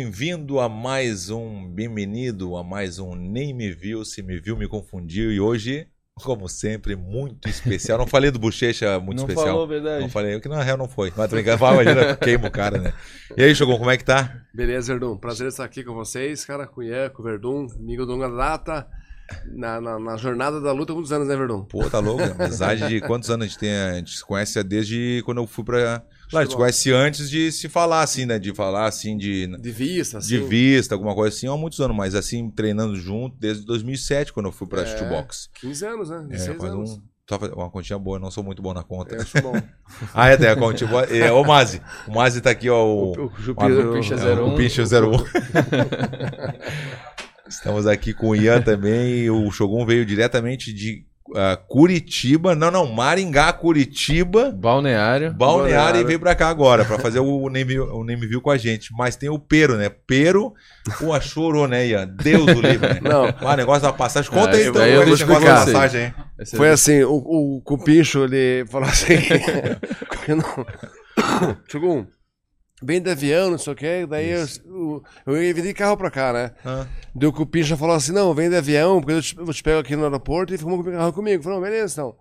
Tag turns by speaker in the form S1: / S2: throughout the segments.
S1: Bem-vindo a mais um, bem-vindo a mais um Nem Me Viu, Se Me Viu Me Confundiu e hoje, como sempre, muito especial. Não falei do Bochecha muito
S2: não
S1: especial.
S2: falou a verdade.
S1: Não falei, o que na real não foi. Mas tô brincando, fala, imagina, queima o cara, né? E aí, Chogão, como é que tá?
S3: Beleza, Verdun. Prazer estar aqui com vocês, cara, com o Ian, com o Verdun, amigo de longa data, na, na, na jornada da luta há muitos anos, né, Verdun?
S1: Pô, tá louco? Amizade de quantos anos a gente tem? A gente se conhece desde quando eu fui pra. Lá, a gente se conhece antes de se falar, assim, né? De falar assim, de.
S3: De vista, assim.
S1: de vista, alguma coisa assim, há muitos anos, mas assim, treinando junto desde 2007, quando eu fui pra
S3: É,
S1: shootbox.
S3: 15 anos, né?
S1: É,
S3: 16
S1: faz
S3: anos.
S1: um. Só fazer uma continha boa, eu não sou muito bom na conta.
S3: Eu acho bom.
S1: Ah, é, tem a continha boa. É, ô, Mazi. O Mazi tá aqui, ó. O,
S2: O, um. Jupi,
S1: Manu-
S2: o Picha
S1: é, o
S2: 01.
S1: Pincha 01. Estamos aqui com o Ian também. e O Shogun veio diretamente de ah, Curitiba. Não, não, Maringá, Curitiba.
S2: Balneário.
S1: Balneário,
S3: Balneário.
S1: e veio pra cá agora pra fazer o name, o name view com a gente. Mas tem o Pero, né? Pero, pô, chorou, né, Ian? Deus do livro, né?
S3: Não.
S1: Ah, negócio da passagem. Conta
S2: Ah,
S1: aí,
S2: eu-
S1: então,
S2: eu
S1: como é
S2: vou
S1: esse negócio da
S3: explicar.
S1: passagem, hein?
S2: Esse
S3: Foi
S2: é-
S3: assim, o, o Cupincho, ele falou assim. eu não- Chegou um. Bem de avião, não sei o quê. Daí eu, o- eu ia vir de carro pra cá, né?
S1: Ah,
S3: Daí o Cupincha falou assim: não, vem de avião, porque eu te, eu te pego aqui no aeroporto e ficou carro comigo. Eu Falei, não, beleza, então.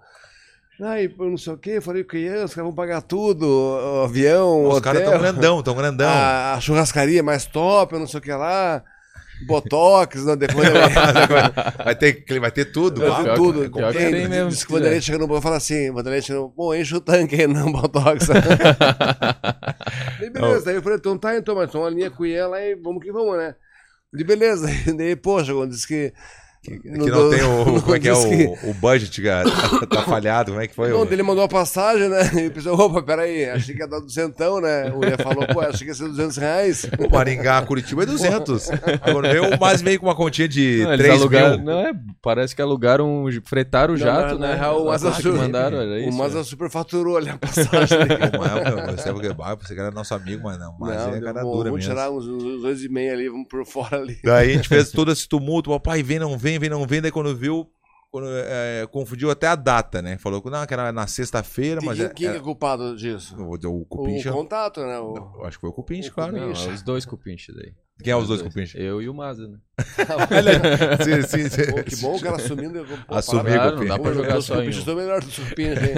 S3: Aí, eu não sei o quê, falei, criança, os caras vão pagar tudo, o avião, o
S1: os
S3: hotel, Ah.
S1: caras tão grandão, tão grandão.
S3: a, a churrascaria mais top, eu não sei o que lá, botox, não, depois
S1: Vai ter, cli- vai ter tudo.
S2: Eu-
S1: claro.
S2: que-
S3: tudo.
S2: pior que
S1: né?
S2: tem mesmo,
S3: Diz
S2: se
S3: que o Vanderlei
S2: quiser.
S3: chega no banco e fala assim, o Vanderlei chega no pô, enche o tanque aí, não, botox. Daí beleza, daí eu falei, então tá, então, mas toma a linha com ela e vamos que vamos, né? De beleza, daí, poxa, quando disse que...
S1: Que não, tem o. Como é que é o, o budget, cara? Tá, tá falhado, como é que foi?
S3: Não,
S1: o-
S3: daí ele mandou a passagem, né? E pensou, opa, peraí, achei que ia dar duzentão, né? O Lê falou, pô, achei que ia ser 200 reais.
S1: O Maringá, Curitiba é 200. Agora veio o mais veio com uma continha de
S2: Não, eles
S1: 3
S2: alugaram-
S1: assim, mil.
S2: Não, é, parece que alugaram, um j- fretaram o
S3: Não,
S2: jato,
S3: na- na
S2: né?
S3: real, o
S2: Ah,
S3: Asa
S2: que
S3: Sul-
S2: mandaram, era
S3: O
S2: isso. é.
S3: Maza superfaturou ali a passagem dele.
S1: Não é, meu, você é porque bah, você que era nosso amigo, mas não. Mas é
S3: deu
S1: cara
S3: bom,
S1: dura
S3: vamos
S1: mesmo.
S3: tirar uns, uns dois e meio ali, vamos por fora ali.
S1: Daí a gente fez todo esse tumulto, papai, vem, não vem, vem, não vem. Daí quando viu, quando, é, confundiu até a data, né? Falou que não, que era na sexta-feira, mas.
S3: E
S1: é-
S3: quem, quem
S1: é-
S3: é culpado disso?
S1: o, o
S3: O
S1: Cupincha.
S3: contato, né? O...
S1: Acho que foi o Cupincha,
S3: o
S1: claro.
S2: Não, é
S3: Cupincha.
S2: os dois cupinches daí.
S1: Quem é os dois Cupincha?
S2: Eu e o Maza, né?
S1: Sim, sim, sim.
S3: Pô, que bom o cara assumindo. Pô,
S1: é- Assumiu,
S3: parabéns.
S1: Claro,
S2: não dá
S1: Cupincha.
S2: pra
S3: Pô,
S2: jogar
S3: os
S2: só em
S3: Cupinchas
S2: um.
S3: estão melhor dos Cupinchas, hein?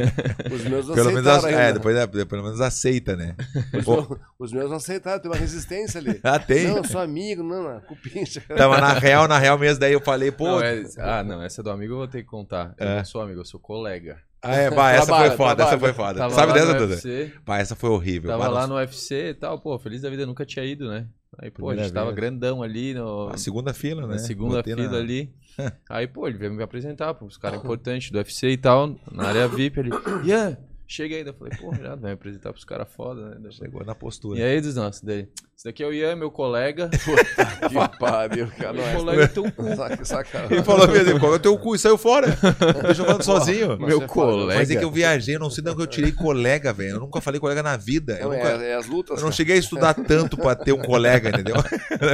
S3: Os meus
S1: Pelo menos,
S3: aceitaram
S1: a- é,
S3: ainda.
S1: depois, é, pelo menos aceita, né?
S3: Os
S1: Pô,
S3: meus- Os meus aceitaram, tem uma resistência ali.
S1: ah, tem.
S3: Não, eu sou amigo, não, não, Cupincha.
S1: Tava na real, na real mesmo. Daí eu falei, pô.
S2: Não, é- ah, não, essa do amigo eu vou ter que contar. Eu
S1: É.
S2: não sou amigo, eu sou colega.
S1: Ah, é, bah, essa
S3: Trabalho,
S1: foi foda,
S3: trabalho.
S1: essa foi foda.
S2: Tava
S1: Sabe
S2: lá
S1: dessa,
S2: no
S1: Duda?
S2: UFC,
S1: Bah, essa foi horrível.
S2: Tava
S1: Bah,
S2: lá
S1: não-
S2: no UFC e tal, pô, feliz da vida, nunca tinha ido, né? Aí, pô, a
S1: Primeira
S2: gente tava
S1: vez.
S2: grandão ali no,
S1: A segunda fila, né?
S2: na segunda
S1: Botei na-
S2: fila ali. Aí, pô, ele veio me apresentar, pô, os caras importantes do UFC e tal, na área VIP. Ele, Ian, chega aí. Daí Eu falei, pô, já vai me apresentar pros caras foda, né? Daí eu falei,
S1: Chegou na
S2: E
S1: postura.
S2: aí, dos nossos dele. Esse daqui é o Ian, meu colega.
S3: Que pariu, cara.
S2: meu
S3: não
S2: colega é teu cu.
S3: é. Saca-
S1: Ele
S3: Sacanagem.
S1: falou mesmo, qual é o teu cu? E saiu fora. Deixa eu falando sozinho.
S3: Mas
S2: meu
S3: é foda,
S2: colega.
S1: Mas é que eu viajei, eu não sei de onde eu tirei colega, velho. Eu nunca falei colega na vida. Eu
S3: Não,
S1: nunca-
S3: é, é as lutas.
S1: Eu não
S3: cara.
S1: cheguei a estudar tanto pra ter um colega, entendeu?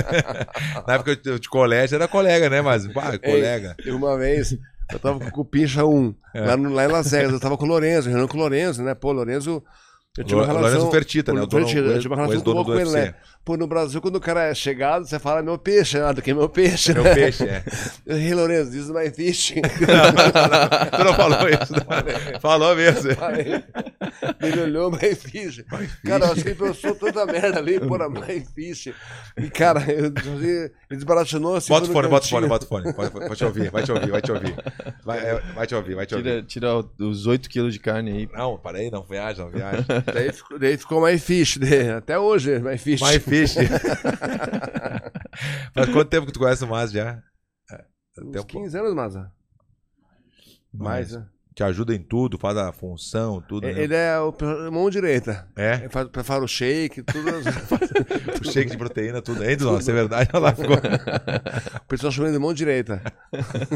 S1: Na época de- de colégio era colega, né? Mas, pá, colega.
S3: E uma vez, eu tava com o Cupincha 1,
S1: É.
S3: lá, no, lá em Las Vegas, eu tava com o Lorenzo, reunião com o Lorenzo, né? Pô, Lorenzo. Eu tinha uma
S1: Lo-
S3: relação,
S1: Lorenzo Fertitta, né? O
S3: O
S1: dono-
S3: Fertitta, eu tinha uma
S1: o
S3: relação
S1: ex-dono
S3: boa
S1: do
S3: com ele,
S1: UFC.
S3: né? Pô, no Brasil, quando o cara é chegado, você fala, meu peixe, nada, que é meu peixe,
S1: É o
S3: né?
S1: peixe, é.
S3: Eu Ei, Lorenzo, this is my fish.
S1: Tu não falou isso, não. Falou mesmo.
S3: ele olhou, my fish. Cara, eu acho que ele pensou tanta merda ali, porra, my fish. E, cara, eu, ele desbaratinou assim.
S1: Bota o
S3: no
S1: fone, bota o
S3: cantinho.
S1: fone, bota o fone. Vai, vai te ouvir, vai te ouvir, vai te ouvir. Vai, é, vai te ouvir, vai te ouvir.
S2: Tira, tira os 8 quilos de carne aí.
S1: Não, para aí, não viaja, não viaja.
S3: Daí ficou, daí ficou my fish, né? até hoje, my fish.
S1: My fish. Faz quanto tempo que tu conhece o Mas já? até
S3: Uns
S1: um pouco.
S3: 15 anos, Maza. Mais, né?
S1: Te ajuda em tudo, faz a função, tudo. né?
S3: Ele é o pe- mão direita.
S1: É,
S3: Ele faz- Prepara o shake, tudo.
S1: o shake de proteína, tudo. Hein, nossa, é verdade, olha lá ficou.
S3: O pessoal chama ele de mão direita.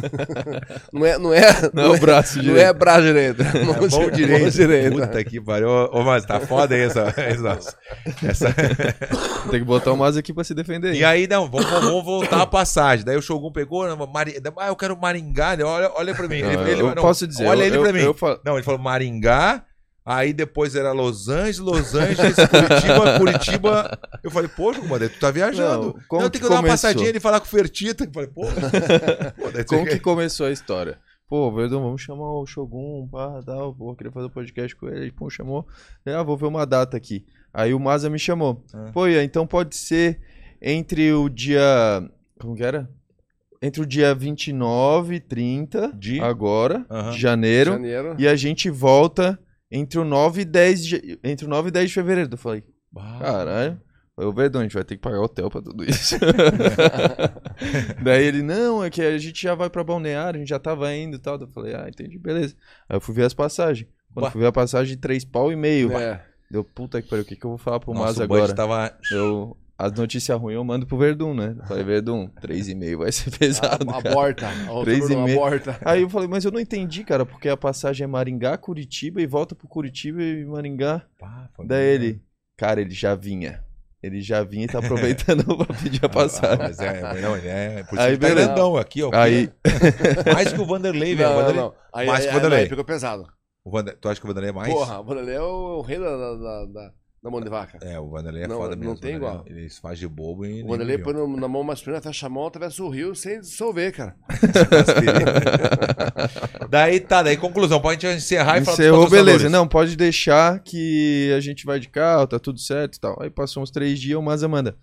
S3: Não é, não é,
S2: Não é o braço
S3: não é
S2: direito.
S3: braço direito. é Mão,
S1: Mão
S3: di-
S1: direita.
S3: Mão direita.
S1: Puta que pariu. Ô, mas tá foda aí essa. essa- essa...
S2: Tem que botar o Mas aqui pra se defender.
S1: E aí, não, vamos, vamos voltar a passagem. Daí o Shogun pegou, né, Mari... ah, eu quero Maringá, né? olha, olha pra mim.
S2: Não,
S1: Ele- ele-
S2: eu
S1: não,
S2: posso dizer.
S1: Olha
S2: eu,
S1: ele
S2: eu,
S1: pra mim.
S2: eu falo-
S1: Não, ele falou Maringá, Aí depois era Los Angeles, Los Angeles, Curitiba, Curitiba. Eu falei, poxa, Comadre, tu tá viajando.
S2: Não,
S1: Não,
S2: como
S1: eu tenho que
S2: que
S1: dar uma
S2: começou?
S1: passadinha e falar com o Fertita. Eu falei, pô, pô, daí
S2: Como
S1: você-
S2: que começou a história? Pô, Verdão, vamos chamar o Shogun, pá, tal, pô, queria fazer um podcast com ele, pô, chamou, ah, vou ver uma data aqui. Aí o Maza me chamou.
S1: Ah.
S2: Pô, Ian, então pode ser entre o dia, como que era? Entre o dia 29 e 30,
S1: De?
S2: agora,
S1: Aham.
S2: de janeiro,
S3: Janeiro.
S2: e a gente volta entre o 9 e 10 de, entre o 9 e 10 de fevereiro. Eu falei,
S1: Bah.
S2: Caralho. Falei, ô Verdão, a gente vai ter que pagar hotel pra tudo isso. Daí ele, não, é que a gente já vai pra balneário, a gente já tava indo e tal. Eu falei, ah, entendi, beleza. Aí eu fui ver as passagens. Quando
S1: Bah.
S2: eu fui ver a passagem, três pau e meio.
S3: É.
S2: Deu, puta que pariu, o que, que eu vou falar pro Mas
S1: Nossa, o tá- Bud
S2: agora?
S1: tava
S2: Eu, as notícias ruins eu mando pro Verdun, né? Eu falei, Verdun, três e meio vai ser pesado,
S1: Ah,
S3: A-
S2: cara.
S3: Aborta.
S2: Três e
S3: Outubro,
S2: meia.
S3: Aborta.
S2: Aí eu falei, mas eu não entendi, cara, porque a passagem é Maringá, Curitiba e volta pro Curitiba e Maringá.
S1: Pá, foi
S2: Daí
S1: bom, né?
S2: ele, cara, ele já vinha. Ele já vinha e tá aproveitando pra pedir a
S1: Ah,
S2: passagem.
S1: mas é, não, ele é. Por isso
S2: Aí,
S1: que ele tá
S2: beleza.
S1: grandão aqui, ó. é
S2: Aí,
S1: Mais que o Vanderlei, velho. O
S3: Não, não,
S1: Vanderlei-
S3: não. Aí,
S1: Mas
S3: aí,
S1: Vanderlei.
S3: aí ficou pesado.
S1: o Vander- Tu acha que o Vanderlei é mais?
S3: Porra, o Vanderlei é o rei da, da, da, da- da mão de vaca.
S1: É, o Vanderlei é
S3: Não,
S1: foda
S3: não
S1: mesmo.
S3: tem
S1: o Vanderlei-
S3: igual.
S1: Ele é se faz de bobo e.
S3: O Vanderlei põe no- na mão masculina, fecha a mão, atravessa o rio sem dissolver, cara.
S1: Daí tá, daí conclusão. Pra gente encerrar Tá, e falar dos
S2: encerrou, beleza.
S1: patrocinadores.
S2: Não, pode deixar que a gente vai de carro, tá tudo certo e tal. Aí passou uns três dias, o Maza manda.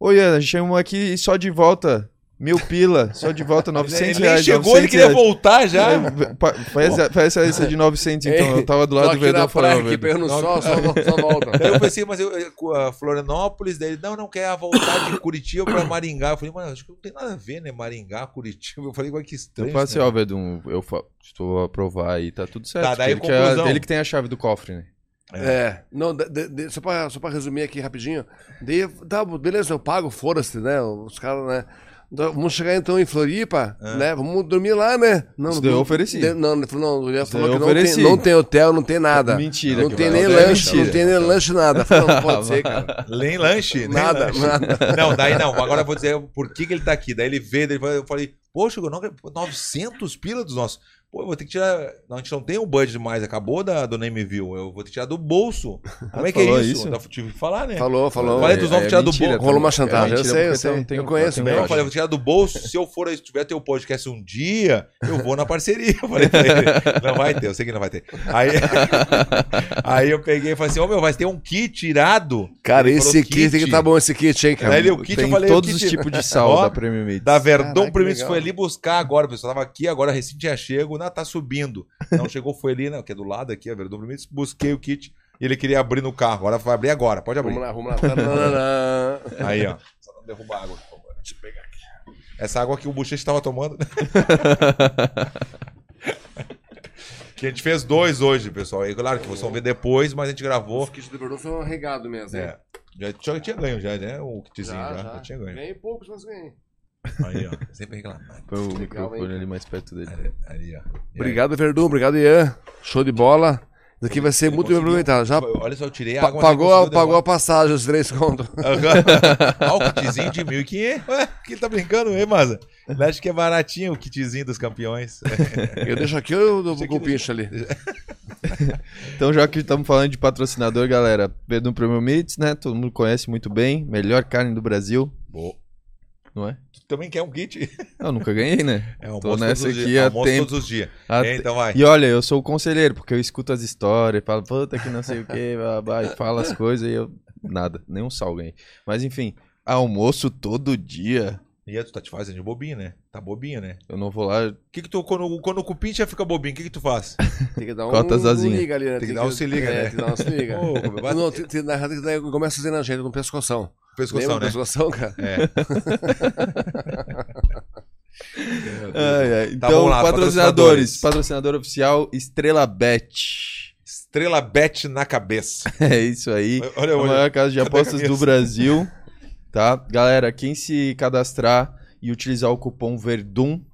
S2: Oi, Ana, chegamos aqui e só de volta, mil pila, só de volta, 900
S1: Ele nem
S2: reais.
S1: chegou, ele
S2: 900
S1: queria
S2: reais.
S1: voltar já.
S2: É, pa- Faz, a- faz essa de 900, então. Eu tava do
S3: Tô
S2: lado do
S3: aqui
S2: Verdão
S3: na praia,
S2: falando.
S3: aqui pegando
S1: Não,
S2: tá.
S3: sol, só, só volta.
S1: Daí eu pensei, mas eu, eu- com a Florianópolis, daí ele, não, não quer voltar de Curitiba pra Maringá. Eu falei, mano, acho que não tem nada a ver, né? Maringá, Curitiba. Eu falei, igual que
S2: Eu
S1: estranho.
S2: falei
S1: isso,
S2: assim,
S1: né?
S2: ó, Verdun, eu fa- estou a aprovar aí, tá tudo certo.
S1: Tá, daí
S2: ele, que é-
S1: conclusão.
S2: ele que tem a chave do cofre, né?
S3: É, não, de- de- de- só, pra, só pra resumir aqui rapidinho. Daí, tá, beleza, eu pago, foda-se, né? Os caras, né? Então, Vamos chegar então em Floripa, né? Vamos dormir lá, né? Não,
S2: É. Isso daí eu
S3: não-
S2: ofereci.
S3: de- Não, ele falou, não, ele falou
S2: daí eu
S3: que não tem,
S2: ofereci.
S3: não tem hotel, não tem nada.
S2: Mentira,
S3: Não
S2: que
S3: tem
S2: vai-
S3: nem
S2: não é
S3: lanche,
S2: mentira.
S3: não tem nem lanche, nada. Falei, Não pode ser, cara.
S1: Nem lanche? nem
S3: Nada,
S1: lanche.
S3: nada.
S1: Não, daí não. Agora eu vou dizer por que, que ele tá aqui. Daí ele veio, daí ele falou- eu falei, poxa, eu não, acredito, pô, 900 pila dos nossos. Pô, eu vou ter que tirar. Não, a gente não tem um budget mais, acabou da, do Name View. Eu vou ter que tirar do bolso. Como é que é
S2: Falou
S1: isso?
S2: isso?
S1: Eu tive que falar, né?
S3: Falou, falou.
S1: Falei dos ovos tirados do bolo.
S2: mentira, tá?
S3: é, Rolou uma
S2: É
S3: chantagem, eu
S2: mentira,
S3: sei, eu
S2: porque
S3: sei.
S2: não tem-
S3: Eu conheço
S1: Não,
S2: não tem
S3: bem.
S1: eu
S2: lógica.
S1: falei, eu vou tirar do bolso. Se eu for, se tiver teu podcast um dia, eu vou na parceria. Eu falei pra ele, não vai ter, eu sei que não vai ter. Aí, aí eu peguei e falei assim, ô meu, vai ter um kit tirado.
S3: Cara,
S1: Ele
S3: esse
S1: falou,
S3: kit, que tá bom, esse kit, hein, cara.
S1: Daí ele, o kit,
S2: tem
S1: eu falei, o
S2: todos
S1: kit-
S2: os
S3: tipo
S2: tipos de sal
S1: Ó,
S2: da Premium Meats.
S1: Da Verdão
S3: Caraca,
S1: Primis
S3: legal.
S1: foi ali buscar agora, o pessoal tava aqui, agora recente já chego, não, tá subindo. Não chegou, foi ali, não, que é do lado aqui, a Verdão Primis, busquei o kit e ele queria abrir no carro. Agora vai abrir agora, pode abrir.
S3: Vamos lá, vamos lá. Tananana.
S1: Aí, ó. Só não derruba a água, por favor. Deixa eu pegar aqui. Essa água que o Bochecha tava tomando. né? que a gente fez dois hoje, pessoal. E claro que vocês vão ver depois, mas a gente gravou.
S3: Os kits do Verdão são regado mesmo, hein?
S1: É, já, já tinha ganho, já, né? O kitzinho já.
S3: Já,
S1: Já,
S3: já.
S1: tinha ganho.
S3: Ganhei poucos, mas ganhei.
S1: Aí, ó. Sempre reclamar.
S2: Põe o
S3: Legal,
S2: microfone
S3: hein?
S2: ali mais perto dele.
S1: Aí, ó. E aí?
S3: Obrigado, Verdun. Obrigado, Ian. Show de bola. Isso aqui vai ser
S1: Ele
S3: muito bem
S1: conseguiu.
S3: aproveitado. Já
S1: Olha só, eu tirei a
S3: Tá pa-
S1: água. né?
S3: pagou, a, pagou a passagem, os três contos.
S1: Olha o kitzinho de 1.500. Ué, que ele tá brincando, hein, Maza? Ele acha que é baratinho o kitzinho dos campeões. É.
S3: Eu deixo aqui eu dou
S1: Isso aqui
S3: com o pincho ali.
S2: Então, já que estamos falando de patrocinador, galera, Verdun Premium Meats, né? Todo mundo conhece muito bem. Melhor carne do Brasil,
S1: Boa.
S2: não é?
S1: Tu também quer um kit?
S2: Eu nunca ganhei, né?
S1: É
S2: Tô
S1: almoço
S2: nessa
S1: todos os
S2: aqui
S1: dias.
S2: há
S1: Almoço
S2: tempo.
S1: todos os dias.
S2: Há
S1: É,
S2: te-
S1: então vai.
S2: E olha, eu sou o conselheiro, porque eu escuto as histórias, falo, puta que não sei o que, blá, blá, e fala as coisas e eu. Nada, nenhum sal ganhei. Mas enfim, almoço todo dia.
S1: E aí, tu tá te fazendo de bobinho, né? Tá bobinho, né?
S2: Eu não vou lá.
S1: O que que tu, quando, quando o cupim já fica bobinho, o que que tu faz?
S3: Tem que dar um,
S2: Corta as
S3: um
S2: asinhas.
S3: liga ali, né?
S1: Tem que dar um se liga,
S3: é,
S1: né?
S3: Tem que dar um se liga.
S1: Ô, vai-
S3: Não, tem, tem, na real, tem que dar- começa a fazer na gente, no pescoção.
S1: Pescoção,
S3: Lembra
S1: né?
S3: do Pescoção, cara.
S1: É.
S2: Ai, ai.
S1: Tá,
S2: Então,
S1: vamos lá, patrocinadores.
S2: patrocinadores. Patrocinador oficial, Estrela Bet.
S1: Estrela bet na cabeça.
S2: É isso aí.
S1: Olha,
S2: a
S1: olha.
S2: maior casa de
S1: Cadê a
S2: apostas do
S1: camisa?
S2: Brasil. Tá? Galera, quem se cadastrar e utilizar o cupom VERDUM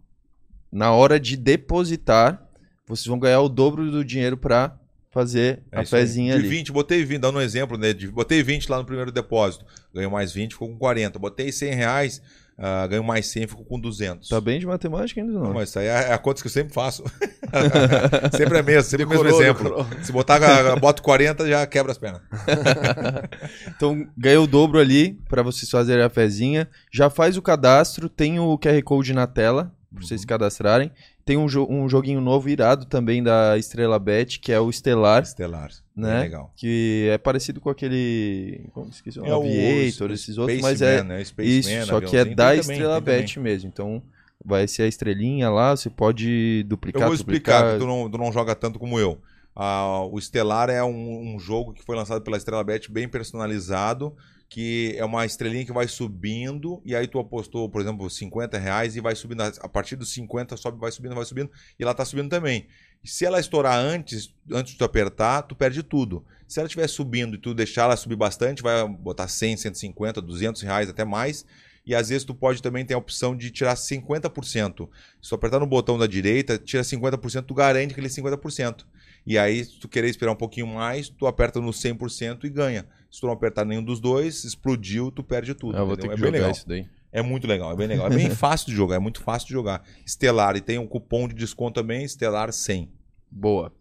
S2: na hora de depositar, vocês vão ganhar o dobro do dinheiro pra fazer
S1: É
S2: a
S1: isso aí.
S2: fezinha
S1: De
S2: ali.
S1: 20, botei 20, dando um exemplo, né? De- botei 20 lá no primeiro depósito. Ganhou mais 20, ficou com 40. Botei 100 reais, ah, ganho mais 100 e fico com 200.
S2: Tá bem de matemática ainda,
S1: Não,
S2: não.
S1: mas isso aí é a conta que eu sempre faço. sempre é mesmo, sempre é o mesmo
S3: Decorou,
S1: exemplo.
S3: decorou.
S1: Se botar, boto 40, já quebra as pernas.
S2: Então, ganhou o dobro ali pra vocês fazerem a fezinha. Já faz o cadastro, tem o QR Code na tela pra
S1: Uhum.
S2: vocês se cadastrarem. Tem um, jo- um joguinho novo irado também da Estrela Bet, que é o
S1: Ah,
S2: Estelar,
S1: Estelar.
S2: Né?
S1: É legal.
S2: que é parecido com aquele, como esqueci o nome,
S1: É o
S2: Aviator, esses outros, mas é
S1: né? Spaceman,
S2: isso, só que é
S1: aviãozinho.
S2: da
S1: Tem também,
S2: Estrela
S1: tem também.
S2: Bet mesmo. Então, vai ser a estrelinha lá, você pode duplicar,
S1: Eu vou explicar,
S2: duplicar.
S1: que tu não, tu não joga tanto como eu. Ah, o Estelar é um, um jogo que foi lançado pela Estrela Bet, bem personalizado, que é uma estrelinha que vai subindo, e aí tu apostou, por exemplo, 50 reais e vai subindo. A partir dos 50 sobe, vai subindo, vai subindo, e ela tá subindo também. E se ela estourar antes, antes de tu apertar, tu perde tudo. Se ela estiver subindo e tu deixar ela subir bastante, vai botar 100, 150, 200 reais, até mais. E às vezes tu pode também ter a opção de tirar 50%. Se tu apertar no botão da direita, tira 50%, tu garante aquele 50%. E aí, se tu querer esperar um pouquinho mais, tu aperta no 100% e ganha. Se tu não apertar nenhum dos dois, explodiu, tu perde tudo.
S2: Ah, eu vou ter
S1: entendeu?
S2: que
S1: é bem
S2: jogar
S1: legal.
S2: isso daí.
S1: É muito legal, é bem legal. É bem fácil de jogar, é muito fácil de jogar. Estelar, e tem um cupom de desconto também, Estelar 100.
S2: Boa.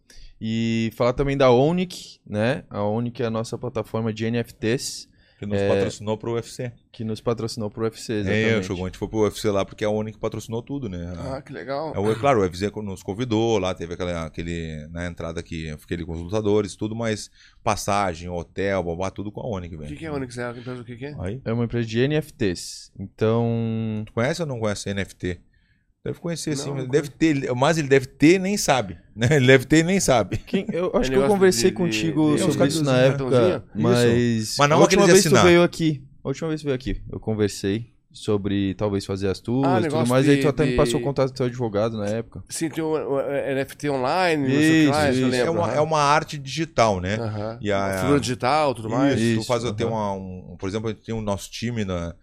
S2: E falar também da Onic, né? A Onic é a nossa plataforma de NFTs
S1: Que
S2: É,
S1: nos patrocinou pro UFC.
S2: que nos patrocinou pro UFC, exatamente.
S1: É, Shogun, a gente foi pro UFC lá porque é a ONU que patrocinou tudo, né?
S3: Ah, que legal.
S1: É, o- claro, o UFC nos convidou lá, teve aquela, aquele, na entrada que eu fiquei ali com os lutadores, tudo, mas passagem, hotel, babá, tudo com a ONU que
S3: O
S1: vem.
S3: que, que é Onix? É a empresa do que, que é?
S1: Aí,
S2: É uma empresa de NFTs. Então,
S1: tu conhece ou não conhece NFT? Deve conhecer sim,
S3: Não,
S1: mas
S3: não
S1: deve ter, mas ele deve ter e nem sabe, né? Ele deve ter e nem sabe.
S2: quem- eu
S3: É
S2: acho que eu
S3: negócio
S2: conversei
S3: de- de-
S2: contigo
S1: de-
S2: sobre
S1: de-
S2: isso
S1: de-
S2: na
S1: de-
S2: época,
S3: cartãozinho?
S2: mas
S1: Mas não
S2: a última
S1: aqueles de
S2: vez que tu
S1: assinar.
S2: veio aqui, a última vez que tu veio aqui, eu conversei sobre talvez fazer as tuas, e tudo
S3: Ah, negócio
S2: mais, aí tu
S3: de-
S2: até me
S3: de-
S2: passou o contato do teu advogado na época.
S3: Sim, tem o, o- é NFT online, não sei o que lá,
S2: Isso,
S3: isso eu
S2: isso.
S3: lembro.
S1: É uma,
S3: aham.
S1: é uma arte digital, né?
S3: né? Aham.
S1: E a-
S3: Figura digital, tudo mais.
S1: Isso,
S2: Isso,
S1: tu faz
S2: aham.
S1: até uma, um, por exemplo, a gente tem o nosso time na,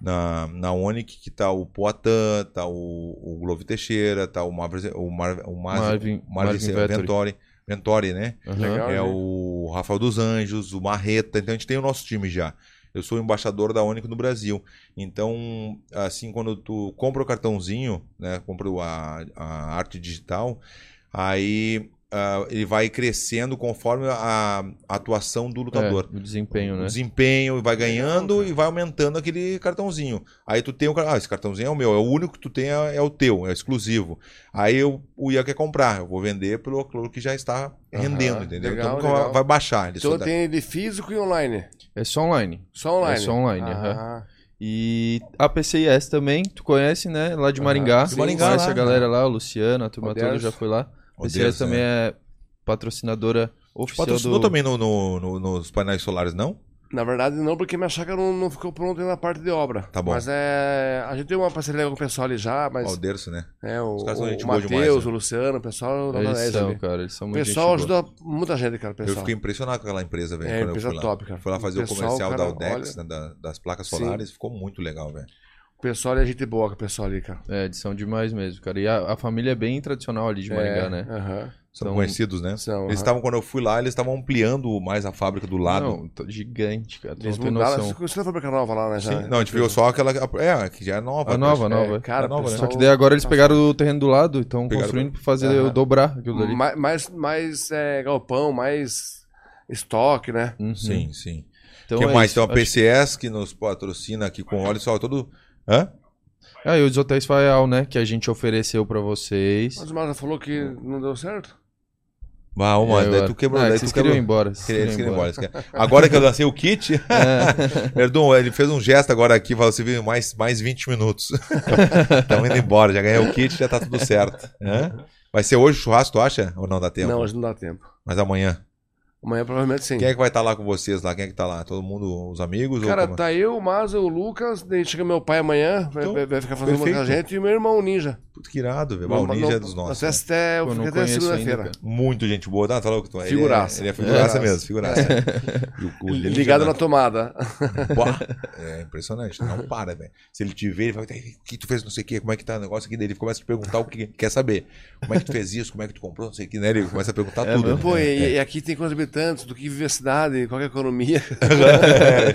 S1: na, na ONIC que tá o Poatan, tá o, o Globo Teixeira, tá o Marvin, o Mar, o Mar,
S2: Marvin-
S1: o Marvin
S2: Marvin
S1: Ventori.
S2: Vettori.
S1: Ventori, né?
S2: Aham.
S3: Legal.
S1: É
S3: né?
S1: o Rafael dos Anjos, o Marreta, então a gente tem o nosso time já. Eu sou o embaixador da ONIC no Brasil. Então, assim, quando tu compra o cartãozinho, né, compra o- a, a arte digital, aí ah, ele vai crescendo conforme a, a atuação do lutador
S2: É, o desempenho, né?
S1: desempenho e vai ganhando
S3: cara.
S1: e vai aumentando aquele cartãozinho. Aí tu tem o car- ah, esse cartãozinho é o meu, é o único que tu tem, é, é o teu, é exclusivo. Aí eu, o Ian quer comprar, eu vou vender pelo valor que já está
S3: Aham,
S1: rendendo, entendeu?
S3: legal,
S1: então nunca vai-
S3: legal.
S1: vai baixar. Ele só
S3: Então
S1: dá-
S3: tem ele físico e online.
S2: É só online.
S3: Só online.
S2: É só online,
S3: Ah,
S2: E a PCIS também, tu conhece, né? Lá de
S3: Aham.
S2: Maringá.
S1: De Maringá,
S2: conhece
S1: lá,
S2: a galera lá, o Luciano, a turma
S3: Odeio
S2: toda
S3: isso.
S2: já foi lá.
S1: Ó,
S2: A PCIS
S1: Deus,
S2: também
S1: né?
S2: é patrocinadora oficial
S1: Patrocinou
S2: é do...
S1: também no, no- no- nos painéis solares, não?
S3: Na verdade, não, porque minha chácara não, não ficou pronta na parte de obra.
S1: Tá bom.
S3: Mas é. A gente tem uma parceria com o pessoal ali já, mas.
S1: Ó, o Derso, né?
S3: é, o
S1: os caras são gente
S3: o
S1: boa
S3: Matheus,
S1: demais, né?
S3: o Luciano, o pessoal da
S2: Eles
S3: Nordeste
S2: são,
S3: ali.
S2: cara, eles são
S3: O
S2: muito
S3: pessoal
S2: gente boa.
S3: ajuda muita gente, cara, o pessoal.
S1: Eu fiquei impressionado com aquela empresa, velho.
S3: É,
S1: quando eu
S3: empresa
S1: fui lá.
S3: top, cara.
S1: Fui lá fazer o,
S3: Pessoal,
S1: comercial da
S3: cara,
S1: Audex, né, da- das placas
S3: Sim.
S1: solares, ficou muito legal, velho.
S3: O pessoal ali é gente boa, com o pessoal ali, cara.
S2: É, eles são demais mesmo, cara. E a, a família é bem tradicional ali de Maringá,
S3: é,
S2: né?
S3: Aham.
S1: São
S2: Então,
S1: conhecidos, né?
S3: são,
S1: Eles
S3: aham.
S1: estavam, quando eu fui lá, eles estavam ampliando mais a fábrica do lado.
S2: Não, tá gigante, cara. Tu não
S3: Eles
S2: tem
S3: mudaram.
S2: noção.
S3: Você não foi pra Canova lá, né? já,
S1: Sim,
S3: né?
S1: não, a gente viu só aquela. É, que já é nova.
S2: A nova, a
S1: né?
S2: nova.
S3: É, cara,
S1: É nova, né?
S2: Só que daí agora
S3: tá
S2: eles pegaram o terreno do lado e estão
S1: Pegaram-
S2: construindo pra fazer
S3: Aham.
S2: eu dobrar aquilo dali.
S3: Ma- Mais, mais é, galpão, mais estoque, né?
S2: Uhum.
S1: Sim, sim. O
S2: Então
S1: que
S2: é
S1: mais?
S2: isso.
S1: Tem uma
S2: Acho-
S1: PCS que nos patrocina aqui com óleo só todo. Hã?
S2: Ah, e os hotéis Faial, né? Que a gente ofereceu pra vocês.
S3: Mas o Mara falou que não deu certo.
S1: Bah, ô, mano,
S2: Eu-
S1: daí tu quebrou,
S2: Não, é
S1: daí tu
S2: que vocês
S1: quebrou.
S2: queriam ir embora.
S1: Eles
S2: vocês
S1: queriam- eles
S2: queriam
S1: queriam
S2: ir
S1: embora, eles queriam- Agora que eu lancei o kit, Verdun, ele fez um gesto agora aqui, falou assim, "Viu, mais, mais 20 minutos. Estamos indo embora, já ganhei o kit, já tá tudo certo. Hã? Vai ser hoje o churrasco, tu acha? Ou não dá tempo?
S3: Não, hoje não dá tempo.
S1: Mas amanhã.
S3: Amanhã provavelmente sim.
S1: Quem é que vai estar lá com vocês lá? Quem é que tá lá? Todo mundo, os amigos? ou
S3: Cara,
S1: como? é?
S3: tá eu, o Maza, o Lucas, daí chega meu pai amanhã, vai-
S1: Então,
S3: vai, vai ficar fazendo uma com a
S1: perfeito.
S3: gente, e meu irmão o Ninja.
S1: Puta que irado, velho.
S3: Não-
S1: O ninja
S3: não-
S1: é dos nossos.
S3: nós até, eu
S2: Pô,
S3: fiquei
S2: não
S3: até
S2: conheço
S3: segunda-feira.
S2: ainda, cara.
S1: Muito gente boa. Não, tá louco. tu- ele é-
S3: Figuraça.
S1: Ele é, figuraça
S3: Figuraça.
S1: mesmo, figuraça. E o- o Ninja,
S3: Ligado na
S1: né?
S3: tomada.
S1: Buá. É impressionante, não para, velho. Se ele te ver, ele vai "Ei, o que tu fez, não sei o que, como é que tá o negócio aqui dele. Ele começa a te perguntar o que quer saber. Como é que tu fez isso, como é que tu comprou, não sei o que, né? Ele começa a perguntar
S2: É
S1: tudo.
S2: mesmo?
S1: né?
S3: Pô,
S1: É,
S3: e,
S1: é.
S3: e aqui tem coisa de habitantes do que vive a cidade, qual que é a economia.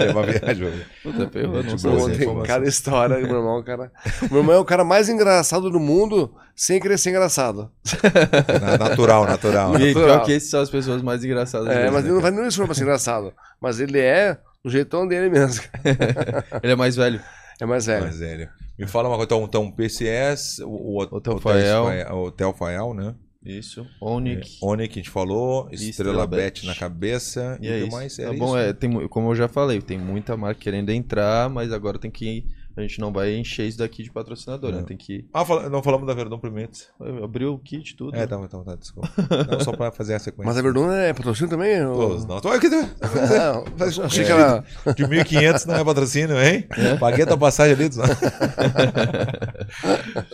S1: é uma viagem.
S2: Puta, ferrou, não
S1: Muito
S2: sei.
S1: boa essa
S3: Pô,
S2: dizer.
S3: tem
S1: informação.
S3: cada história, meu irmão, cara. Meu irmão é o cara mais engraçado do mundo sem querer ser engraçado.
S1: Na- Natural, natural.
S2: E pior
S3: natural.
S2: que esses são as pessoas mais engraçadas.
S3: É,
S2: mesmo,
S3: mas
S2: né,
S3: ele não
S2: cara?
S3: faz nenhum esforço pra ser engraçado. Mas ele é o jeitão dele mesmo. cara.
S2: Ele é mais velho.
S3: É mais velho.
S1: Mas, velho, Me fala uma coisa, então, então PCS, o, o Hot-
S2: Hotel
S1: Hotel
S2: Fael.
S1: Fael- Hotel Faial, né?
S2: Isso.
S1: É,
S2: Onic.
S1: Oni que a gente falou,
S2: E
S1: Estrela
S2: Estrela
S1: Bet
S2: Bet.
S1: na cabeça,
S2: E
S1: o
S2: é
S1: que
S2: isso.
S1: mais?
S2: tá
S1: Era
S2: bom,
S1: isso? né?
S2: é, tem, mu- como eu já falei, tem muita marca querendo entrar, mas agora tem que. A gente não vai encher isso daqui de patrocinador, né?
S1: Não.
S2: Tem que
S1: Ah, fala- não falamos da Verdão primeiro.
S2: abrir o kit, tudo.
S1: É, tá, tá, tá, desculpa. Não, só pra fazer a sequência.
S3: Mas a Verdun é patrocínio também? ou-
S1: Todos, não. Olha que-
S3: Ah, achei que era.
S1: De 1.500 não é patrocínio, hein?
S3: É.
S1: Paguei a tua passagem ali. tu-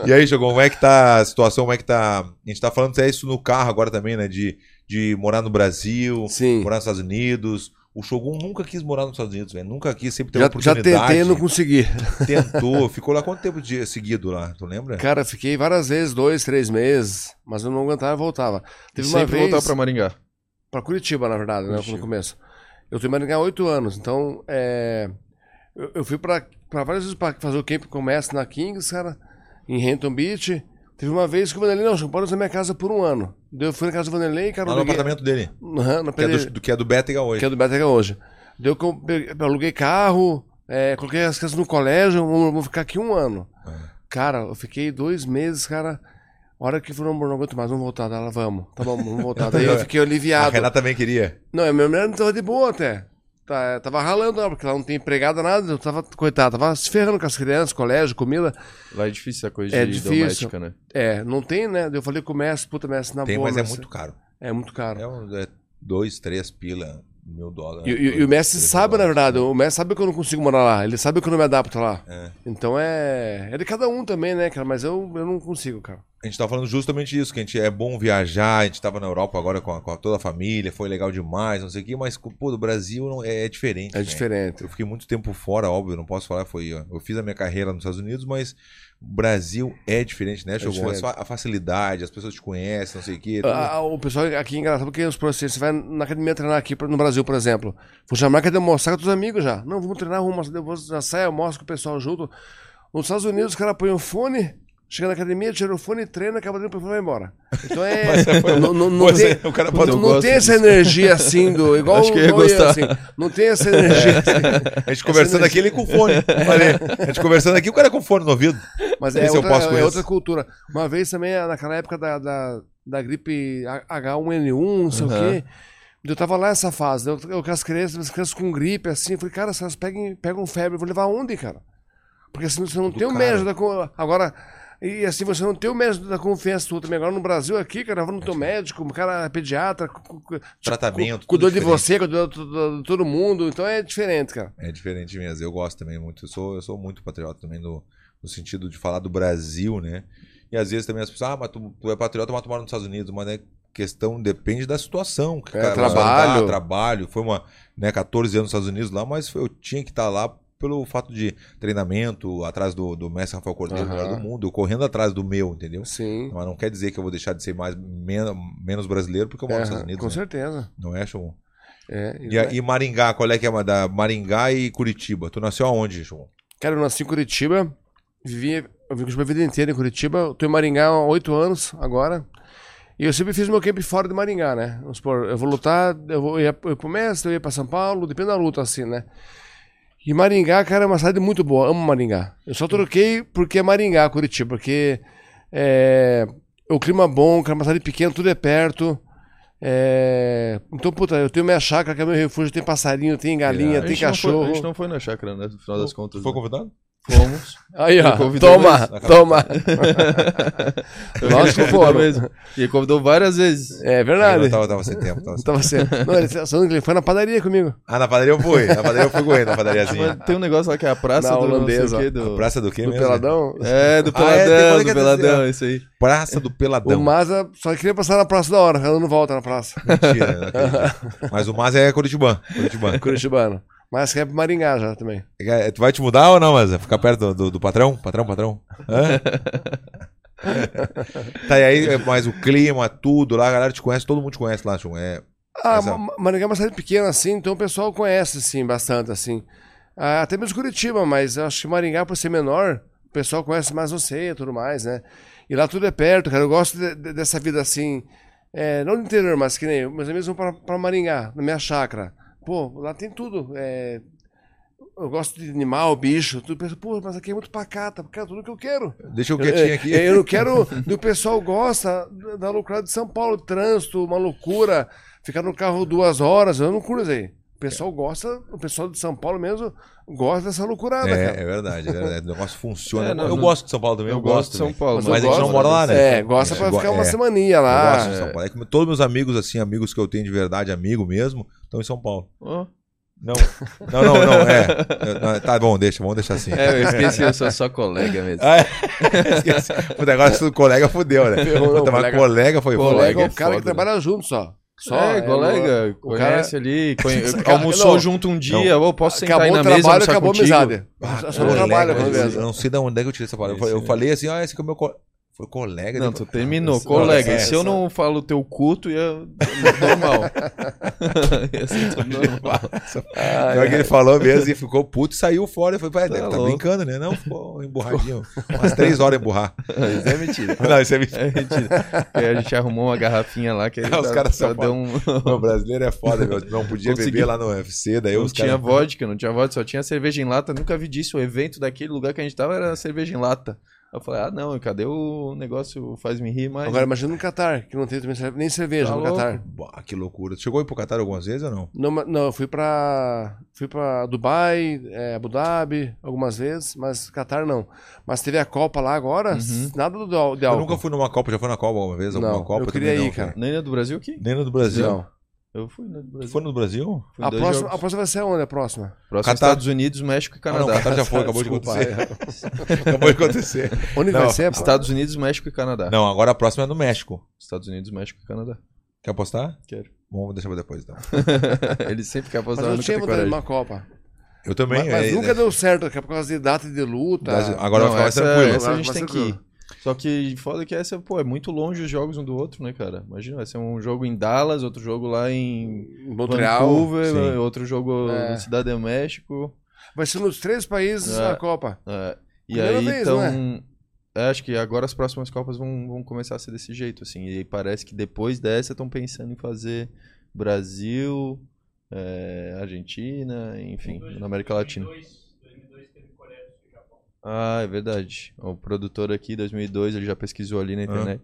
S1: e aí, Chagão, como é que tá a situação? Como é que tá... A gente tá falando é isso no carro agora também, né? De, de morar no Brasil,
S3: Sim.
S1: morar nos Estados Unidos. O Shogun nunca quis morar nos Estados Unidos, velho. Nunca quis, sempre teve
S3: Já, já
S1: oportunidade.
S3: tentei e não consegui.
S1: Tentou. Ficou lá quanto tempo de, seguido lá? Tu lembra?
S3: Cara, fiquei várias vezes, dois, três meses, mas eu não aguentava e voltava. Teve uma
S2: Sempre
S3: vez
S2: voltar pra Maringá.
S3: pra Curitiba, na verdade, né,
S2: Curitiba.
S3: no começo. Eu tô em Maringá há oito anos, então é, eu, eu fui pra, pra várias vezes pra fazer o camp comércio na Kings, cara, em Renton Beach. Teve uma vez que o Vanderlei, não, pode usar minha casa por um ano. Daí eu fui na casa do Vanderlei, cara,
S1: Lá
S3: eu
S1: no
S3: liguei-
S1: apartamento dele.
S3: Aham, na
S1: Que é,
S3: pele-
S1: do, do que é do Bétega hoje.
S3: que é do Betega hoje. Daí eu com- peguei- aluguei carro, é, coloquei as crianças no colégio, vou, vou ficar aqui um ano.
S1: É.
S3: Cara, eu fiquei dois meses, cara. A hora que falou, amor, não aguento mais, vamos voltar. Daí Ela, vamos, tá bom, vamos voltar. Daí eu fiquei
S1: É. A
S3: aliviado.
S1: Renata também queria.
S3: Não, a minha mulher não tava de boa até. Tá, tava ralando, ela, porque ela não tem empregada, nada. Eu tava, coitada, tava se ferrando com as crianças, colégio, comida.
S2: Lá é difícil essa coisa
S3: É
S2: de
S3: difícil.
S2: doméstica, né?
S3: É, não tem, né? Daí eu falei com o mestre, puta, mestre, na
S1: Tem,
S3: boa.
S1: mas é
S3: mestre.
S1: muito caro.
S3: É muito caro.
S1: É, um, é dois, três pila, mil dólares.
S3: E, e- e o Messi sabe, na verdade, o Messi sabe que eu não consigo morar lá, ele sabe que eu não me adapto lá.
S1: É.
S3: Então é. É de cada um também, né, cara? Mas eu, eu não consigo, cara.
S1: A gente tá falando justamente isso, que a gente é bom viajar, a gente tava na Europa agora com, a- com a- toda a família, foi legal demais, não sei o quê, mas, pô, do Brasil não- é, é diferente.
S3: É
S1: né?
S3: diferente.
S1: Eu fiquei muito tempo fora, óbvio, não posso falar, foi. ó, Eu fiz a minha carreira nos Estados Unidos, mas o Brasil é diferente, né, Shogun? É
S3: diferente.
S1: só a facilidade, as pessoas te conhecem, não sei o quê. tudo.
S3: Ah, o pessoal aqui é engraçado porque os processos, você vai na academia treinar aqui pra- no Brasil, por exemplo. Vou chamar que é demonstrar com os amigos já. Não, vamos treinar, arruma, eu vou já sai, almoço com o pessoal junto. Nos Estados Unidos, os caras põem o fone, chega na academia, tira o fone, treina, acaba dentro, o fone e vai embora. Então é. não, não, não
S1: Pois
S3: tem-
S1: é, o cara
S2: Puta,
S1: pode
S2: eu
S3: Não,
S2: gosto
S3: não tem essa energia assim do. Igual
S2: Acho que eu ia
S3: o Noia,
S2: gostar.
S3: assim. Não tem essa energia assim.
S1: A gente conversando aqui, ele com fone. Falei, a gente conversando aqui, o cara com fone no ouvido.
S3: Mas
S1: Esse
S3: é
S1: eu posso
S3: outra, é
S1: conhecer.
S3: outra cultura. Uma vez também, é, naquela época da, da, da gripe H1N1, não sei
S2: Uhum.
S3: o quê. Eu tava lá nessa fase, né? eu, eu com as crianças, as crianças com gripe, assim, eu falei, cara, se elas peguem, pegam febre, eu vou levar onde, cara? Porque senão você não tem o
S1: caro.
S3: médico da. co- Agora, e assim, você não tem o médico da confiança sua também. Agora no Brasil, aqui, cara, eu vou no teu médico, um cara pediatra, cu- cu-
S1: Tratamento. tudo
S3: cuidou de
S1: diferente.
S3: você, cuidou de todo- de todo mundo, então é diferente, cara.
S1: É diferente mesmo. Eu gosto também muito. Eu sou, eu sou muito patriota também no, no sentido de falar do Brasil, né? E às vezes também as pessoas, ah, mas tu, tu é patriota, mas tu mora nos Estados Unidos, mas é questão, depende da situação. Que
S3: É,
S1: o cara-
S3: trabalho.
S1: tá, trabalho. Foi uma, né, 14 anos nos Estados Unidos lá, mas eu tinha que estar lá pelo fato de treinamento, atrás do, do mestre Rafael Cordeiro,
S3: Aham.
S1: melhor do mundo, eu correndo atrás do meu, entendeu?
S3: Sim.
S1: Mas não quer dizer que eu vou deixar de ser mais, menos, menos brasileiro porque eu moro nos
S3: Aham,
S1: Estados Unidos.
S3: É, com
S1: né?
S3: certeza.
S1: Não é, Chum?
S3: É,
S1: E, a- e Maringá, qual é que é uma da Maringá e Curitiba? Tu nasceu aonde, João?
S3: Cara, eu nasci em Curitiba, vivi, eu vim Curitiba a vida inteira em Curitiba, eu tô em Maringá há oito anos agora, e eu sempre fiz meu camp fora de Maringá, né? Vamos supor, eu vou lutar, eu, vou, eu ia eu ia pro Mestre, eu ia pra São Paulo, depende da luta, assim, né? E Maringá, cara, é uma cidade muito boa, amo Maringá. Eu só troquei porque é Maringá, Curitiba, porque é, o clima é bom, cara, é uma cidade pequena, tudo é perto. é, então, puta, eu tenho minha chácara, que é meu refúgio, tem passarinho, tem galinha,
S2: A
S3: tem
S2: gente não foi-
S3: cachorro.
S2: é a gente não foi na chácara, né? No final das contas.
S1: Foi
S2: né?
S1: convidado?
S2: Fomos.
S3: Aí, ó.
S2: Eu convidei
S3: Toma,
S1: dois.
S3: toma. Lógico
S2: Convidou
S3: que foram.
S2: E convidou várias vezes.
S3: É
S1: Eu
S3: verdade.
S1: tava, tava sem tempo. Tava sem...
S3: Tava sendo. Não, ele, só não, ele foi na padaria comigo.
S1: Ah, na padaria eu fui. Na padaria eu fui correr, na padariazinha.
S2: Mas Tem um negócio lá que é a praça
S3: Na
S2: do não sei o
S3: holandesa,
S2: quê,
S1: A
S2: do-
S1: praça do quê
S3: Do
S1: mesmo?
S3: Peladão.
S2: É, do
S1: Ah, é, tem
S2: Peladão,
S1: coisa que
S2: do
S1: é
S2: Peladão, isso aí.
S1: Praça do
S3: O
S1: Peladão.
S3: Maza só queria passar na Praça da Hora, ela não volta na praça.
S1: Mentira, não acredito. Mas o Maza é Curitibã. Curitibã.
S3: Curitibano. Mas quer pro Maringá já também.
S1: É, Tu vai te mudar ou não, Maza? Ficar perto do, do, do patrão? Patrão, patrão? Hã? tá, e aí, é, mas o clima, tudo lá, a galera te conhece, todo mundo te conhece lá, João. É,
S3: Ah,
S1: Exato.
S3: Ma- Maringá é uma cidade pequena, assim, então o pessoal conhece, assim, bastante, assim. Ah, até mesmo Curitiba, mas eu acho que Maringá, por ser menor, o pessoal conhece mais você e tudo mais, né? E lá tudo é perto, cara. Eu gosto de- de- dessa vida, assim, é, não do interior, mas que nem meus amigos vão pra, pra Maringá, na minha chácara. Pô, lá tem tudo. é, eu gosto de animal, bicho, tudo. Penso, Pô, mas aqui é muito pacata, cara, tudo que eu quero.
S1: Deixa eu
S2: é,
S1: quietinho aqui.
S3: Eu, É, eu não quero. do pessoal gosta da loucura de São Paulo, trânsito, uma loucura, ficar no carro duas horas, eu não curo isso aí. O pessoal gosta, o pessoal de São Paulo mesmo gosta dessa loucurada, cara.
S1: É, é verdade, é verdade. O negócio funciona.
S2: É, não,
S1: eu
S2: não-
S1: gosto de São Paulo também, eu, gosto.
S2: de São
S1: também.
S2: Paulo.
S3: Mas
S1: Mas
S3: eu
S1: a gente não
S3: gosto,
S1: mora lá, né?
S3: É, gosta pra
S1: go-
S3: ficar uma
S1: é.
S3: Ah, semaninha
S1: Eu
S3: lá.
S1: gosto de São Paulo. É que todos meus amigos, assim, amigos que eu tenho de verdade, amigo mesmo, estão em São Paulo.
S2: Ó.
S1: Não, não, não, não, é. Eu- não, Tá bom, deixa, vamos deixar assim.
S2: É, eu esqueci, eu sou só colega mesmo.
S1: Ah, é. Esqueci. O negócio do colega fudeu, né?
S3: Ferrou, não,
S1: Puta, mas
S3: colega-
S1: colega foi
S3: O
S2: Colega
S3: colega é
S1: foda.
S3: o cara
S2: foda,
S3: que trabalha junto só. Só
S2: é, colega,
S3: o- o
S2: conhece ali, conhe- almoçou
S3: Não.
S2: junto um dia, ô, posso sentar
S3: Acabou
S2: aí na
S3: o
S2: mesa,
S3: trabalho,
S2: almoçar
S3: acabou a
S2: contigo?
S3: amizade. Só- Só no
S1: Colega,
S3: trabalho,
S1: eu-
S3: quando
S1: eu
S3: mesmo.
S1: não sei de onde é que eu tirei essa palavra. Eu,
S2: Esse,
S1: eu falei assim, ah, esse aqui é o meu colega. Foi colega.
S2: Não, tu
S1: depois-
S2: terminou,
S1: Ah,
S2: colega.
S3: é,
S2: e se eu
S3: essa-
S2: não falo teu culto, ia normal. ia ser tudo normal.
S1: Pior que ele falou mesmo e ficou puto e saiu fora. Eu falei, pai,
S2: Tá
S1: deve tá
S2: louco.
S1: brincando, né? Não, ficou emburradinho. Umas três horas emburrar.
S2: Isso é mentira.
S1: Não, isso é mentira.
S2: É mentira. Porque a gente arrumou uma garrafinha lá que aí
S1: Ah, os caras são
S2: deu um...
S1: O brasileiro é foda, meu. Não podia
S2: Consegui.
S1: beber lá no UFC, daí
S2: Não
S1: os
S2: tinha
S1: caras.
S2: vodka, não tinha vodka, só tinha cerveja em lata. Nunca vi disso. O evento daquele lugar que a gente tava era cerveja em lata. Eu falei, ah, não, cadê o negócio faz-me rir mais?
S3: Agora imagina no Catar, que não tem também cerve- nem cerveja
S2: Tá
S3: no
S2: louco.
S3: Catar.
S1: Bah, que loucura. Tu Chegou aí pro Catar algumas vezes ou não?
S3: Não, ma- não, eu fui pra fui para Dubai, é, Abu Dhabi algumas vezes, mas Qatar não. Mas teve a Copa lá agora, s- nada do, de álcool.
S1: Eu nunca fui numa Copa, já foi na Copa alguma vez? Alguma
S3: Não,
S1: Copa
S3: eu queria
S1: também
S3: ir,
S1: não,
S3: cara.
S2: Nem na é do Brasil aqui?
S1: Nem no do Brasil.
S3: Não.
S2: Eu fui na do Brasil.
S1: Foi no do Brasil?
S2: Fui em
S3: A
S2: dois
S3: próxima,
S2: jogos.
S3: a próxima vai ser onde a próxima?
S2: Próximo
S1: Catar-
S2: Estados Unidos, México e
S1: Ah, não,
S2: Canadá.
S1: Catar já foi, acabou
S3: Desculpa, é.
S1: de acontecer. acabou de acontecer.
S3: Onde
S1: Não, tá
S3: vai ser? pô?
S2: Estados Unidos, México e Canadá.
S1: Não, agora a próxima é no México.
S2: Estados Unidos, México e Canadá.
S1: Quer apostar?
S2: Quero.
S1: Vamos deixar pra depois então.
S2: Ele sempre quer
S3: Mas
S2: apostar
S3: eu
S2: no
S3: tinha vontade de uma Copa.
S1: Eu também.
S3: Mas, mas
S1: é-
S3: nunca
S1: é-
S3: deu certo, que é por causa de data de luta.
S1: das- Agora vai ficar mais
S2: essa,
S1: é tranquilo.
S2: essa a
S3: Agora
S2: gente
S3: vai
S2: tem
S3: ser
S2: que ir. Só que foda que essa, pô, é muito longe os jogos um do outro, né, cara? Imagina, vai ser um jogo em Dallas, outro jogo lá em
S3: em Montreal.
S2: Vancouver, né,
S1: Sim.
S2: outro jogo
S3: É.
S2: na Cidade do México.
S3: Vai ser nos três países
S2: É.
S3: a Copa.
S2: É, e
S3: Primeira
S2: aí,
S3: vez,
S2: então.
S3: não
S2: é, acho que agora as próximas Copas vão, vão começar a ser desse jeito, assim. E parece que depois dessa estão pensando em fazer Brasil, é, Argentina, enfim, na América Latina. Ah, é verdade. O produtor aqui, 2002, ele já pesquisou ali na internet.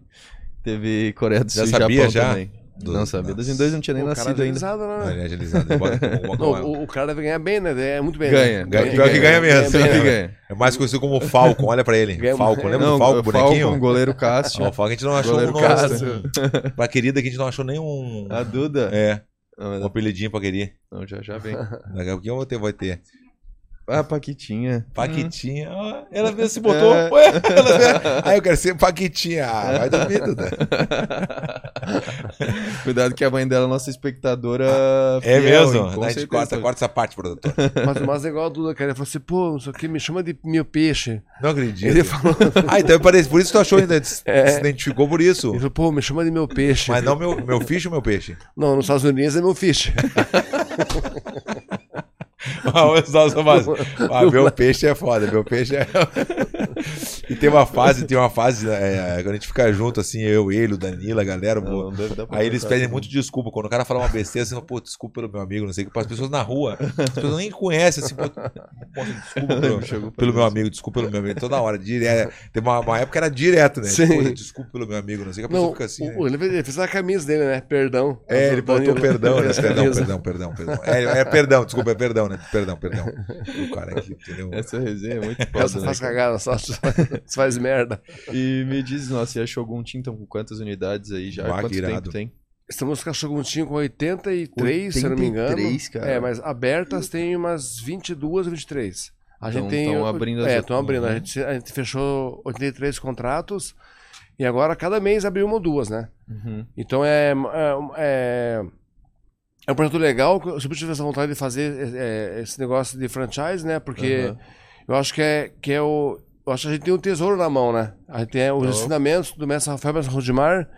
S2: Teve Coreia do
S1: Já
S2: Sul e
S1: sabia,
S2: Japão
S1: já?
S2: também.
S1: Do-
S2: Não sabia.
S1: Nossa.
S2: 2002 não tinha nem
S3: Pô, o cara
S2: nascido ainda.
S3: organizado, né?
S1: Não, ele é agilizado. Bota- bota-
S3: Não, o, o cara deve ganhar bem, né? É muito bem.
S2: Ganha.
S3: né?
S1: Ganha- pior que ganha mesmo.
S2: Sempre
S1: Ganha.
S2: ganha.
S1: É mais conhecido como Falcon, olha pra ele.
S3: Ganhamos.
S1: Falcon, lembra do
S2: Não,
S1: Falcon,
S2: Falcon,
S1: bonequinho?
S2: goleiro
S1: Ó,
S2: Cássio,
S1: o Falcon a gente não achou um
S2: goleiro
S1: nome.
S2: Cássio,
S1: Pra querida que a gente não achou nenhum.
S2: a Duda.
S1: É, um
S2: Não,
S1: apelidinho pra querer.
S2: não, já já vem.
S1: Daqui a pouquinho eu vou ter, vai ter.
S2: Ah, Paquitinha.
S1: Paquitinha. ó, ela mesmo se botou.
S2: É.
S1: Ué, ela... Aí eu quero ser Paquitinha. Ah, vai dormir, Duda.
S2: Cuidado que a mãe dela é nossa espectadora
S1: É
S2: fiel,
S1: mesmo?
S2: hein? Com
S1: a gente
S2: certeza.
S1: corta, corta essa parte, produtor.
S3: Mas, mas é igual a Duda, cara. Ele falou assim, pô, não sei o que, me chama de meu peixe.
S1: Não acredito.
S3: Ele falou,
S1: Ah, então parece. Por isso que tu achou
S2: É.
S1: ainda. Se se identificou por isso.
S3: ele falou, pô, me chama de meu peixe.
S1: Mas não meu, meu fish ou meu peixe?
S3: Não, nos Estados Unidos é meu fish.
S1: Nossa, mas- Ah, meu peixe é foda, meu peixe é. e tem uma fase, tem uma fase, é, quando a gente fica junto, assim, eu, ele, o Danilo, a galera,
S2: Não,
S1: o-
S2: não deve dar pra
S1: Aí eles
S2: cortar,
S1: pedem
S2: né?
S1: muito desculpa. Quando o cara fala uma besteira, você fala, pô, desculpa pelo meu amigo, não sei o que. Para as pessoas na rua, as pessoas nem conhecem, assim, pô, pô, desculpa pelo,
S2: Chegou pra
S1: pelo
S2: mim.
S1: meu amigo, desculpa pelo meu amigo. Toda hora, direto. Tem uma, uma época que era direto, né?
S3: Sim.
S1: Pô, desculpa pelo meu amigo, não sei o que. A pessoa
S3: Não,
S1: fica assim, né?
S3: o- ele fez- ele fez a camisa dele, né? Perdão.
S1: É, ele botou
S3: Danilo.
S1: perdão, né?
S3: Fez a
S1: Perdão,
S3: camisa.
S1: perdão, perdão, perdão. É, é perdão, desculpa, é perdão, né? Perdão, perdão. O cara aqui, entendeu?
S2: Essa resenha é muito
S3: Ela só
S2: foda, né?
S3: faz cagada, só, só faz merda.
S2: E me diz, nossa, e a Shogun Team estão com quantas unidades aí já?
S1: Bah,
S2: Quanto
S1: que irado.
S2: tempo tem?
S3: Estamos com a Shoguntinho com 83, se eu não me engano.
S2: 83, cara.
S3: É, mas abertas tem umas 22 ou 23. A
S2: Então,
S3: gente tem.
S2: tão abrindo as
S3: É,
S2: outras,
S3: estão abrindo.
S2: né?
S3: A gente, a gente fechou 83 contratos e agora cada mês abriu uma ou duas, né?
S2: Uhum.
S3: Então é. É, é, é um projeto legal. Eu sempre tive essa vontade de fazer é, é, esse negócio de franchise, né? Porque
S2: Aham.
S3: eu acho que é, que é o. Eu acho que a gente tem um tesouro na mão, né? A gente tem os
S2: Então.
S3: ensinamentos do mestre Rafael Mestre Rodimar.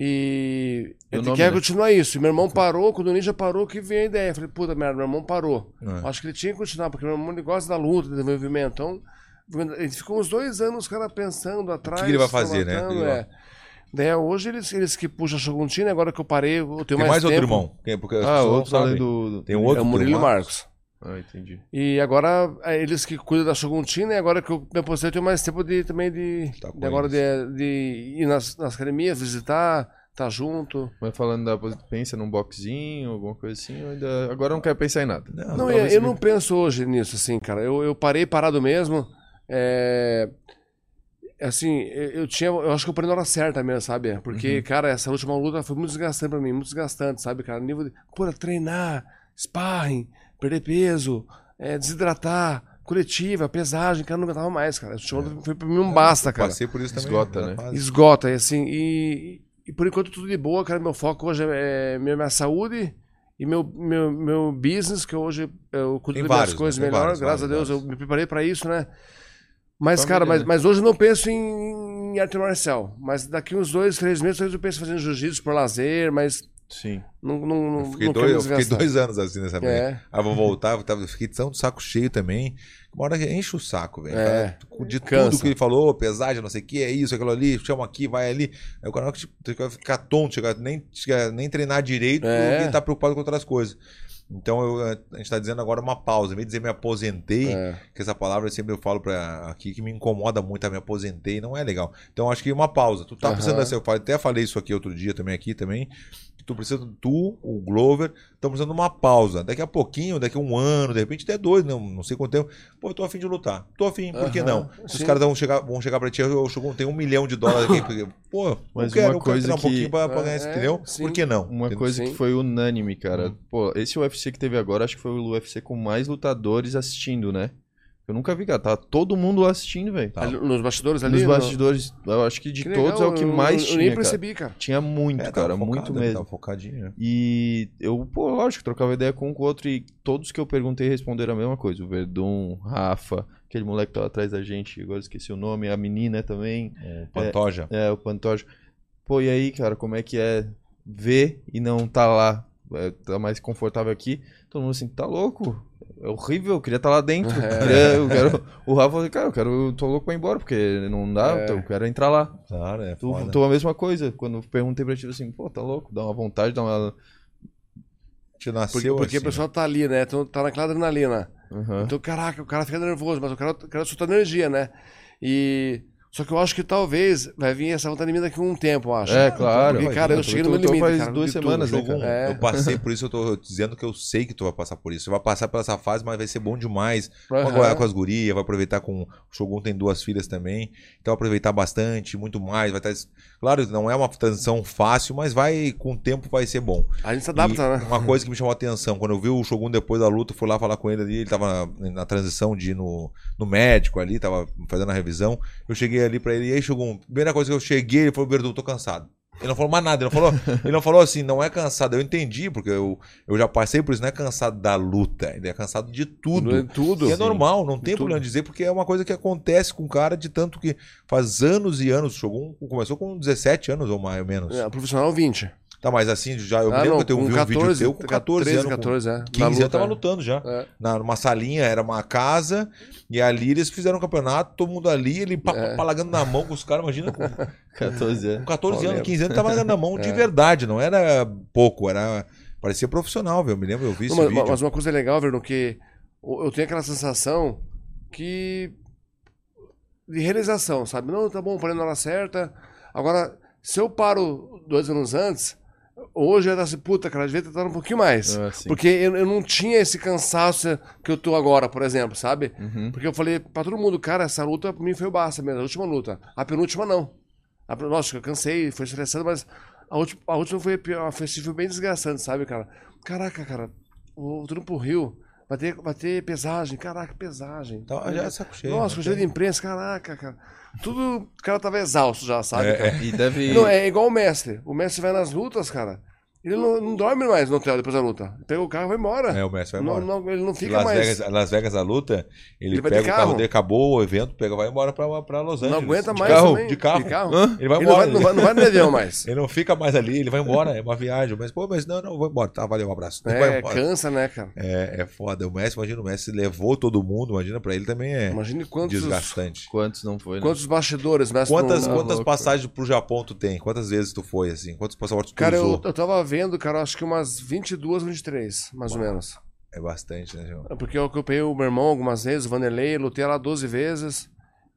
S3: E
S2: Meu
S3: ele
S2: nome,
S3: quer
S2: né?
S3: continuar isso. E meu irmão parou, quando o Ninja parou, que veio a ideia. Eu falei, puta merda, meu irmão parou.
S1: É.
S3: Acho que ele tinha que continuar, porque meu irmão ele gosta da luta, do movimento. Então, ele ficou uns dois anos, os caras pensando atrás.
S1: ele vai fazer, né?
S3: formatando,
S1: Ele-
S3: é. Daí, hoje eles, eles que puxam a Shoguntin, agora que eu parei, eu tenho
S1: Tem mais,
S3: mais,
S1: outro
S3: tempo.
S1: irmão. Tem, porque as
S2: Ah,
S1: pessoas não
S2: outro além
S1: sabem.
S2: do. do-
S1: Tem um outro
S3: É o Murilo
S1: irmão.
S3: Marcos.
S2: Ah, entendi.
S3: E agora é eles que cuidam da Shoguntina, e agora que eu me aposentei, eu tenho mais tempo de também de,
S1: Tá com
S3: de agora de, de ir nas, nas academias, visitar, tá junto.
S2: Mas falando da. posi- Pensa num boxinho, alguma coisa assim, ou ainda. Agora não quero pensar em nada.
S1: Não,
S3: não, eu,
S2: talvez
S3: eu
S2: você
S3: não penso hoje nisso, assim, cara. Eu, eu parei parado mesmo. É... Assim, eu, eu tinha. Eu acho que eu parei na hora certa mesmo, sabe? Porque, cara, essa última luta foi muito desgastante pra mim, muito desgastante, sabe, cara? Nível de. Pô, treinar, sparring, perder peso, é, desidratar, coletiva, pesagem, cara, eu não aguentava mais, cara. Essa última luta foi pra mim
S1: É,
S3: um basta, cara.
S1: Passei por isso também.
S2: Esgota, né?
S1: fase.
S3: Esgota, e assim, e, e por enquanto tudo de boa, cara. Meu foco hoje é é minha, minha saúde e meu, meu, meu business, que hoje eu cuido
S1: Tem
S3: das
S1: vários,
S3: minhas coisas
S1: né? Tem
S3: melhor,
S1: vários,
S3: graças
S1: vários,
S3: a Deus,
S1: vários.
S3: eu me preparei pra isso, né? Mas,
S2: Família,
S3: cara, mas,
S2: né?
S3: mas hoje eu não penso em, em arte marcial. Mas daqui uns dois, três meses, talvez eu penso em fazer jiu-jitsu por lazer, mas
S2: Sim.
S3: não, não, não,
S1: Eu fiquei,
S3: não
S1: dois, eu
S3: quero
S1: fiquei
S3: desgastar.
S1: dois anos assim nessa merda.
S3: É,
S1: Aí vou voltar, eu tava- fiquei tão do saco cheio também. Uma hora que enche o saco, velho.
S3: É.
S1: Cara, De tudo
S3: Cansa.
S1: que ele falou, pesagem, não sei o que, é isso, aquilo ali, chama aqui, vai ali. Aí o canal que tu vai ficar tonto, chega, nem, chega, nem treinar direito
S3: É.
S1: e tá preocupado com outras coisas. Então eu, eh, a gente tá dizendo agora uma pausa. Em vez de dizer me aposentei,
S3: é.
S1: que essa palavra eu sempre falo pra aqui que me incomoda muito, ah, me aposentei, não é legal. Então acho que uma pausa. Tu tá
S3: Aham.
S1: precisando assim, eu falei- até falei isso aqui outro dia também aqui também. que Tu precisa, tu, o Glover, estão precisando de uma pausa. Daqui a pouquinho, daqui a um ano, de repente até dois, né? não, não sei quanto tempo. Pô, eu tô afim de lutar. Tô afim, por que
S3: Aham,
S1: não? Se os
S3: sim.
S1: caras vão chegar, vão chegar pra ti, eu chego, tem um milhão de dólares aqui. porque, Pô, eu
S2: Mas
S1: quero, eu
S2: uma
S1: quero
S2: coisa
S1: treinar um
S2: que-
S1: pouquinho pra, pra ganhar
S3: É,
S1: esse milhão.
S3: sim.
S1: Por que não?
S2: Uma
S1: Entendeu?
S2: coisa que
S3: Sim.
S2: foi unânime, cara.
S1: Uhum.
S2: Pô, esse UFC que teve agora, acho que foi o UFC com mais lutadores assistindo, né? Eu nunca vi, cara. Tá todo mundo lá assistindo, velho.
S1: Tá.
S3: Ali- Nos bastidores ali.
S2: Nos
S3: no-
S2: bastidores, eu acho que de
S3: Que
S2: todos é
S3: legal,
S2: o que
S3: eu-
S2: mais
S3: eu,
S2: tinha,
S3: Eu nem
S2: cara.
S3: percebi, cara.
S2: Tinha muito,
S1: É, tava
S2: cara.
S1: focado,
S2: muito
S1: né?
S2: mesmo.
S1: Tava focadinho, né?
S2: E eu, pô, lógico, trocava ideia com um com o outro e todos que eu perguntei responderam a mesma coisa. O Verdun, Rafa, aquele moleque que tava atrás da gente, agora esqueci o nome, a menina também,
S1: O Pantoja.
S2: é, o Pantoja. Pô, e aí, cara, como é que é ver e não tá lá? É, tá mais confortável aqui. Todo mundo assim, tá louco? É horrível, eu queria estar lá dentro. eu queria- eu quero- o Rafa falou, cara, eu quero, eu tô louco pra ir embora, porque não dá, então,
S3: É.
S2: eu quero entrar lá.
S1: Claro, é
S2: Tu,
S1: foda.
S2: tu a mesma coisa, quando eu perguntei pra ti assim, pô, tá louco, dá uma vontade, dá uma.
S1: Te
S3: Porque,
S1: nasceu
S3: porque o
S1: assim, né?
S3: pessoal tá ali, né? Então tá naquela adrenalina.
S2: Aham.
S3: Então, caraca, o cara fica nervoso, mas o cara, o cara solta energia, né? E. Só que eu acho que talvez vai vir essa vontade em mim daqui a um tempo, eu acho.
S2: É, claro.
S3: Porque, cara, eu cheguei no meu
S2: Tu- tu
S3: limite.
S2: faz
S3: cara,
S2: duas
S3: de tudo.
S2: semanas, né,
S1: Jogo um.
S2: cara?
S3: É.
S1: Eu passei por isso, eu tô dizendo que eu sei que tu vai passar por isso. Você vai passar por essa fase, mas vai ser bom demais. Vai
S3: Aham.
S1: agora com as gurias, vai aproveitar com. O Shogun tem duas filhas também. Então vai aproveitar bastante, muito mais. Vai estar... Claro, não é uma transição fácil, mas vai, com o tempo, vai ser bom.
S3: A gente se
S1: E
S3: adapta, né?
S1: Uma coisa que me chamou a atenção, quando eu vi o Shogun depois da luta, eu fui lá falar com ele ali, ele tava na, na transição de ir no, no médico ali, tava fazendo a revisão. Eu cheguei ali pra ele, e aí, Shogun, primeira coisa que eu cheguei, ele falou, Berdu, tô cansado. Ele não falou mais nada, ele não falou, ele não falou assim, não é cansado. Eu entendi, porque eu, eu já passei por isso, não é cansado da luta, ele é cansado de tudo.
S3: É Tudo.
S1: E é normal, não tem
S3: tudo.
S1: problema dizer, porque é uma coisa que acontece com o cara de tanto que faz anos e anos. O Shogun começou com 17 anos ou mais ou menos.
S3: É, profissional 20.
S1: Tá, mas assim, já eu me
S3: ah,
S1: lembro
S3: não,
S1: que eu
S3: com
S1: vi
S3: 14,
S1: um vídeo teu com 14
S3: 13,
S1: anos. 14,
S3: 14, é.
S1: 15
S3: Na
S1: anos eu
S3: luta,
S1: tava
S3: é.
S1: lutando já.
S3: É.
S1: Na, numa salinha, era uma casa, e ali eles fizeram um campeonato, todo mundo ali, ele pa, pa-
S3: É.
S1: pa- largando na mão com os caras, imagina, com,
S2: 14
S1: com 14
S2: anos.
S3: Eu
S1: anos,
S3: lembro.
S1: 15 anos, tava largando na mão de
S3: É.
S1: verdade, não era pouco, era. Parecia profissional, velho. Eu me lembro, eu vi esse
S3: Não, mas,
S1: vídeo.
S3: mas uma coisa é legal, Verno, que o- eu tenho aquela sensação que. de realização, sabe? Não, tá bom, parei na hora certa. Agora, se eu paro dois anos antes, hoje eu ia dar assim, puta, cara, devia ter tentado um pouquinho mais.
S2: Ah, sim.
S3: Porque eu, eu não tinha esse cansaço que eu tô agora, por exemplo, sabe?
S2: Uhum.
S3: Porque eu falei pra todo mundo, cara, essa luta pra mim foi o basta mesmo, a última luta. A penúltima não. A, pen- lógico, eu cansei, foi estressante, mas a última, a última foi, a pior, a foi, assim, foi bem desgastante, sabe, cara? Caraca, cara, voltando pro Rio, vai ter, vai ter pesagem, caraca, pesagem.
S1: Então, já é saco cheio.
S3: Nossa,
S1: não
S3: com cheio de
S1: tem-
S3: imprensa, caraca, cara. Tudo, o cara tava exausto já, sabe?
S1: É,
S3: cara?
S2: E deve.
S3: Não, é igual o mestre. O mestre vai nas lutas, cara. Ele não, não dorme mais no hotel depois da luta. Ele Pega o carro e vai embora.
S1: É, o Messi vai
S3: não,
S1: embora.
S3: não, ele não
S1: Em
S3: fica
S1: Las,
S3: mais.
S1: Vegas, Las Vegas, a luta, ele,
S3: Ele vai de
S1: pega o carro
S3: carro.
S1: dele, acabou o evento, pega, vai embora pra, pra Los
S3: não
S1: Angeles.
S3: aguenta
S1: de
S3: mais
S1: carro,
S3: também.
S1: De carro.
S2: Hã?
S1: Ele vai
S3: Ele não
S1: embora.
S3: vai, não, vai, não vai no avião mais.
S1: Ele não fica mais ali, ele vai embora, é uma viagem. Mas, pô, mas não, não, vou embora. Tá, valeu, um abraço. Ele vai
S3: É,
S1: embora.
S3: cansa, né, cara?
S1: É, é foda. O Messi, imagina, o Messi levou todo mundo, imagina, pra ele também é
S3: Imagine quantos,
S1: desgastante.
S2: Quantos não foi, né?
S3: quantos bastidores, né?
S1: Quantas,
S3: não-
S1: quantas
S2: louco.
S1: passagens pro Japão tu tem? Quantas vezes tu foi, assim? Quantos passaportes tu
S3: Cara, eu,
S1: usou?
S3: eu tava vendo, cara, acho que umas 22, 23, mais ou menos.
S1: É bastante, né, João?
S3: É Porque eu ocupei o meu irmão algumas vezes, o Vanderlei, lutei lá 12 vezes.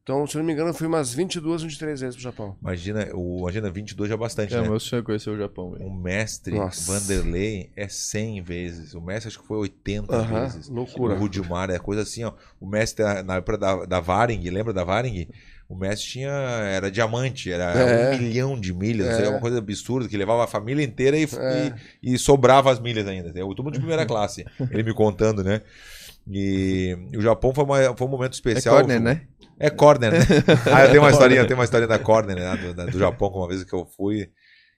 S3: Então, se eu não me engano, eu fui umas 22, 23 vezes pro Japão.
S1: Imagina, o, imagina 22 já é bastante,
S2: É,
S1: né?
S2: meu sonho é conhecer o Japão, velho.
S1: O mestre
S3: Nossa.
S1: Vanderlei é 100 vezes. O mestre acho que foi 80
S3: Aham,
S1: vezes.
S3: loucura.
S1: O Rudimar é coisa assim, ó. O mestre na- na época da, da Varing, lembra da Varing? O mestre tinha. Era diamante, era
S3: É.
S1: um milhão de milhas, não
S3: É.
S1: sei, uma coisa absurda, que levava a família inteira e,
S3: É.
S1: e, e sobrava as milhas ainda. Eu todo mundo de primeira classe, ele me contando, né? E o Japão foi, uma- foi um momento
S2: É
S1: especial.
S2: corner, né?
S1: É corner, né? Ah, eu tenho uma historinha, eu tenho uma historinha da corner, né? Do, da- do Japão, que uma vez que eu fui,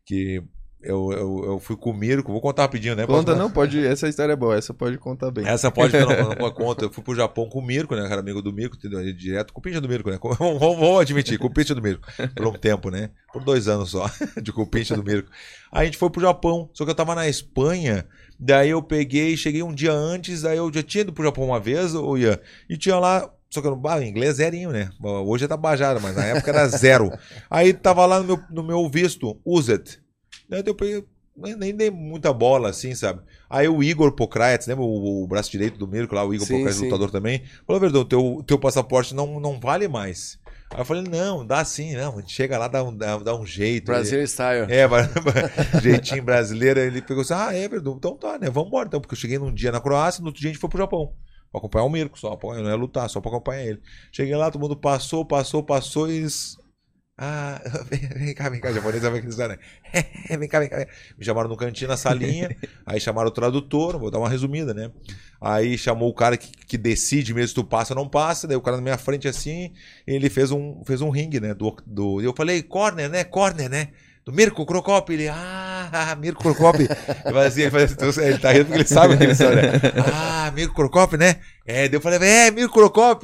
S1: que eu, eu, eu fui com o Mirko, vou contar rapidinho, né?
S2: Conta,
S1: Posso- É,
S2: não, pode. Essa história é boa, essa pode contar bem.
S1: Essa pode ter uma, uma conta. Eu fui pro Japão com o Mirko, né? Cara, amigo do Mirko, entendeu? Ele direto com o Pincha do Mirko, né? Com- Vamos, vamos admitir, com o Pincha do Mirko. Por um tempo, né? Por dois anos só, de com o Pincha do Mirko. Aí a gente foi pro Japão, só que eu tava na Espanha, daí eu peguei, cheguei um dia antes, daí eu já tinha ido pro Japão uma vez, o Ian, e tinha lá. Só que eu não bah, o inglês é zerinho, né? Hoje é tabajara, mas na época era zero. Aí tava lá no meu, no meu visto, Uzet. Daí eu peguei, nem, nem dei muita bola, assim, sabe? Aí o Igor Pocrates, lembra o, o braço direito do Mirko lá, o Igor
S3: Sim,
S1: Pocrates,
S3: sim.
S1: lutador também, falou, Verdão, teu, teu passaporte não, não vale mais. Aí eu falei, não, dá sim, não, a gente chega lá, dá um, dá, dá um jeito.
S3: Brasil Style.
S1: É, mas- mas jeitinho brasileiro. Ele pegou assim: ah, é, Verdun, então tá, né? Vamos embora, então, porque eu cheguei num dia na Croácia, no outro dia a gente foi pro Japão. Pra acompanhar o Mirko só, pra, não é lutar, só pra acompanhar ele. Cheguei lá, todo mundo passou, passou, passou e. eles- Ah, vem, vem cá, vem cá, japonês vai acreditar, né? vem cá, vem cá. vem cá. Me chamaram no cantinho, na salinha, aí chamaram o tradutor, vou dar uma resumida, né? Aí chamou o cara que, que decide mesmo se tu passa ou não passa, daí o cara na minha frente assim, ele fez um, fez um ringue, né? Do, do, eu falei, corner, né? Corner, né? Do Mirko Crocop. Ele, ah, Mirko Crocop. Ele faz assim, ele, faz assim, ele tá rindo porque ele sabe que ele sabe. né? Ah, Mirko Crocop, né? É, daí eu falei, é, Mirko Crocop.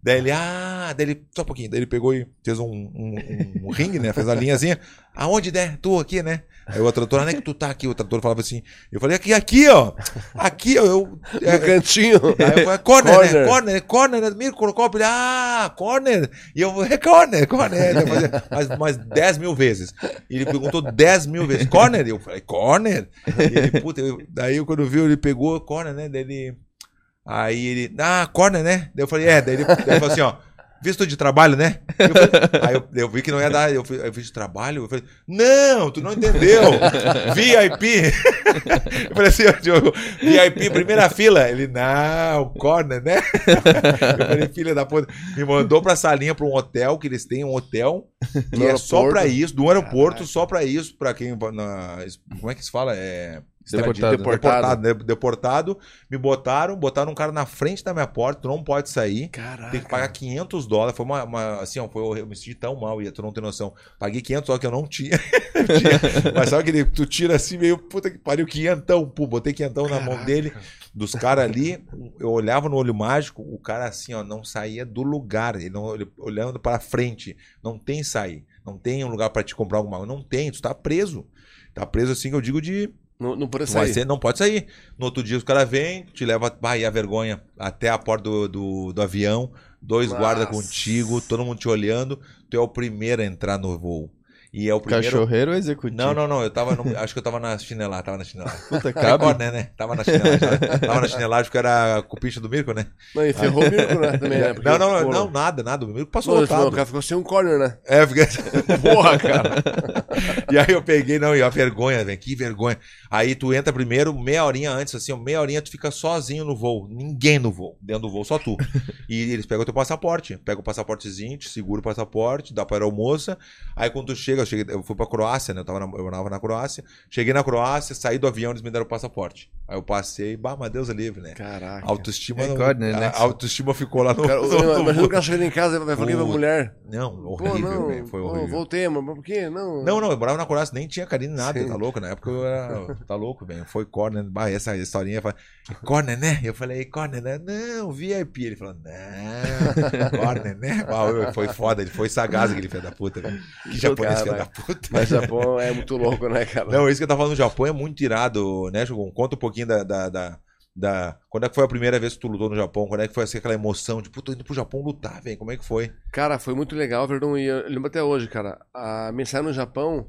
S1: Daí ele, ah, daí ele, só um pouquinho. Daí ele pegou e fez um, um, um- um ringue, né? Fez a linhazinha. Aonde, né? Tu aqui, né? Aí o tradutor, onde é que tu tá aqui? O tradutor falava assim. Eu falei, aqui, aqui, ó. Aqui, ó. Eu, é,
S3: No cantinho.
S1: Aí eu falei, corner, né?
S3: Corner.
S1: Corner, corner, né? Mirko Crocop, ele, ah, corner. E eu, é corner, corner. Ele fazia mais, mais 10 mil vezes. E ele perguntou 10 mil vezes, corner? E eu falei, corner? E ele, puta, eu- daí eu, quando viu, ele pegou, corner, né? Daí ele, aí ele, ah, corner, né? Daí eu falei, é. Daí ele, daí ele falou assim, ó, visto de trabalho, né? Eu falei- aí eu, eu vi que não ia dar, eu fui, eu fiz de trabalho, eu falei, não, tu não entendeu, VIP. Eu falei assim, ó, Diogo, VIP, primeira fila. Ele, não, corner, né? Eu falei, filha da puta. Me mandou pra salinha, pra um hotel, que eles têm um hotel, que
S3: No
S1: é só
S3: aeroporto.
S1: pra isso, do aeroporto, só pra isso, pra quem, va- na, como é que se fala? É...
S2: Deportado.
S1: Deportado, né? Deportado. Me botaram, botaram um cara na frente da minha porta, tu não pode sair. Tem que
S3: Caraca.
S1: pagar 500 dólares. Foi uma, uma- assim, ó, foi, horrível, eu me senti tão mal, ia, tu não tem noção. Paguei 500 dólares que eu não tinha. Eu tinha. Mas sabe aquele, tu tira assim, meio, puta que pariu, quinhentão, pô, botei quinhentão na mão
S3: Caraca.
S1: dele, dos caras ali, eu olhava no olho mágico, o cara assim, ó, não saía do lugar, ele, não, ele olhando pra frente, não tem sair, não tem um lugar pra te comprar alguma coisa, não tem, tu tá preso. Tá preso assim que eu digo de
S3: Não, não
S1: não
S3: pode
S1: vai
S3: sair.
S1: ser- não pode sair. No outro dia os caras vêm, te leva, vai a vergonha até a porta do, do, do avião, dois
S3: Nossa.
S1: guardas contigo, todo mundo te olhando, tu é o primeiro a entrar no voo. E é o primeiro.
S2: Cachorreiro ou executivo?
S1: Não, não, não, eu tava, no- acho que eu tava na chinelada, tava na chinelada.
S2: Puta,
S1: Era
S2: cabe.
S1: Corner, né? Tava na chinelada, tava, tava na chinelada, acho que era com o pinche do Mirko, né?
S3: Não, e ferrou o Mirko, né? Também, né? Porque
S1: Não, não, não,
S3: ficou-
S1: não, nada, nada, o Mirko passou tá
S3: Não, ele falou,
S1: lotado.
S3: o cara ficou sem um corner, né?
S1: É, fica...
S3: Porra, cara.
S1: E aí eu peguei, não, e a vergonha, velho, que vergonha. Aí tu entra primeiro, meia horinha antes, assim, ó, meia horinha tu fica sozinho no voo, ninguém no voo, dentro do voo, só tu. E eles pegam o teu passaporte, pega o passaportezinho, te segura o passaporte, dá pra aeromoça. Aí quando tu chega, eu, cheguei, eu fui pra Croácia, né, eu, tava na, eu morava na Croácia, cheguei na Croácia, saí do avião, eles me deram o passaporte. Aí eu passei, bah, mas Deus é livre, né?
S3: Caraca.
S1: Autoestima
S2: É
S1: não,
S2: God, né, né?
S1: a, a autoestima ficou lá no.
S3: Cara,
S1: no- no-
S3: eu- imagina o cara chegando em casa e vai falar que é pra
S1: Puta.
S3: mulher.
S1: Não,
S3: Pô,
S1: horrível,
S3: não,
S1: velho. Foi
S3: pô,
S1: horrível.
S3: voltei, mas por quê? Não,
S1: Não, não, eu morava na Coraça, nem tinha carinho nada,
S3: Sim.
S1: tá louco? Na época eu era. Tá louco, velho. Foi corner. Bah, essa historinha. Fala, "É corner, né? Eu falei, corner, né? Não, VIP. Ele falou, não, corner, né? Bah, eu- foi foda, ele foi sagaz aquele filho da puta, velho. Que japonês filho da
S3: Então, Caralho.
S1: puta.
S3: Mas Japão é muito louco, né, cara?
S1: Não, isso que eu tava falando no Japão é muito irado, né, Shogun? Conta um pouquinho da. da, da- da- Quando é que foi a primeira vez que tu lutou no Japão? Quando é que foi assim, aquela emoção de, pô, tô indo pro Japão lutar, velho? Como é que foi?
S3: Cara, foi muito legal, Verdun. E eu lembro até hoje, cara. A mensagem no Japão,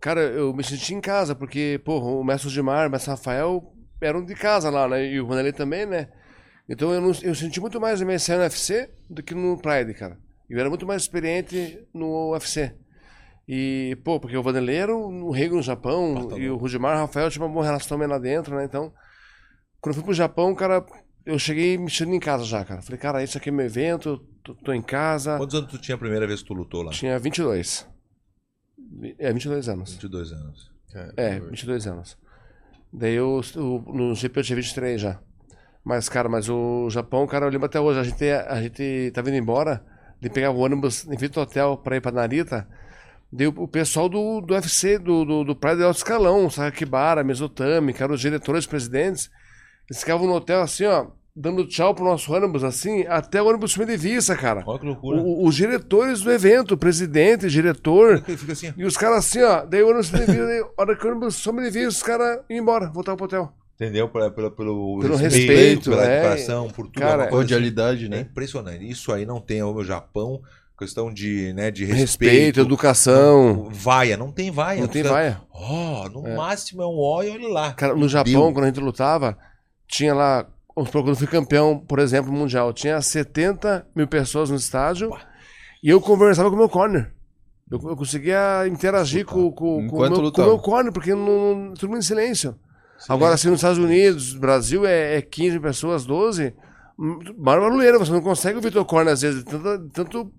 S3: cara, eu me senti em casa, porque, porra, o Mestre de Mar, o Mestre Rafael eram de casa lá, né? E o Vanderlei também, né? Então eu, não- eu senti muito mais a minha cena no UFC do que no Pride, cara. Eu era muito mais experiente no UFC. E, pô, porque o Vanderlei era o o rei no Japão,
S1: tá
S3: e o
S1: louco.
S3: Rudimar e o Rafael tinha uma boa relação também lá dentro, né? Então, quando eu fui pro Japão, cara, eu cheguei me sentindo em casa já, cara. Falei, cara, isso aqui é meu evento, tô, tô em casa.
S1: Quantos anos tu tinha a primeira vez que tu lutou lá?
S3: Ah. Tinha 22. Vi- É, 22 anos.
S1: 22 anos.
S3: É, 22 anos. Daí eu, o- no GP eu tinha 23 já. Mas, cara, mas o Japão, cara, eu lembro até hoje, a gente, a gente tava indo embora, de pegar o ônibus em frente ao hotel pra ir pra Narita, daí o, o pessoal do, do UFC, do, do, do Pride Alto Escalão, Sakakibara, Mesotami, cara, os diretores, presidentes, eles ficavam no hotel assim, ó, dando tchau pro nosso ônibus, assim, até o ônibus sumir de vista, cara.
S1: Olha que loucura.
S3: O- o- os diretores do evento, presidente, diretor,
S1: Ele fica assim,
S3: e os caras assim, ó, daí o ônibus me vira, daí, a hora que o ônibus só me vira, os caras iam embora, voltavam pro hotel.
S1: entendeu? Pela- pela- pelo,
S3: Pelo respeito,
S1: pela
S3: é.
S1: educação, por tudo.
S3: Cara,
S1: é uma coisa assim,
S2: Cordialidade,
S1: é
S2: né?
S1: impressionante. Isso aí não tem é o meu Japão, questão de, né, de
S3: Respeito,
S1: respeito.
S3: educação,
S1: Vaia, não tem vaia.
S3: não tem
S1: Tu tá-
S3: vaia.
S1: Ó, no máximo é um ó e olha lá.
S3: Cara, no Japão, quando a gente lutava, tinha lá, vamos supor, quando eu fui campeão, por exemplo, mundial, tinha 70 mil pessoas no estádio e eu conversava com o meu corner. Eu, eu conseguia interagir com, com, com, o
S2: Enquanto
S3: meu, com o
S2: lutava.
S3: meu corner, porque não, não- todo mundo em silêncio. Agora, assim, nos Estados Unidos, Brasil, é, é 15 pessoas, 12. hum, Maior barulheira, você não consegue ouvir teu corner às vezes, de tanto, tanto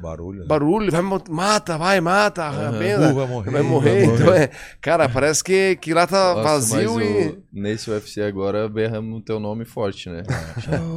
S1: Barulho. né?
S3: barulho, vai, mo- mata, vai, mata, arrebenta,
S1: Uh, vai morrer,
S3: vai morrer.
S1: vai morrer.
S3: Então, é, cara, parece que, que lá tá
S2: Nossa,
S3: vazio
S2: mas
S3: e...
S2: o- Nesse UFC agora berramos o teu nome forte, né?
S1: Ah,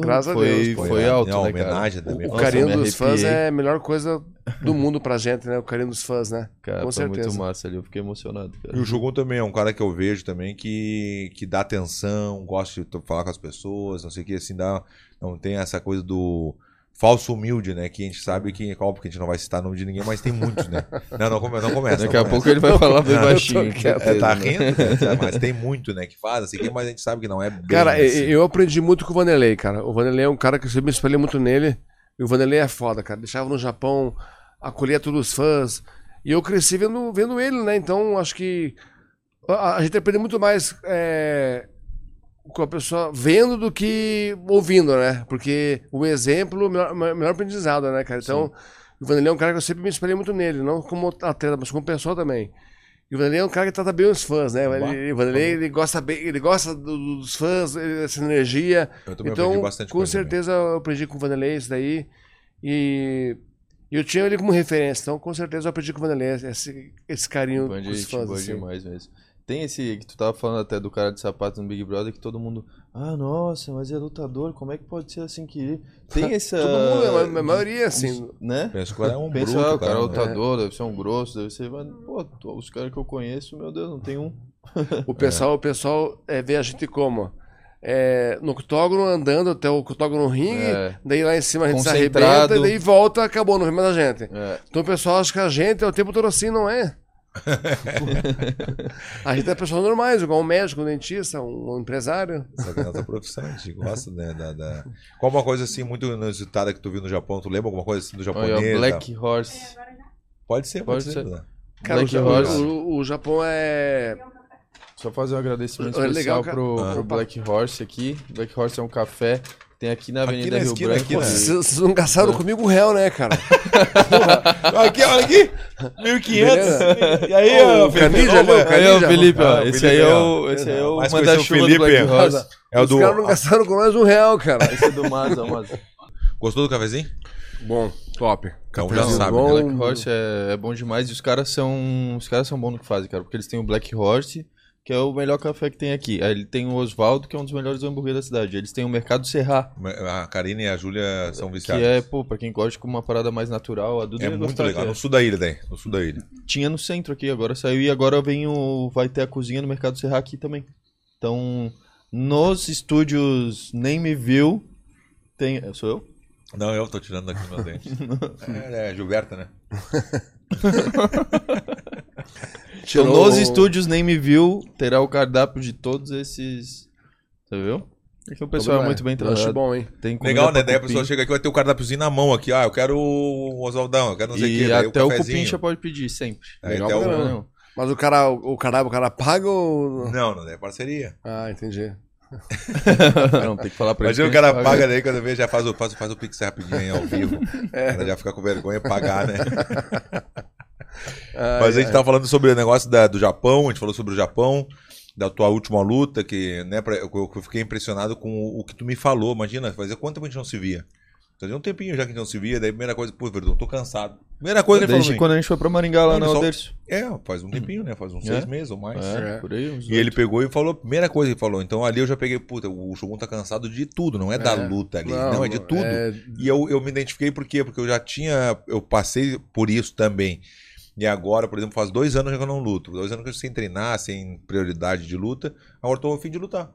S3: Graças a
S2: Foi-
S3: Deus. pô.
S1: Foi,
S2: foi alto,
S1: é uma
S2: né, cara?
S1: homenagem também.
S3: O
S2: Nossa,
S3: carinho
S2: me
S3: dos fãs
S2: arrepiei.
S3: é a melhor coisa do mundo pra gente, né? O carinho dos fãs, né?
S2: Cara,
S3: Com
S2: foi muito
S3: certeza.
S2: massa ali, eu fiquei emocionado,
S1: E
S2: cara.
S1: o Jogun também é um cara que eu vejo também que, que dá atenção, gosta de to- falar com as pessoas, não sei o que, assim, dá, não tem essa coisa do falso humilde, né? Que a gente
S3: Uhum.
S1: sabe que, óbvio que a gente não vai citar o nome de ninguém, mas tem muitos, né? Não, não, come- não começa.
S2: Daqui
S1: não
S2: a
S1: começa.
S2: pouco ele vai falar bem
S3: eu tô
S2: baixinho.
S3: quieto.
S2: certeza,
S1: É, tá
S2: né?
S1: Ah. rindo, né? mas tem muito, né, que faz, assim, mas a gente sabe que não é bem
S3: Cara,
S1: assim.
S3: e- eu aprendi muito com o Vanderlei, cara. O Vanderlei é um cara que eu sempre me espelhei muito nele. E o Vanderlei é foda, cara. Deixava no Japão, acolhia todos os fãs. E eu cresci vendo, vendo ele, né? Então, acho que a, a gente aprende muito mais é, com a pessoa vendo do que ouvindo, né? Porque o exemplo, o melhor, o melhor aprendizado, né, cara? Então, o Vanderlei é um cara que eu sempre me espelhei muito nele. Não como atleta, mas como pessoa também. E o Vanderlei é um cara que trata bem os fãs, né?
S1: Uau.
S3: Ele, o Vanderlei, ele gosta bem, ele gosta do- dos fãs, ele- essa energia.
S1: Eu também
S3: Então,
S1: aprendi bastante
S3: com
S1: coisa, né?
S3: certeza eu aprendi com o Vanderlei isso daí. E e eu tinha ele como referência, então com certeza eu aprendi com o Vanderlei esse, esse carinho
S2: Band
S3: com os
S2: gente
S3: fãs.
S2: boa
S3: Assim.
S2: demais mesmo. Tem esse que tu tava falando até do cara de sapato no Big Brother que todo mundo, ah, nossa, mas é lutador, como é que pode ser assim que tem essa
S3: Todo mundo, é,
S2: Ah,
S3: a- a maioria, assim.
S2: né?
S1: Penso que o cara é um
S2: Pensa,
S1: bruto,
S2: ah, o cara é
S1: né?
S2: lutador, deve ser um grosso, deve ser, mas pô, tu- os caras que eu conheço, meu Deus, não tem um.
S3: O pessoal, o pessoal é, vê a gente como? É, no octógono andando até o octógono ringue,
S2: É.
S3: daí lá em cima a gente se
S2: Concentrado.
S3: arrebenta, e daí volta, acabou, não vê mais a gente.
S2: É,
S3: Então o pessoal acha que a gente é o tempo todo assim, não é? a gente é pessoas normais, igual um médico, um dentista, um empresário.
S1: Só que é nossa profissão, a gente gosta, né? Da, da... Qual uma coisa assim muito inusitada que tu viu no Japão? Tu lembra alguma coisa assim do japonês?
S2: olha, ó,
S1: tá?
S2: Black Horse.
S1: Pode ser, pode,
S2: Pode
S1: ser.
S2: ser.
S1: né?
S3: Cara,
S2: Black
S3: o,
S2: Horse.
S3: o- o Japão é.
S2: Só fazer um agradecimento
S3: Olha,
S2: especial
S3: É, legal, cara.
S2: pro,
S1: Ah.
S2: pro Black Horse aqui. Black Horse é um café, tem aqui na
S1: Aqui
S2: Avenida
S1: na
S2: Rio
S1: esquina,
S2: Branco.
S1: aqui,
S2: Pô,
S1: né?
S3: Vocês vocês não gastaram comigo o réu, né, cara?
S1: Aqui, olha aqui. 1500. E aí,
S3: Ô,
S1: ó, Felipe,
S3: Canija,
S1: vamos-
S3: né, o
S2: Aí, ó,
S3: Canija,
S2: Felipe, ó,
S1: Ah, o
S2: esse
S1: Felipe
S2: aí
S1: aí,
S2: é
S1: ó.
S2: o, esse aí é o
S1: Mas
S2: manda-chuva
S1: conheceu
S2: do
S1: o
S2: Black
S1: Felipe.
S2: Horse.
S1: É o
S3: Os
S1: do.
S3: caras não gastaram com nós um real, cara.
S2: Esse é do Mazda, o Mazda.
S1: Gostou do cafezinho?
S3: Bom, top.
S1: Então já
S3: Cafezinho
S1: sabe.
S3: bom.
S1: né?
S2: Black Horse é, é bom demais e os caras são os caras são bons no que fazem, cara, porque eles têm o Black Horse, que é o melhor café que tem aqui. Aí ele tem o Oswaldo, que é um dos melhores hambúrgueres da cidade. Eles têm o Mercado Serrar,
S1: A Karine e a Júlia são
S2: que
S1: viciadas.
S2: é, pô, pra quem gosta de uma parada mais natural, a Duda
S1: É
S2: ia
S1: muito
S2: gostar,
S1: legal.
S2: que é-
S1: No sul da ilha tem. No sul da ilha.
S2: Tinha no centro aqui, agora saiu. E agora vem o. Vai ter a cozinha no Mercado Serra aqui também. Então, nos estúdios Nem Me Viu. Tem. Sou eu?
S1: Não, eu tô tirando daqui meus dentes. é, é Gilberta, né?
S2: Então,
S3: Tirou um
S2: nos
S3: o-
S2: estúdios Nem Me Viu terá o cardápio de todos esses. Você viu? É que o pessoal é
S3: Como
S2: muito bem
S3: Lanche
S2: tratado.
S3: bom, hein?
S2: Tem comida
S1: Legal, né?
S2: pra
S1: Daí a
S2: é cupim.
S1: pessoa chega aqui vai ter o cardápiozinho na mão aqui. Ah, eu quero o Oswaldão, eu quero não sei
S2: E
S1: o quê. daí
S2: até o,
S1: cafezinho. É, então,
S2: cupincha pode pedir sempre.
S1: Aí
S3: Legal
S1: até o-
S3: pra caramba.
S2: Não.
S3: Mas o cara, o, o caralho, o cara paga ou...
S1: Não, não, daí é parceria.
S3: Ah, entendi.
S2: Não, tem que falar pra
S1: Imagina o
S2: eles que a
S1: cara
S2: gente
S1: paga, daí quando vê, já faz o, faz, o- faz o pix rapidinho aí ao vivo. O
S2: É.
S1: cara já fica com vergonha de pagar, né?
S3: Ah,
S1: Mas tá a gente tava falando sobre o negócio da- do Japão, a gente falou sobre o Japão, da tua última luta, que, né, pra- eu, eu fiquei impressionado com o, o que tu me falou. Imagina, fazia quanto tempo a gente não se via? Fazia um tempinho já que a gente não se via, daí a primeira coisa, pô, Verdun, tô cansado. Primeira coisa que ele
S2: Desde
S1: falou. pra
S2: quando a gente foi pra Maringá lá
S1: Ele
S2: na
S1: só-
S2: Alderso.
S1: mim. É, faz um tempinho, né? Faz uns
S2: É?
S1: seis meses ou mais.
S2: É, por aí. uns
S1: E ele pegou e falou, a primeira coisa que ele falou. Então ali eu já peguei, puta, o Shogun tá cansado de tudo, não é, da
S3: É.
S1: luta ali, não, é de tudo.
S3: é-
S1: E eu, eu me identifiquei por quê? Porque eu já tinha. Eu passei por isso também. E agora, por exemplo, faz dois anos que eu não luto. Dois anos que eu sem treinar, sem prioridade de luta. Agora tô a fim de lutar.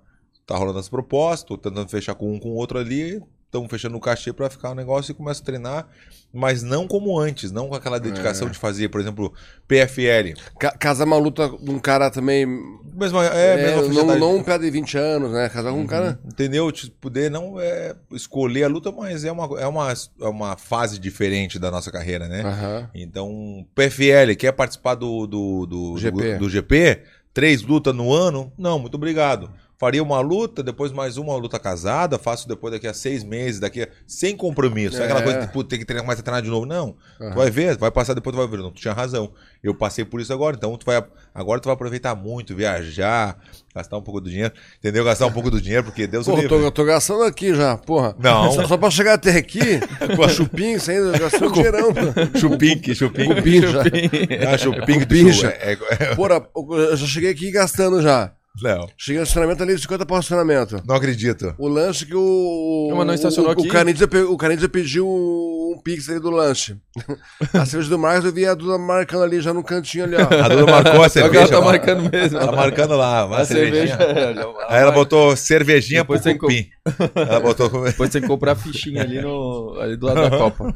S1: Tá rolando as propostas, tô tentando fechar com um com o outro ali. Estamos fechando o cachê pra ficar o negócio e começo a treinar. Mas não como antes, não com aquela dedicação de fazer, por exemplo, PFL.
S3: Ca- Casar uma luta de um cara também.
S1: Mesma, é,
S3: é,
S1: mesma
S3: não,
S1: faixa etária.
S3: não um pé de 20 anos, né? Casar com um cara.
S1: Entendeu? Te poder não é, escolher a luta, mas é uma, é, uma, é uma fase diferente da nossa carreira, né?
S3: Aham.
S1: Então, PFL, quer participar do, do, do,
S3: GP.
S1: do, GP? Três lutas no ano? Não, muito obrigado. Faria uma luta, depois mais uma luta casada, faço depois daqui a seis meses, daqui a... sem compromisso. Não É.
S3: É.
S1: Aquela coisa de putz, tem que treinar mais treinar de novo. Não.
S3: Aham.
S1: Tu vai ver, vai passar depois, tu vai ver. Não, tu tinha razão. Eu passei por isso agora, então tu vai. Agora tu vai aproveitar muito, viajar, gastar um pouco do dinheiro. Entendeu? Gastar um pouco do dinheiro, porque Deus o
S3: Pô, eu tô,
S1: livre.
S3: eu tô gastando aqui já, porra.
S1: Não.
S3: Só, só pra chegar até aqui, com a chupinha ainda, gastando um dinheirão.
S1: Chupinque, chupinque.
S3: Cupim já.
S1: Ah, chupinque de
S3: Pincha.
S1: chu- é- é-
S3: Porra, eu já cheguei aqui gastando já.
S1: Não,
S3: Cheguei no estacionamento ali, 50 para o estacionamento.
S1: não acredito.
S3: O lanche que o.
S2: Não, mas não estacionou
S3: o, o
S2: aqui?
S3: Canidia pe- o Canidia pediu um pix ali do lanche. a cerveja do Marcos, eu vi a Duda marcando ali já no cantinho ali, ó.
S1: A Duda marcou a
S2: É o que ela
S1: cerveja.
S2: tá
S1: ó.
S2: marcando mesmo.
S1: Tá marcando lá, uma
S2: A cerveja. é,
S1: cervejinha. Aí ela botou cervejinha pro
S2: Depois tem
S1: cupim. Ela botou...
S2: Depois tem que comprar a fichinha ali, no, ali do lado da Copa.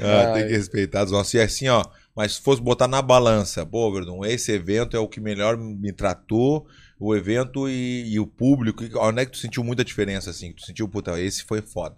S1: Ah, tem que respeitar os nossos. E assim, ó, mas se fosse botar na balança, pô, Verdun, esse evento é o que melhor me tratou, o evento e, e o público. E Onde é que tu sentiu muita diferença, assim? Tu sentiu, puta, esse foi foda.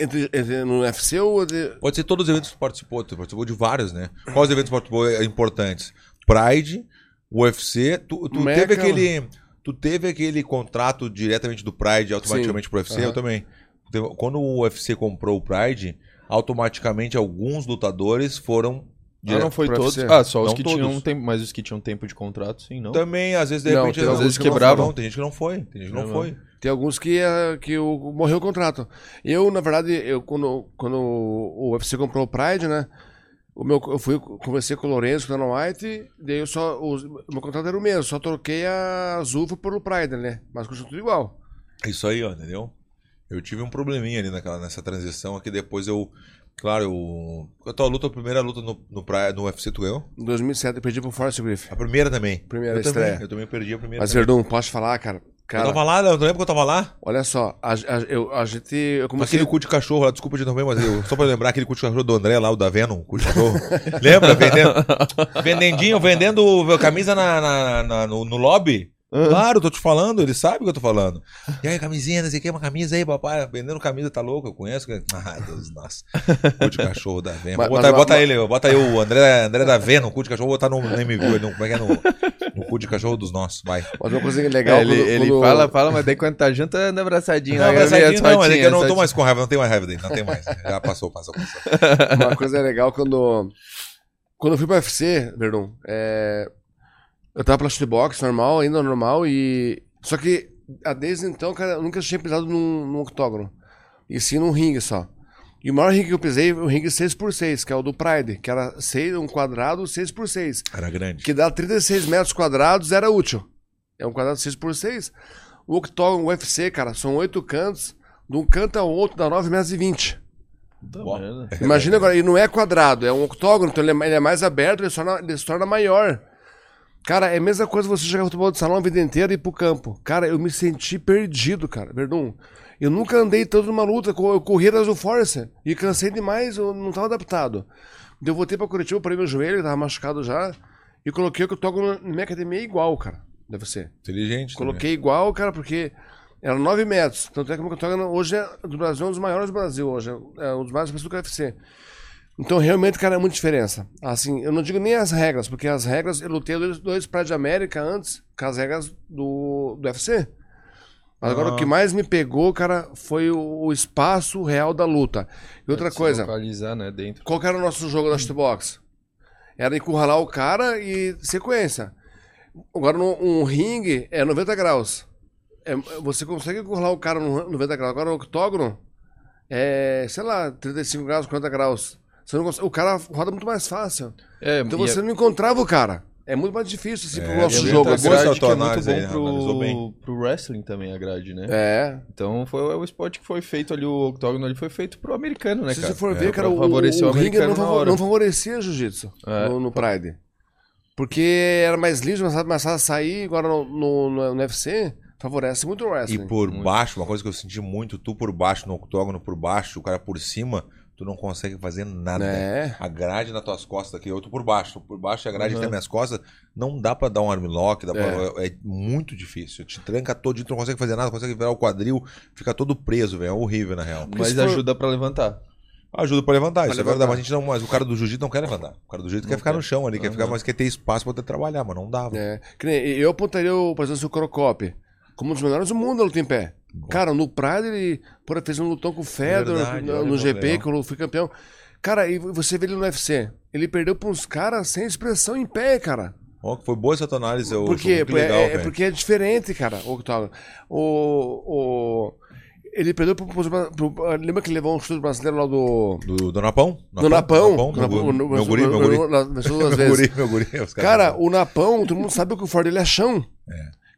S3: Entre, entre- no UFC ou. de-
S1: Pode ser todos os eventos que tu participou, tu participou de vários, né? Quais eventos participou é, importantes? Pride, UFC, tu, tu
S3: Meca.
S1: teve aquele. Tu teve aquele contrato diretamente do Pride automaticamente pro UFC,
S3: Aham.
S1: eu também. Teve- Quando o UFC comprou o Pride, automaticamente alguns lutadores foram
S2: Ah, não
S1: direto.
S2: foi
S3: pro
S2: todos.
S3: UFC.
S2: Ah, só os
S1: Não
S2: que
S1: todos.
S2: tinham um tempo. Mas os que tinham tempo de contrato, sim, não.
S1: Também, às vezes, de
S3: Não,
S1: repente,
S3: tem- às
S1: alguns
S2: vezes
S1: que não
S2: quebravam.
S1: foram, tem gente que não foi, tem gente que não,
S2: Não,
S1: foi.
S3: Tem alguns que, eh, que o- morreu o contrato. Eu, na verdade, eu, quando, quando o UFC comprou o Pride, né? O meu, eu fui, conversei com o Lourenço, com o Dana White, daí eu só. os- o meu contrato era o mesmo, só troquei a Azulfa pelo Pride, né? Mas continua tudo igual.
S1: Isso aí, ó, entendeu? Eu tive um probleminha ali naquela, nessa transição aqui, depois eu. Claro, eu. A tua luta, a primeira luta no, no, praia, no UFC, tu ganhou?
S3: Em 2007 eu perdi pro Forrest Griffith.
S1: A primeira também.
S3: Primeira
S1: eu também,
S3: estreia.
S1: eu também perdi a primeira.
S3: Mas,
S1: também.
S3: Verdun, posso te falar, cara?
S1: eu
S3: Cara,
S1: tava lá, eu lembro que eu tava lá.
S3: olha só, a, a- eu, a gente. Eu
S1: Com
S3: comecei.
S1: aquele cu de cachorro lá, desculpa de também, mas eu, só pra lembrar, aquele cu de cachorro do André lá, o da Venom, cu de cachorro. Lembra? Vendendo. Vendendinho, vendendo camisa na, na- na- no, no lobby. Claro, tô te falando, ele sabe o que eu tô falando. E aí, camisinha, não sei o que, uma camisa aí, papai. Vendendo camisa, tá louco, eu conheço. Ai, Deus, nossa. Cu de cachorro da Venom.
S3: Mas-
S1: Bota,
S3: mas-
S1: bota
S3: mas-
S1: ele, bota aí o André, André da Venom, cu de cachorro, vou botar no, nem me viu, ele não- como é que é no, no cu de cachorro dos nossos, vai.
S3: Mas uma coisa é legal.
S2: É, ele
S3: quando-
S2: ele
S3: quando-
S2: fala, fala, mas daí quando tá junto, anda abraçadinho.
S1: Não,
S2: lá,
S1: mas
S2: eu vi
S1: aí,
S2: as
S1: não, mas é que eu
S2: fotinhas,
S1: não tô
S2: as-
S1: mais com raiva, não tenho mais raiva dele, não tem mais. Já passou, passou, passou.
S3: Uma coisa é legal quando. Quando eu fui pro UFC, Verdun, é, eu tava pela shootbox normal, ainda normal, e. Só que a- desde então, cara, eu nunca tinha pisado num, num octógono. E sim num ringue só. E o maior ringue que eu pisei foi o ringue 6x6, que é o do Pride, que era 6, um quadrado 6x6,
S1: Era é grande.
S3: que dá 36 metros quadrados, era útil. É um quadrado 6x6. O octógono UFC, cara, são oito cantos, de um canto ao outro dá 9 metros e 20.
S1: Bom.
S2: né?
S3: Imagina agora, e não é quadrado, é um octógono, então ele é, ele é mais aberto, ele se, torna, ele se torna maior. Cara, é a mesma coisa você jogar futebol de salão a vida inteira e ir pro campo. Cara, eu me senti perdido, cara, Verdun. Eu nunca andei tanto numa luta, co- eu corri atrás do Force e cansei demais, eu não tava adaptado. Então eu voltei pra Curitiba, parei meu joelho, que tava machucado já, e coloquei o octógono na minha academia igual, cara, deve ser.
S1: Inteligente. também.
S3: Coloquei igual, cara, porque era 9 metros. Tanto é que o Mokotogana hoje é, do Brasil é um dos maiores do Brasil, hoje é é um dos mais parecidos do UFC. Então, realmente, cara, é muita diferença. Assim, eu não digo nem as regras, porque as regras, eu lutei dois, dois Pride de América antes, com as regras do, do UFC. Mas agora
S1: Ah.
S3: o que mais me pegou, cara, foi o, o espaço real da luta. E outra coisa,
S2: Localizar, né, dentro.
S3: qual que era o nosso jogo
S2: Hum.
S3: da shootbox? Era encurralar o cara e sequência. Agora, no- um ringue é 90 graus. É- você consegue encurralar o cara no 90 graus. Agora, no octógono é, sei lá, 35 graus, 40 graus. Você não consegue- o cara roda muito mais fácil.
S2: É,
S3: Então
S2: e é-
S3: você não encontrava o cara. É muito mais difícil assim, pro
S1: É,
S3: nosso
S2: e é
S3: jogo.
S2: muita
S1: outra
S3: assim.
S1: coisa,
S2: grade que é muito
S1: Analisou
S2: bom
S1: bem, analisou bem.
S2: pro, pro wrestling também, a grade, né?
S3: É.
S2: Então foi o esporte que foi feito ali, o octógono ali foi feito pro americano, né,
S3: Se
S2: cara?
S3: você for
S2: É,
S3: ver,
S2: pra
S3: cara, o,
S2: favorecer
S3: o
S2: o
S3: ringue não,
S2: americano na
S3: favor,
S2: hora.
S3: não favorecia jiu-jitsu
S2: É.
S3: no, no Pride. Porque era mais liso, mais fácil, mais fácil sair. Agora no, no, no- no UFC, favorece assim, muito o
S1: E
S3: wrestling.
S1: por
S2: Muito.
S1: baixo, uma coisa que eu senti muito, tu por baixo, no octógono por baixo, o cara por cima, tu não consegue fazer nada.
S3: né?
S1: A grade nas tuas costas aqui, eu tô por baixo. Por baixo a grade
S2: Uhum.
S1: tem nas minhas costas, não dá pra dar um armlock, dá pra- é.
S3: É.
S1: é muito difícil. Te tranca todo, tu não consegue fazer nada, não consegue virar o quadril, fica todo preso, velho. É horrível, na real.
S2: Mas
S3: se for-
S2: ajuda pra levantar.
S1: Ajuda pra levantar,
S3: Pra
S1: isso é verdade,
S3: levantar.
S1: mas a gente não. Mas o cara do jiu-jitsu não quer levantar. O cara do jiu-jitsu
S2: Não
S1: quer ficar
S2: quer.
S1: no chão ali, quer
S2: Aham.
S1: ficar, mas quer ter espaço pra até trabalhar, mas não dava.
S3: É. Que nem eu apontaria, o, por exemplo, o Crocop como um dos melhores do mundo, luta em pé. Cara, no Pride ele porra, fez um lutão com o Fedor
S1: Verdade,
S3: no,
S1: olha,
S3: no GP,
S1: legal.
S3: que eu fui campeão. Cara, e você vê ele no UFC. Ele perdeu pra uns caras sem expressão em pé, cara.
S1: Ó, que foi boa essa tua análise, eu acho
S3: Porque,
S1: muito legal,
S3: é, é
S1: velho.
S3: porque é diferente, cara, o octógono. O, o, ele perdeu pro, pro, pro- Lembra que ele levou um chute brasileiro lá do.
S1: Do, do Napão?
S3: Do Napão?
S1: meu,
S3: Napão,
S1: meu,
S3: no-
S1: meu guri, meu guri.
S3: no- nas- nas
S1: Meu
S3: duas vezes.
S1: guri, meu guri. Os
S3: Cara, o Napão, todo mundo sabe que o Ford ele é chão.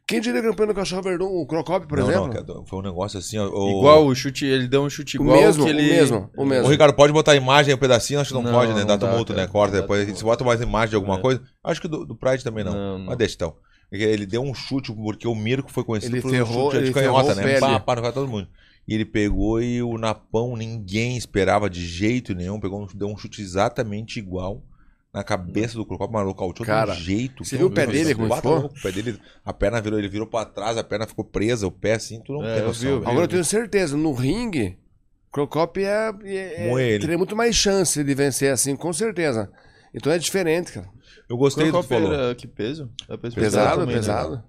S3: Quem diria campeão do cachorro verdão, o Crocop, por
S1: não,
S3: exemplo?
S1: não, cara, foi um negócio assim, ó. o-
S2: Igual o chute, ele deu um chute
S3: o
S2: igual
S3: mesmo,
S2: que ele...
S3: o mesmo, o
S1: O
S3: mesmo.
S1: Ricardo, pode botar a imagem, um pedacinho? Acho que não,
S2: Não,
S1: pode, né?
S2: não
S1: Dá
S2: dá,
S1: tumulto, né?
S2: cara.
S1: Corta
S2: Não dá
S1: depois.
S2: tumulto.
S1: Se bota mais imagem de alguma
S2: É.
S1: coisa. Acho que do, do Pride também não.
S2: Não,
S1: Mas
S2: não.
S1: deixa então. Ele- Ele deu um chute, porque o Mirko foi conhecido
S3: Ele
S1: por um
S3: ferrou-
S1: chute de
S3: ele
S1: canhota,
S3: ferrou o
S1: né?
S3: pé
S1: Pá,
S3: ali.
S1: pá, no cara de todo mundo. E ele pegou e o Napão, ninguém esperava de jeito nenhum. Pegou, um- deu um chute exatamente igual na cabeça do Crocop, mas o Cauchou de um
S3: Cara,
S1: jeito.
S3: você viu o pé dele como
S1: Bata
S3: ficou?
S1: louco, O pé dele, a perna virou, ele virou pra trás, a perna ficou presa, o pé assim, tu não
S2: É,
S1: tem
S2: eu
S1: noção.
S2: vi, eu
S1: velho.
S2: vi.
S3: Agora eu tenho certeza, no ringue, Crocop é, é,
S1: Moe
S3: é
S1: ele.
S3: teria muito mais chance de vencer assim, com certeza. Então é diferente, cara.
S1: Eu gostei do que tu
S2: Qual
S1: falou.
S2: era- que peso? É peso
S3: Pesado,
S2: também, né?
S3: pesado.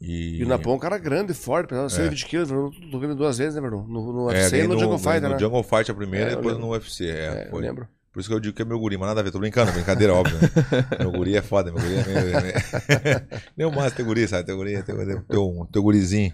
S3: E o Napão é um cara grande, forte,
S1: É.
S3: pesava 120 quilos, eu tô vendo duas vezes, né, Bruno? No, no UFC
S1: daí
S3: e no, Jungle Fighter,
S1: É, no
S3: né?
S1: Jungle Fight a primeira
S3: É,
S1: e
S3: eu
S1: depois
S3: lembro.
S1: no UFC. É,
S3: É, eu
S1: foi.
S3: lembro.
S1: Por isso que eu digo que é meu guri, mas nada a ver, tô brincando, brincadeira, óbvio. né? meu guri é foda, meu guri é meio. é meio- Nem o Márcio tem guri, sabe? Teu guri, teu, teu, teu, teu gurizinho.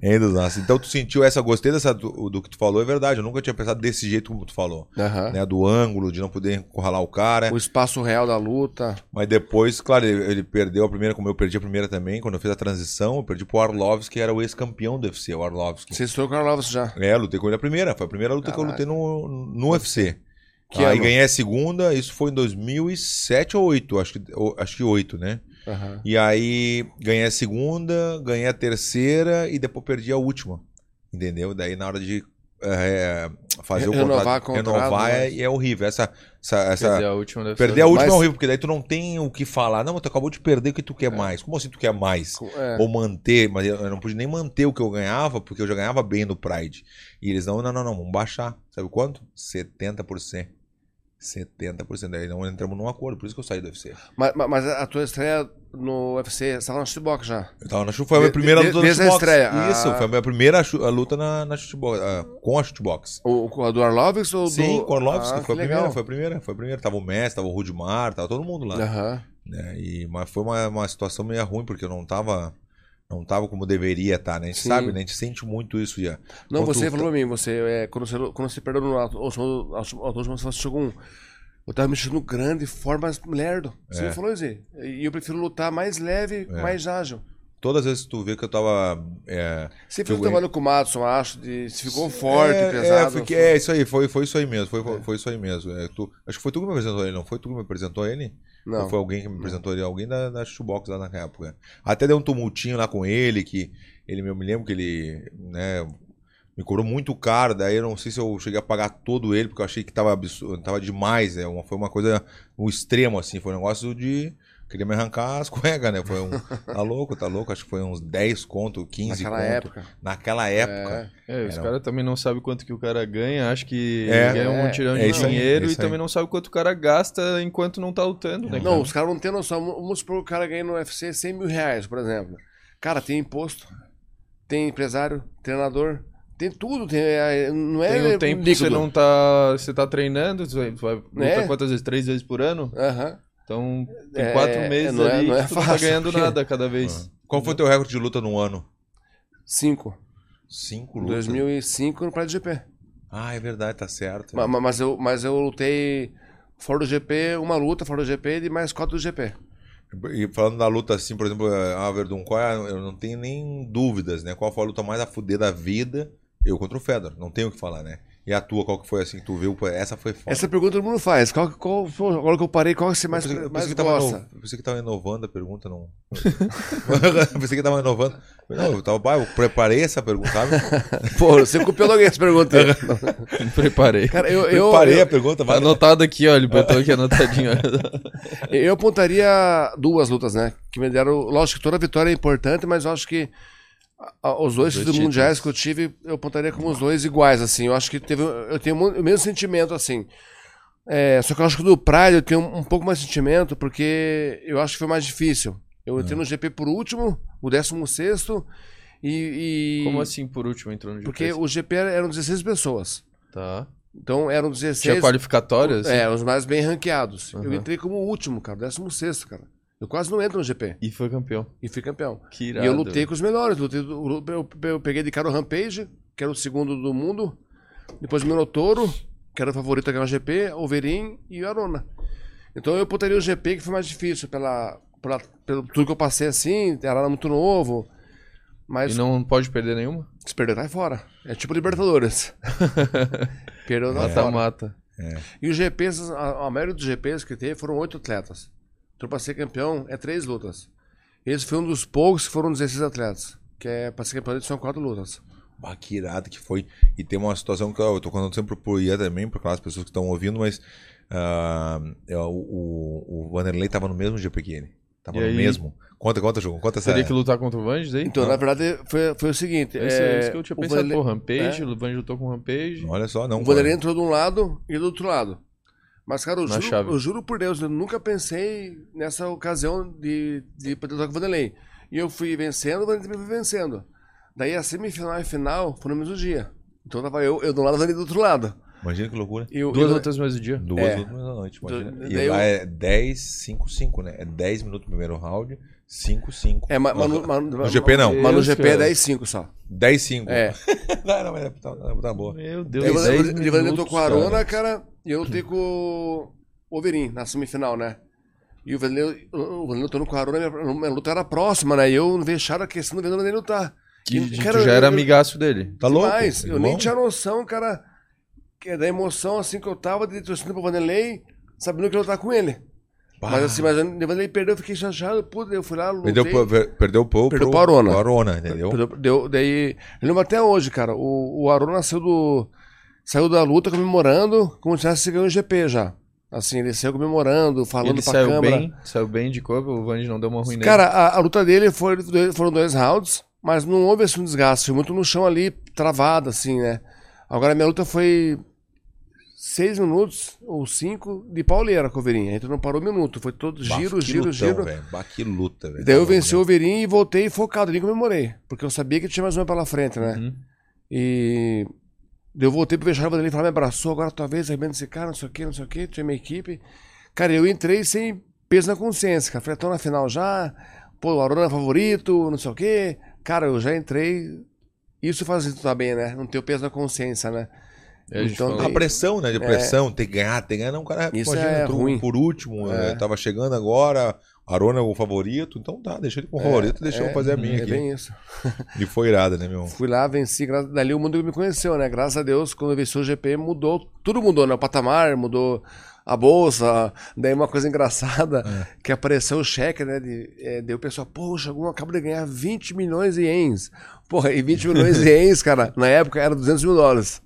S1: Hein, dos nossos. Então tu sentiu essa, gostei dessa do, do que tu falou, é verdade. Eu nunca tinha pensado desse jeito como tu falou.
S3: Aham.
S1: Né, do ângulo, de não poder encurralar o cara.
S3: O espaço real da luta.
S1: Mas depois, claro, ele, ele perdeu a primeira, como eu perdi a primeira também, quando eu fiz a transição, eu perdi pro Arlovski, que era o ex-campeão do UFC, o Arlovski.
S3: Você estou com o Carlos já.
S1: É, eu lutei com ele a primeira. Foi a primeira luta
S3: Caralho.
S1: que eu lutei no, no UFC.
S3: Que
S1: aí
S3: ano?
S1: ganhei a segunda, isso foi em 2007 ou 8, acho que, ou- acho que 8, né?
S3: Aham.
S1: E aí ganhei a segunda, ganhei a terceira e depois perdi a última. Entendeu? Daí na hora de eh, fazer
S3: Renovar
S1: o
S3: o
S1: contrato,
S3: contrato, né?
S1: renovar é,
S3: mas-
S1: é horrível. Essa, essa, essa-
S2: Perder a última deve
S1: perder a última
S3: Mas-
S1: é horrível, porque daí tu não tem o que falar. Não, mas tu acabou de perder o que tu quer mais. Como assim tu quer mais?
S3: É.
S1: ou manter, mas eu eu não pude nem manter o que eu ganhava, porque eu já ganhava bem no Pride. E eles não, não, não, não, vamos baixar. Sabe quanto? 70%. 70%. Daí não entramos num acordo, por isso que eu saí do UFC.
S3: Mas, mas- mas a tua estreia no UFC, você estava no shootbox já.
S1: Eu tava na chute, foi a minha
S3: De-
S1: primeira
S3: de-
S1: luta
S3: desde
S1: na
S3: a
S1: chutebox.
S3: estreia, Ah.
S1: Isso,
S3: a-
S1: foi a minha primeira chu- a luta na, na chutebox, ah, com a chutebox.
S3: O, o do Arlovix ou
S1: Sim,
S3: do...
S1: com o Orlovski, foi, a
S3: Ah, que
S1: primeira,
S3: legal. É.
S1: foi a primeira, foi a primeira. Tava o Messi, tava o Rudimar, tava todo mundo lá.
S3: Aham.
S1: né? E, mas foi uma, uma situação meio ruim, porque eu não tava. não tava como deveria estar, né? A gente
S3: Sim.
S1: sabe, né? A gente sente muito isso já.
S3: Não,
S1: Quando
S3: você
S1: tu-
S3: falou pra mim, você, é, quando você, quando você perdeu no auto- auto- auto- autismo, você chegou um. Eu tava mexendo grande, forma lerdo. Você
S1: É.
S3: falou isso aí. E eu prefiro lutar mais leve,
S1: É.
S3: mais ágil.
S1: Todas as vezes que tu vê que eu tava. É,
S3: Você fez
S1: Eu
S3: um trabalho com o Matson, acho, de, se ficou forte,
S1: é, É,
S3: pesado. assim.
S1: fiquei- é, isso aí, foi, foi isso aí mesmo. Foi, foi- foi isso aí mesmo. É, tu- acho que foi tu que me apresentou ele, não? Foi tu que me apresentou ele? Ou
S3: Não,
S1: foi alguém que me apresentou ele? Alguém da, da Shoebox lá na época. Até deu um tumultinho lá com ele, que ele eu me lembro que ele, né, me cobrou muito caro, daí eu não sei se eu cheguei a pagar todo ele, porque eu achei que tava absurdo, tava demais, né? Uma, foi uma coisa, um extremo, assim, foi um negócio de. Queria me arrancar as cuecas, né? Foi um. Tá louco, tá louco? Acho que foi uns 10 conto, 15
S3: naquela
S1: conto.
S3: época.
S1: né? Naquela época.
S2: É, os
S1: Era um-
S2: caras também não sabem quanto que o cara ganha, acho que
S1: É,
S2: ganha um
S3: é,
S2: tirão
S1: é
S2: de
S1: isso aí,
S2: dinheiro
S1: é
S2: e
S1: isso
S2: também
S1: aí.
S2: não sabe quanto o cara gasta enquanto não tá lutando, né?
S3: é. Não,
S2: cara?
S3: os caras não têm noção. Vamos supor que o cara ganha no UFC 100 mil reais, por exemplo. Cara, tem imposto, tem empresário, treinador, tem tudo. Tem, é, não é
S2: Tem um tempo que você não tá. Você tá treinando, você vai lutar
S3: É.
S2: quantas vezes? Três vezes por ano?
S3: Aham.
S2: Então tem
S3: É,
S2: quatro
S3: é,
S2: meses
S3: não é-
S2: ali
S3: não é
S2: que tu não tá
S3: fácil,
S2: ganhando
S3: porque-
S2: nada cada
S3: É.
S2: vez.
S1: Qual foi o teu recorde de luta no ano?
S3: Cinco.
S1: Cinco lutas.
S3: 2005 no Pride GP.
S1: Ah, é verdade, tá certo.
S3: Ma- ma- Mas eu, mas eu lutei fora do GP, uma luta fora do GP e mais quatro do GP.
S1: E falando da luta assim, por exemplo, a Verdun, qual é a- eu não tenho nem dúvidas, né? Qual foi a luta mais a fuder da vida? Eu contra o Fedor, não tenho o que falar, né? E a tua, qual que foi assim que tu viu? Pô, Essa foi foda.
S3: Essa pergunta todo mundo faz. Qual, qual, foi- agora que eu parei, qual que você
S1: Eu
S3: mais,
S1: pensei- eu
S3: mais
S1: pensei que tava
S3: gosta?
S1: ino- eu pensei que tava inovando a pergunta, não. Eu pensei que tava inovando. Não, eu tava, bah, eu preparei essa pergunta, sabe?
S3: Pô, você copiou logo essa pergunta. Ah.
S2: Me Preparei.
S3: Cara, eu, eu,
S1: Preparei a
S3: eu,
S1: pergunta,
S2: Tá
S1: mas
S2: anotado aqui, olha, botou aqui anotadinho.
S3: eu apontaria duas lutas, né? Que me deram. Lógico que toda vitória é importante, mas eu acho que a- a- os dois,
S2: Os dois
S3: títulos mundiais que eu tive, eu apontaria como os dois iguais, assim. Eu acho que teve. Eu tenho mu- o mesmo sentimento, assim. É, só que eu acho que do Pride eu tenho um, um pouco mais de sentimento, porque eu acho que foi mais difícil. Eu entrei no GP por último, o 16 e. e-
S2: Como assim, por último, entrou no GP?
S3: Porque o GP eram 16 pessoas.
S2: Tá.
S3: Então eram
S2: Tinha
S3: 16
S2: qualificatórias?
S3: É, os mais bem ranqueados. Eu
S2: assim. Aham.
S3: entrei como o último, cara, 16, cara. Eu quase não entro no GP
S2: E foi campeão.
S3: e fui campeão.
S2: Que
S3: E
S2: irado.
S3: eu lutei com os melhores. Lutei, do- eu, eu peguei de cara o Rampage, que era o segundo do mundo. Depois o Minotouro, que era o favorito a ganhar o GP, Overeem e o Arona. Então eu putaria o GP que foi mais difícil pela, pela- pelo tudo que eu passei assim. Era muito novo.
S2: E
S3: Mas
S2: não pode perder nenhuma?
S3: se perder, cai fora. É tipo Libertadores. Perdeu,
S2: É.
S3: não fora.
S2: Mata-mata.
S3: E os GPs, a, a maioria dos GPs que teve foram oito atletas. Então, para ser campeão, é três lutas. Esse foi um dos poucos que foram 16 atletas. Que é para ser campeão, são quatro lutas.
S1: Bah, que irado que foi. E tem uma situação que eu tô contando sempre pro Ian também, para aquelas pessoas que estão ouvindo, mas ah, é, o, o, o Vanderlei tava no mesmo GP que ele. Tava
S2: E
S1: no
S2: aí?
S1: mesmo. Conta, conta, jogo. Conta
S3: É.
S1: essa.
S2: Teria que lutar contra o Vanges aí?
S3: Então, na verdade, foi, foi o seguinte:
S2: Isso,
S3: é,
S2: isso que eu tinha
S3: o
S2: pensado.
S3: Vanderlei-
S2: Pô, Rampage, o Vange lutou com o Rampage.
S1: Olha só, não.
S3: o Vanderlei entrou de um lado e do outro lado. Mas, cara, eu
S2: Na
S3: juro,
S2: chave.
S3: eu juro por Deus, eu nunca pensei nessa ocasião de, de poder lutar com o Vanderlei. E eu fui vencendo, o Vanderlei foi vencendo. Daí a semifinal e a final foram no mesmo dia. Então tava eu, eu de um lado, o Vanderlei do outro lado.
S1: Imagina que loucura.
S3: E, o-
S2: Duas
S3: e-
S2: lutas no mesmo dia.
S1: Duas
S3: É.
S1: últimas da noite, imagina.
S3: Do-
S1: E
S3: daí
S1: lá
S3: eu-
S1: é 10, 5, 5, né? É 10 minutos no primeiro round, 5, 5.
S3: É, mas, mas, no- mas-
S1: No GP não.
S3: Mas no
S2: Deus,
S3: GP é
S2: cara.
S3: 10 5 só.
S1: 10, 5.
S3: É.
S1: não, não, mas tá, tá boa.
S2: Meu
S3: Eu
S2: Deus,
S3: eu-
S2: dez
S3: eu- eu
S2: minutos,
S3: levantei com a Arona, cara, e eu lutei com o Overin na semifinal, né? E o Vanderlei o- o Vanderlei lutando com a Arona, minha, minha luta era próxima, né? E eu vexado aquecendo, vendo o Vanderlei lutar.
S2: Que,
S3: E,
S2: que
S3: cara,
S2: tu já era
S3: eu- eu-
S2: amigaço dele.
S1: Tá louco?
S3: Mas eu nem
S1: irmão?
S3: tinha noção, cara, que da emoção assim que eu tava de torcendo pro Vanderlei, sabendo que eu ia lutar com ele.
S1: Pá.
S3: Mas assim, mas o Vanderlei perdeu, eu fiquei chateado, puta, eu fui lá, lutei.
S1: Perdeu, pro- per- perdeu pro, pro,
S3: Perdeu pro Arona.
S1: pro Arona, entendeu?
S3: Perdeu- Deu, daí, eu lembro até hoje, cara. O, o Arona saiu do. Saiu da luta comemorando como se tivesse ganho o GP já. Assim, ele saiu comemorando, falando
S2: Ele
S3: pra
S2: saiu
S3: câmera.
S2: bem, saiu bem de corpo, o Vange não deu uma
S1: né?
S2: ruim nele.
S3: Cara, a, a luta dele foi, foram dois rounds, mas não houve assim, um desgaste. Foi muito no chão ali, travado, assim, né? Agora minha luta foi seis minutos ou cinco de pauleira com o Verinha. Então não parou um minuto. Foi todo
S1: Bah,
S3: giro,
S1: que
S3: giro,
S1: lutão,
S3: giro.
S1: velho. Bah, que luta, velho.
S3: Daí
S1: Tá
S3: eu
S1: louco,
S3: venci
S1: né?
S3: o Overin e voltei focado, nem comemorei. Porque eu sabia que tinha mais uma pela frente, né?
S2: Uhum.
S3: E daí eu voltei pro vestiário dele e falei, me abraçou, agora é tua vez, arrebenta esse cara, não sei o que, não sei o que, tinha minha equipe. Cara, eu entrei sem peso na consciência, cara. Falei, tô na "Ah, final já, Pô, o Arona é favorito, não sei o quê. Cara, eu já entrei. Isso faz isso também, né? Não ter o peso na consciência, né?
S2: É, a gente
S3: Então,
S2: falou.
S1: A pressão, né? De pressão, ter que ganhar, ter que ganhar. Não, o cara,
S3: Isso
S1: imagina,
S3: é
S1: entrou um
S3: ruim.
S1: por último,
S3: É.
S1: eh, tava chegando agora, Arona é o favorito, então tá, deixa ele com o favorito, deixa eu fazer a minha
S3: é
S1: aqui.
S3: bem isso.
S1: E foi irada, né, meu?
S3: Fui lá, venci. Graças... Dali o mundo me conheceu, né? Graças a Deus, quando eu venci o GP, mudou. Tudo mudou, né? O patamar mudou. A bolsa, daí uma coisa engraçada,
S2: É.
S3: que apareceu o cheque, né? De, é, daí o pessoal, poxa, eu acabo de ganhar 20 milhões de ienes. Porra, e 20 milhões de ienes, cara, na época era 200 mil dólares.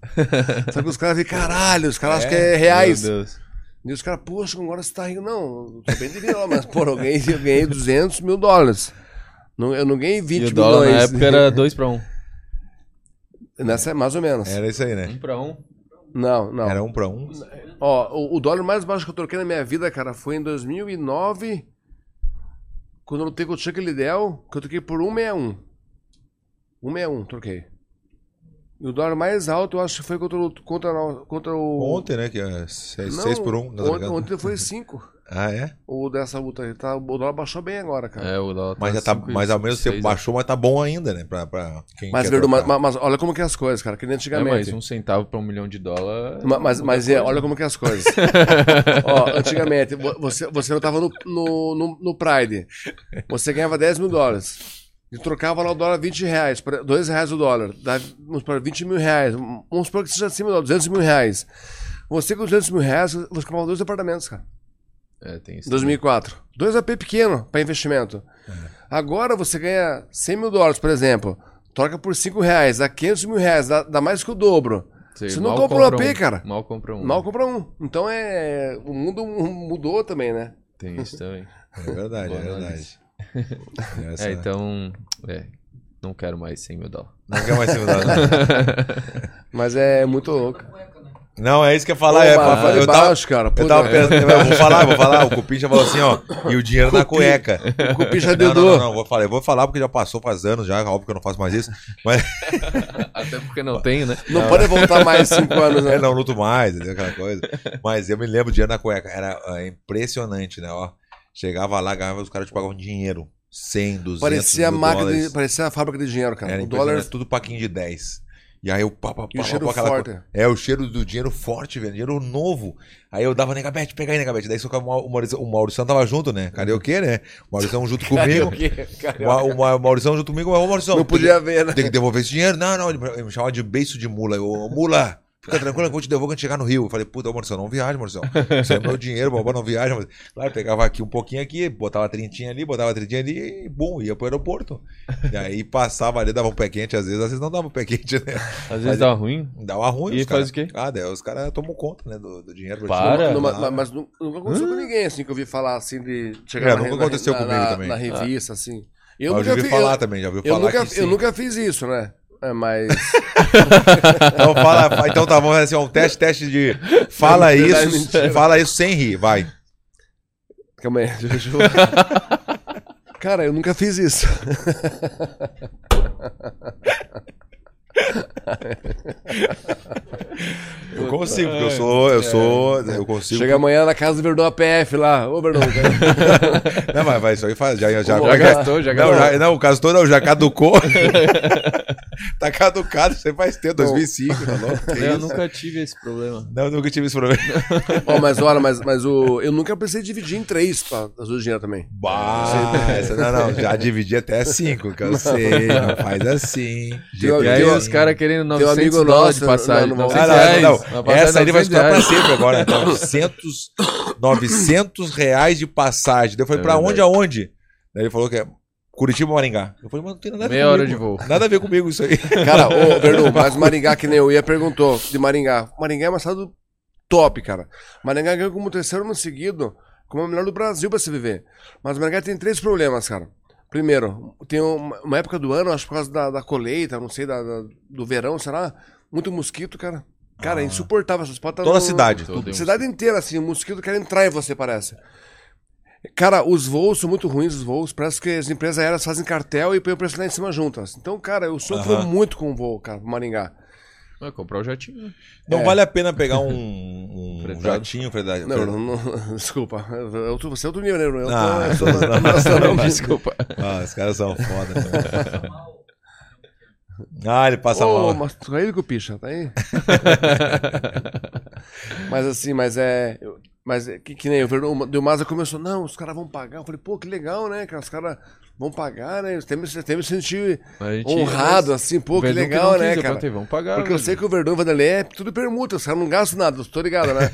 S3: Só que os caras ficam, caralho, os caras acham que é reais.
S2: Meu Deus.
S3: E os caras, poxa, agora você tá rindo. Não, eu tô bem de vida, mas, pô, eu ganhei, eu ganhei 200 mil dólares. Não, eu não ganhei
S2: E
S3: 20
S2: o dólar
S3: milhões.
S2: na época era 2 pra 1. Um.
S3: Nessa é mais ou menos.
S1: Era isso aí, né?
S2: 1 pra 1. Um.
S3: Não, não.
S1: Era um pra um.
S3: Ó, o, o dólar mais baixo que eu troquei na minha vida, cara, foi em 2009, quando eu lutei com o Chuck Liddell, que eu troquei por 161. 161, troquei. E o dólar mais alto, eu acho que foi contra o... Contra, o- contra o
S1: Ontem, né? Que é 6
S3: Não,
S1: por 1. Um, tá
S3: ontem,
S1: ligado?
S3: ontem Tá foi 5,
S1: Ah, é?
S3: o dessa luta. aí, Tá, o dólar baixou bem agora, cara.
S2: É, o dólar
S1: Mas, já tá,
S2: cinco e
S1: mas ao mesmo tempo
S3: né?
S2: seis,
S1: baixou, mas tá bom ainda, né? Pra, pra quem
S3: Mas,
S1: quer
S3: Verdu, mas,
S1: trocar.
S3: mas olha como que é as coisas, cara, que nem
S2: É, mas
S3: antigamente.
S2: um centavo pra um milhão de dólar.
S3: Ma- Mas, mas é, olha como que é as coisas. Ó, antigamente, vo- você, você lutava no, no, no, no Pride. Você ganhava 10 mil dólares. E trocava lá o dólar 20 reais, pra- 2 reais o dólar. Dá, vamos supor, 20 mil reais. Vamos supor que seja acima de 200 mil reais. Você com 200 mil reais, você comprava dois apartamentos, cara.
S2: É, tem isso.
S3: 2004. Dois AP pequeno para investimento. Agora você ganha 100 mil dólares, por exemplo. Troca por 5 reais, dá 500 mil reais, dá, dá mais que o dobro.
S2: Sei,
S3: Você não
S2: mal
S3: compra um AP,
S2: um,
S3: cara.
S2: Mal compra um.
S3: Mal compra um. Então é. O mundo mudou também, né?
S2: Tem isso também.
S1: É verdade, é
S2: Boa
S1: verdade.
S2: análise.
S1: Essa-
S2: É, então. É. Não quero mais 100 mil dólares.
S1: Não quer mais ser mudado, não.
S3: Mas é muito louco.
S1: Não, é isso que eu ia falar. é,
S3: Opa,
S1: pra-
S3: falei
S1: eu tava,
S3: baixo, cara. né?
S1: eu
S3: Puta,
S1: tava pensando, eu vou falar, eu vou falar. O Cupim já falou assim, ó. E o dinheiro na cueca.
S3: O cupim já
S1: Não,
S3: deu
S1: não, não,
S3: dor.
S1: não, vou falar. Eu vou falar porque já passou faz anos já, óbvio que eu não faço mais isso. Mas
S2: Até porque não tenho, né?
S3: Não pode voltar mais cinco anos, né?
S1: eu É, não luto mais, entendeu? Aquela coisa. Mas eu me lembro do dinheiro na cueca. Era ah, impressionante, né? Ó, chegava lá, ganhava, os caras te pagavam dinheiro. 100, 200
S3: Parecia a
S1: mil
S3: máquina, de-
S1: dólares.
S3: parecia a fábrica de dinheiro, cara.
S1: Era
S3: o dólar
S1: impressionante, tudo paquinho de 10. E aí eu pá, pá, pá,
S3: e o
S1: pá,
S3: cheiro
S1: pá, aquela
S3: forte.
S1: É, o cheiro do dinheiro forte, velho. Dinheiro novo. Aí eu dava Negabete, pega aí, Negabete. Daí só que o Mau- o Maurição, o Maurição tava junto, né? Carioquê, né? O Maurição junto comigo. O Ma- O Ma- o Maurição junto comigo. Ô, Maurição.
S3: Não
S1: tem que-
S3: podia ver, né?
S1: Tem que devolver esse dinheiro. Não, não. Ele ele me chamava de beiço de mula. Eu, ô, mula, fica tranquilo que eu te devolvo quando chegar no Rio. Eu falei, puta, ô, Maurição, não viaja, Maurição. Isso aí é meu dinheiro, babá, não viaja. Mas, claro, pegava aqui um pouquinho aqui, botava trintinha ali, botava trintinha ali e, bom, ia pro aeroporto. E aí passava ali, dava um pé quente às vezes. Às vezes não dava um pé quente, né?
S2: Às vezes
S3: é-
S2: dá ruim.
S1: Dá uma ruim,
S2: E
S1: os cara.
S2: faz o quê?
S1: Ah, daí os caras tomam conta, né? Do, do dinheiro.
S2: Para.
S3: Numa-
S1: Não,
S3: mas, mas nu- nunca aconteceu com ninguém, assim, que eu vi falar, assim, de
S1: É,
S3: chegar na,
S1: nunca
S3: na-
S1: aconteceu
S3: na-
S1: comigo
S3: na-
S1: também.
S2: Ah.
S3: na revista, assim.
S1: Eu, já ouvi
S3: fi-
S1: falar também, já ouviu
S3: eu, eu
S1: falar
S3: nunca,
S1: que
S3: eu
S1: sim.
S3: nunca fiz isso, né? É, mas
S1: Então, fala, fa- então tá, vamos fazer assim, ó, um teste, teste de... Fala
S3: Não, não é
S1: isso,
S3: mentira.
S1: fala isso sem rir, vai.
S3: Calma aí, deixa eu... Cara, eu nunca fiz isso.
S1: Eu consigo, porque eu sou,
S2: é.
S1: eu sou, eu consigo.
S3: Chega amanhã na casa do Verdão APF lá. Ô, Verdão, cara.
S1: Não, mas vai, isso aí faz, já, já, já,
S3: Ô,
S2: Já
S3: Olha,
S2: gastou, já
S1: não,
S2: gastou.
S1: já, não, o caso todo não, já caducou. tá caducado, você faz tempo, 2005, tá louco? Que
S2: Eu
S1: isso?
S2: nunca tive esse problema.
S1: Não, eu nunca tive esse problema.
S3: Ó, mas olha, mas, mas o... eu nunca pensei em dividir em três pra fazer o dinheiro também.
S1: Bah, essa- não, não, já dividi até 5, que eu sei, não faz assim.
S3: Tem um-
S2: E aí
S3: Tem
S2: os caras querendo
S3: um
S2: 900
S3: amigo
S2: dólares de
S3: nosso,
S2: passagem.
S3: não, não vou-
S1: Ah,
S2: 900
S1: não,
S2: reais,
S1: não,
S2: uma
S1: não.
S2: passagem
S1: Essa aí vai
S2: 900
S1: ficar pra
S2: reais.
S1: sempre agora. né? 900, 900 reais de passagem. Daí eu falei,
S2: É
S1: pra
S2: verdade.
S1: onde aonde? Daí ele falou que é Curitiba Maringá. Eu falei, mas não tem nada a ver
S2: Meia
S1: comigo.
S2: hora de voo.
S1: Nada a ver comigo isso aí.
S3: Cara, ô, Verdão, mas Maringá, que nem eu ia, perguntou de Maringá. Maringá é uma estado top, cara. Maringá ganhou como terceiro ano seguido, como a melhor do Brasil pra se viver. Mas Maringá tem três problemas, cara. Primeiro, tem um, uma uma época do ano, acho que por causa da, da colheita, não sei, da, da- do verão, será? Muito mosquito, cara. Cara, é insuportável. Você pode estar
S1: Ah. Toda a
S3: no-
S1: cidade.
S2: Todo mundo.
S3: Cidade inteira, assim, o mosquito quer entrar em você, parece. Cara, os voos são muito ruins, os voos. Parece que as empresas aéreas fazem cartel e põem o preço lá em cima juntas. Então, cara, eu sofro
S1: Aham.
S3: muito com o voo, cara, pro Maringá.
S2: Vai comprar o jatinho.
S1: Não
S3: É.
S1: vale a pena pegar um, um
S2: Fretado.
S1: jatinho, Fredado.
S3: Não, não, não, desculpa. Eu tô, você é outro nível, né? Bruno? Eu tô,
S1: Ah,
S3: eu sou na- nacional mesmo.
S2: Desculpa.
S1: Ah, os caras são foda. né? ah, ele passa
S3: Ô,
S1: mal.
S3: mas tu é ele que o picha, tá aí? mas assim, mas é. eu- Mas é que, que nem o Fernando o Maza começou, não, os caras vão pagar. Eu falei, pô, que legal, né? Que os caras vão pagar, né? Eu até me, até me senti
S2: A gente-
S3: honrado, assim, pô, que
S2: Verdun
S3: legal,
S2: não quis,
S3: né,
S2: eu
S3: cara?
S2: perguntei, vamos pagar. né,
S3: Porque eu
S2: velho.
S3: sei que o Verdão e o Vanderlei é tudo permuta, os caras não gastam nada, eu tô ligado, né?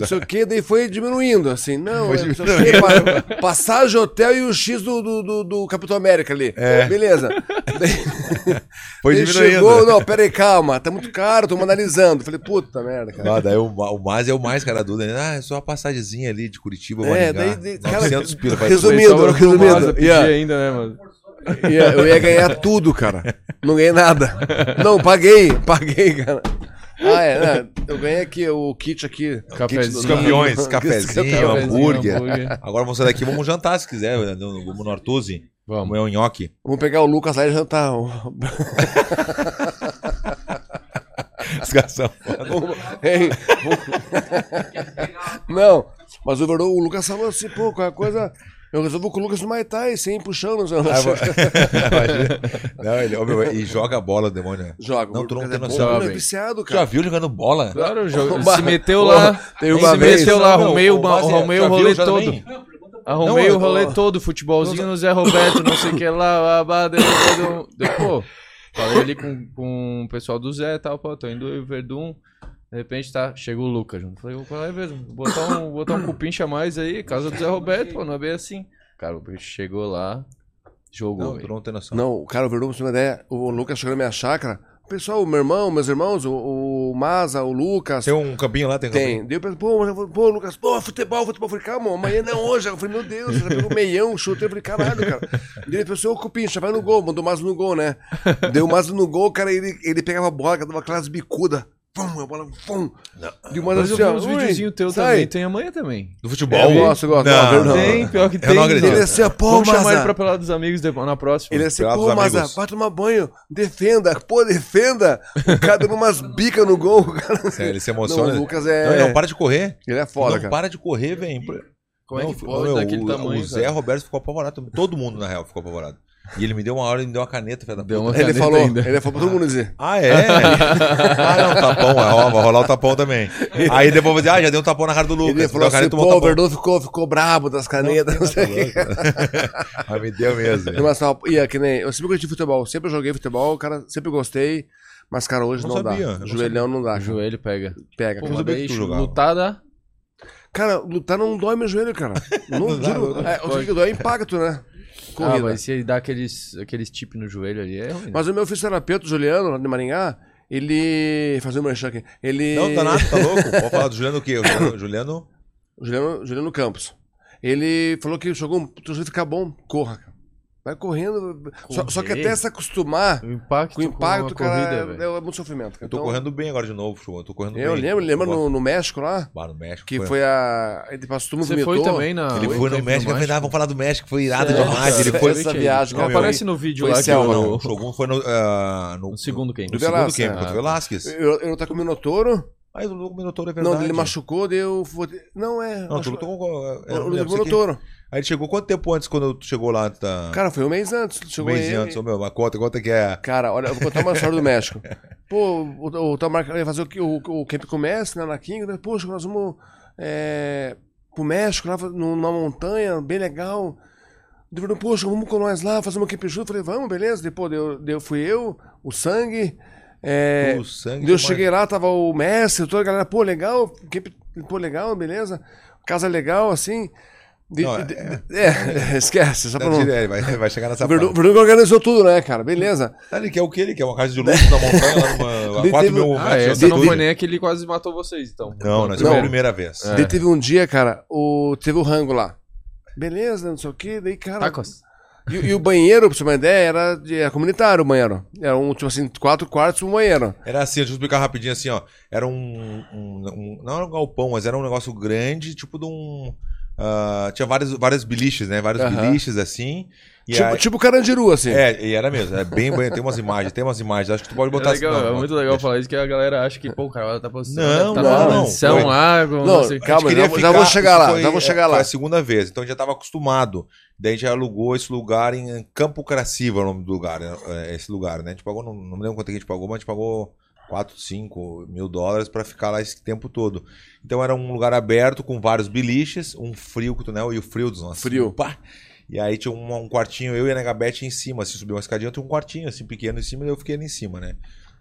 S3: Não sei o que, daí foi diminuindo, assim, não, é, não sei o quê, pa- passagem, hotel e o X do, do, do, do Capitão América ali. Beleza. Daí,
S1: É. Foi
S3: daí
S1: diminuindo. né?
S3: chegou, não, pera aí, calma, tá muito caro, tô analisando. Falei, puta merda, cara.
S1: Ah, daí o, Ma- o Mas é o mais cara dúvida. né? Ah, é só uma passagemzinha ali de Curitiba, Maringá.
S3: É, daí- daí- cara,
S1: 900 pila. pra-
S3: resumindo,
S2: Daí sobrou pro
S3: resumindo,
S2: Maza pedir
S3: yeah.
S2: ainda, né, mano?
S3: Ia- eu ia ganhar tudo, cara. Não ganhei nada. Não, paguei, paguei, cara. Ah, é, né, eu ganhei aqui o kit aqui.
S2: Cafezinho.
S1: Dos campeões, cafezinho,
S3: Cafezinho,
S1: hambúrguer.
S2: hambúrguer.
S1: Agora vamos sair daqui, vamos jantar se quiser. né? No- Vamos no Artuzzi,
S2: Vamos.
S1: comer um nhoque.
S3: Vamos pegar o Lucas lá e jantar.
S1: Os caras são foda.
S3: Vamos- hein? Vamos- Não, mas o, Verdão, o Lucas falou assim, pô, qualquer coisa. Eu resolvo com o Lucas no Maitai, sem puxão. Não,
S1: Ah, vou- Imagina. não, ele, ô, meu, e joga bola, demônio. né?
S3: Joga.
S1: Não, tu não tem noção.
S3: O Lucas é bom,
S2: Jovem.
S3: ele é viciado,
S1: Tu já
S3: cara.
S1: viu jogando bola?
S2: Claro, o jogo-
S3: Uma-
S2: se meteu lá.
S3: Tem uma
S2: se
S3: vez-
S2: meteu lá,
S1: Não,
S2: arrumei o,
S1: ô, Mazzi,
S2: arrumei
S1: tu
S2: o
S1: já viu
S2: rolê
S1: jogando
S2: todo.
S1: bem?
S2: Arrumei
S1: Não,
S2: o rolê
S1: eu-
S2: todo, futebolzinho no Zé Roberto, não sei o que lá, babá, deu, deu, deu, pô. Falei ali com, com o pessoal do Zé e tal, pô, tô indo eu e o Verdun. De repente tá, chega o Lucas. junto. Falei, qual é mesmo? Botar um, botar um cupincha a mais aí, casa do Zé Roberto, pô, não é bem assim. Cara, o bicho chegou lá, jogou.
S1: Não, tu
S2: velho.
S1: não tem noção.
S3: Não, o cara, o Verdão, pra você ter uma ideia, o Lucas chegou na minha chácara. O pessoal, o meu irmão, meus irmãos, o, o Maza, o Lucas.
S1: Tem um campinho lá, tem um
S3: Tem. Daí eu pensei, pô, mas eu falei, pô, Lucas, pô, futebol, futebol. Eu falei, calma, amanhã não, hoje. Eu falei, meu Deus, já pegou meião, chutei. Eu falei, caralho, cara. Daí ele pensou, ô, Cupincha, vai no gol, mandou o Mazo no gol, né? Deu o Mazo no gol, cara, ele, ele pegava a bola, dava aquelas bicudas. Pum, a bola, pum. E o
S2: Mas
S3: Mazo
S2: eu
S3: assim,
S2: vi
S3: ó,
S2: uns
S3: ui,
S2: videozinhos um teu
S3: sai.
S2: também, tem amanhã também.
S1: Do futebol?
S3: Eu gosto, eu gosto, eu
S1: Não,
S3: gosto.
S1: tem,
S2: Tem, pior que tem.
S1: não acredito.
S3: Ele
S2: mano.
S3: é assim, ó, pô,
S2: Vamos chamar ele pra
S3: Maza.
S2: Pelada dos Amigos depois- na próxima.
S3: Ele é assim,
S1: Pelados
S3: pô, Maza,
S1: amigos.
S3: vai tomar banho, defenda, pô, defenda. O cara dando umas bicas no gol, cara.
S1: Sério, ele se
S3: Não,
S1: emociona.
S3: o
S1: Não,
S3: Lucas é.
S1: ele não para de correr.
S3: Ele é foda,
S1: não
S3: cara.
S1: para de correr, velho.
S2: Como
S1: Não,
S2: é que
S1: meu,
S2: pode daquele
S1: o,
S2: tamanho?
S1: O Zé
S2: cara?
S1: Roberto ficou apavorado. Todo mundo, na real, ficou apavorado. E ele me deu uma hora, ele me deu uma caneta. filha da
S2: Deu
S1: puta.
S2: uma
S3: Ele
S2: caneta
S3: falou,
S2: ainda.
S3: ele falou pra todo mundo dizer.
S1: Ah, é? ah, não, tapão. Vai rolar, vai rolar o tapão também. Aí depois vai dizer, ah, já deu um tapão na cara do Lucas.
S3: Ele
S1: Deu
S3: falou
S1: a
S3: assim,
S1: caneta,
S3: pô,
S1: tomou
S3: o
S1: tapão. Tá
S3: Verdun ficou, ficou brabo das canetas, não sei o quê.
S1: Mas me deu mesmo. velho.
S3: Mas, ó, ia, que nem, eu sempre gostei de futebol, sempre joguei futebol, cara, sempre gostei, mas, cara, hoje
S1: Não
S3: não,
S1: sabia, Uhum. eu
S3: dá.
S1: não
S3: Joelhão não dá,
S2: O
S3: cara.
S2: joelho pega.
S3: pega.
S1: Pô,
S3: cara.
S1: mas sabia que tu jogava.
S2: lutada.
S3: Cara, lutar não dói meu joelho, cara. Não,
S1: Não dá,
S3: juro.
S1: não
S3: É, o que dói é impacto, né?
S2: Ah,
S3: Corrida.
S2: mas se ele dá aqueles, aqueles tip no joelho ali, é ruim. né?
S3: Mas o meu fisioterapeuta, o Juliano, lá de Maringá, ele... Fazer um merchan aqui. Ele...
S1: Não, tá nada, tá louco. Pode falar do Juliano o quê? O Juliano- Juliano...
S3: Juliano, Juliano Campos. Ele falou que jogou, tu vai ficar bom, corra, cara. Vai correndo. Só, só que
S2: Correr?
S3: até se acostumar...
S2: o impacto
S3: Com o impacto,
S2: uma
S3: cara,
S2: corrida,
S3: é,
S2: velho.
S3: é muito sofrimento. cara.
S1: Eu tô
S3: Então,
S1: correndo bem agora de novo, Chu. Eu tô correndo
S3: Eu
S1: bem.
S3: lembro, lembra
S1: gosto.
S3: no, no México lá?
S1: Bah, no México.
S3: Que foi Ah, a. Ele passou todo mundo
S2: Você foi também na...
S1: Ele foi no México, eu falei, ah, vamos falar do México, foi irado
S3: Sério,
S1: demais. Ele
S3: cara?
S1: foi.
S3: Essa viagem,
S2: Não,
S1: cara,
S2: aparece no vídeo
S3: foi
S2: lá que
S3: selva,
S1: Não,
S2: eu...
S1: o Shogun foi no. ah, no,
S2: No segundo quem?
S1: No
S3: Do Velasquez,
S1: segundo tempo,
S2: né?
S1: contra o Velasquez.
S3: Eu, eu tá com o Minotouro.
S1: Aí o Lobo Minotouro é verdade.
S3: Não, ele machucou, deu. fote- Não, é.
S1: Não, tu
S3: machucou-
S1: lutou com. é,
S3: Eu- eu
S1: eu
S3: lutei
S1: lembro,
S3: com o
S1: sei que-
S3: Minotouro.
S1: Aí ele chegou quanto tempo antes quando tu chegou lá? Tá...
S3: Cara, foi um mês antes. Chegou
S1: um mês
S3: ele-
S1: antes, ô meu, mas conta, conta que é.
S3: Cara, olha, eu vou contar uma história do México. Pô, o, o tal marca ia fazer o, que- o, o camp começa né, na King, né? Poxa, nós vamos é, pro México, lá numa montanha, bem legal. Ele falou, poxa, vamos com nós lá, fazer uma camp junto. Eu falei, vamos, beleza. Depois eu, eu fui eu, o sangue. É,
S1: o sangue.
S3: Daí eu
S1: do
S3: cheguei lá, tava o mestre, toda a galera, pô, legal, que- pô, legal, beleza, casa legal, assim. De-
S1: Não,
S3: de-
S1: é-
S3: de- é, esquece, só pra
S1: Mar-
S3: não.
S1: Tá, ele Vai, vai chegar nessa
S3: O Verdun
S1: parte.
S3: Verdun que organizou tudo, né, cara? Beleza.
S1: Ah, Ele quer o quê? Ele quer uma casa de luxo na montanha, lá numa, a
S3: Ele
S1: 4
S3: teve- um- é,
S1: mil
S2: Ah,
S1: de
S2: essa não
S1: altitude.
S2: foi nem aquele que quase matou vocês, então.
S1: Não, nós foi a primeira vez.
S3: Daí teve um dia, cara, o, teve o rango lá. Beleza, não sei o que, daí, cara.
S1: Tá
S2: Tacos.
S3: E, e o banheiro, pra você ter uma ideia, era, de- era comunitário o banheiro. Era um, tipo assim, quatro quartos um banheiro.
S1: Era assim, deixa eu explicar rapidinho assim, ó. Era um. um- um- não era um galpão, mas era um negócio grande, tipo de um. ah, tinha vários, vários biliches, né? Vários
S3: Aham.
S1: biliches assim. E
S3: tipo,
S1: aí-
S3: tipo Carandiru, assim.
S1: É, e era mesmo. É bem bonito. Tem umas imagens, tem umas imagens. Acho que tu pode botar
S2: é, legal,
S1: assim.
S2: é
S1: não,
S2: muito
S1: não,
S2: legal
S1: deixa-
S2: falar isso, que a galera acha que, pô, o cara tá
S1: Não,
S2: postando, tá
S3: não,
S1: não,
S2: mansão
S1: foi.
S2: lá, com não,
S3: Não,
S2: sei o quê.
S1: A gente
S3: Calma,
S1: queria
S3: já vou- já vou chegar
S1: isso
S3: lá, já vou chegar lá.
S1: Foi a segunda vez, então já estava acostumado. Daí a gente alugou esse lugar em Campo Caraciva, é o nome do lugar, né? É, esse lugar, né? A gente pagou, não, não me lembro quanto que a gente pagou, mas a gente pagou 4, 5 mil dólares para ficar lá esse tempo todo. Então era um lugar aberto com vários biliches, um frio que tu né? E o frio dos nossos.
S3: Frio.
S1: Pá! E aí tinha um, um quartinho, eu e a Negabete em cima. Se subir uma escadinha, tinha um quartinho assim pequeno em cima e eu fiquei ali em cima, né?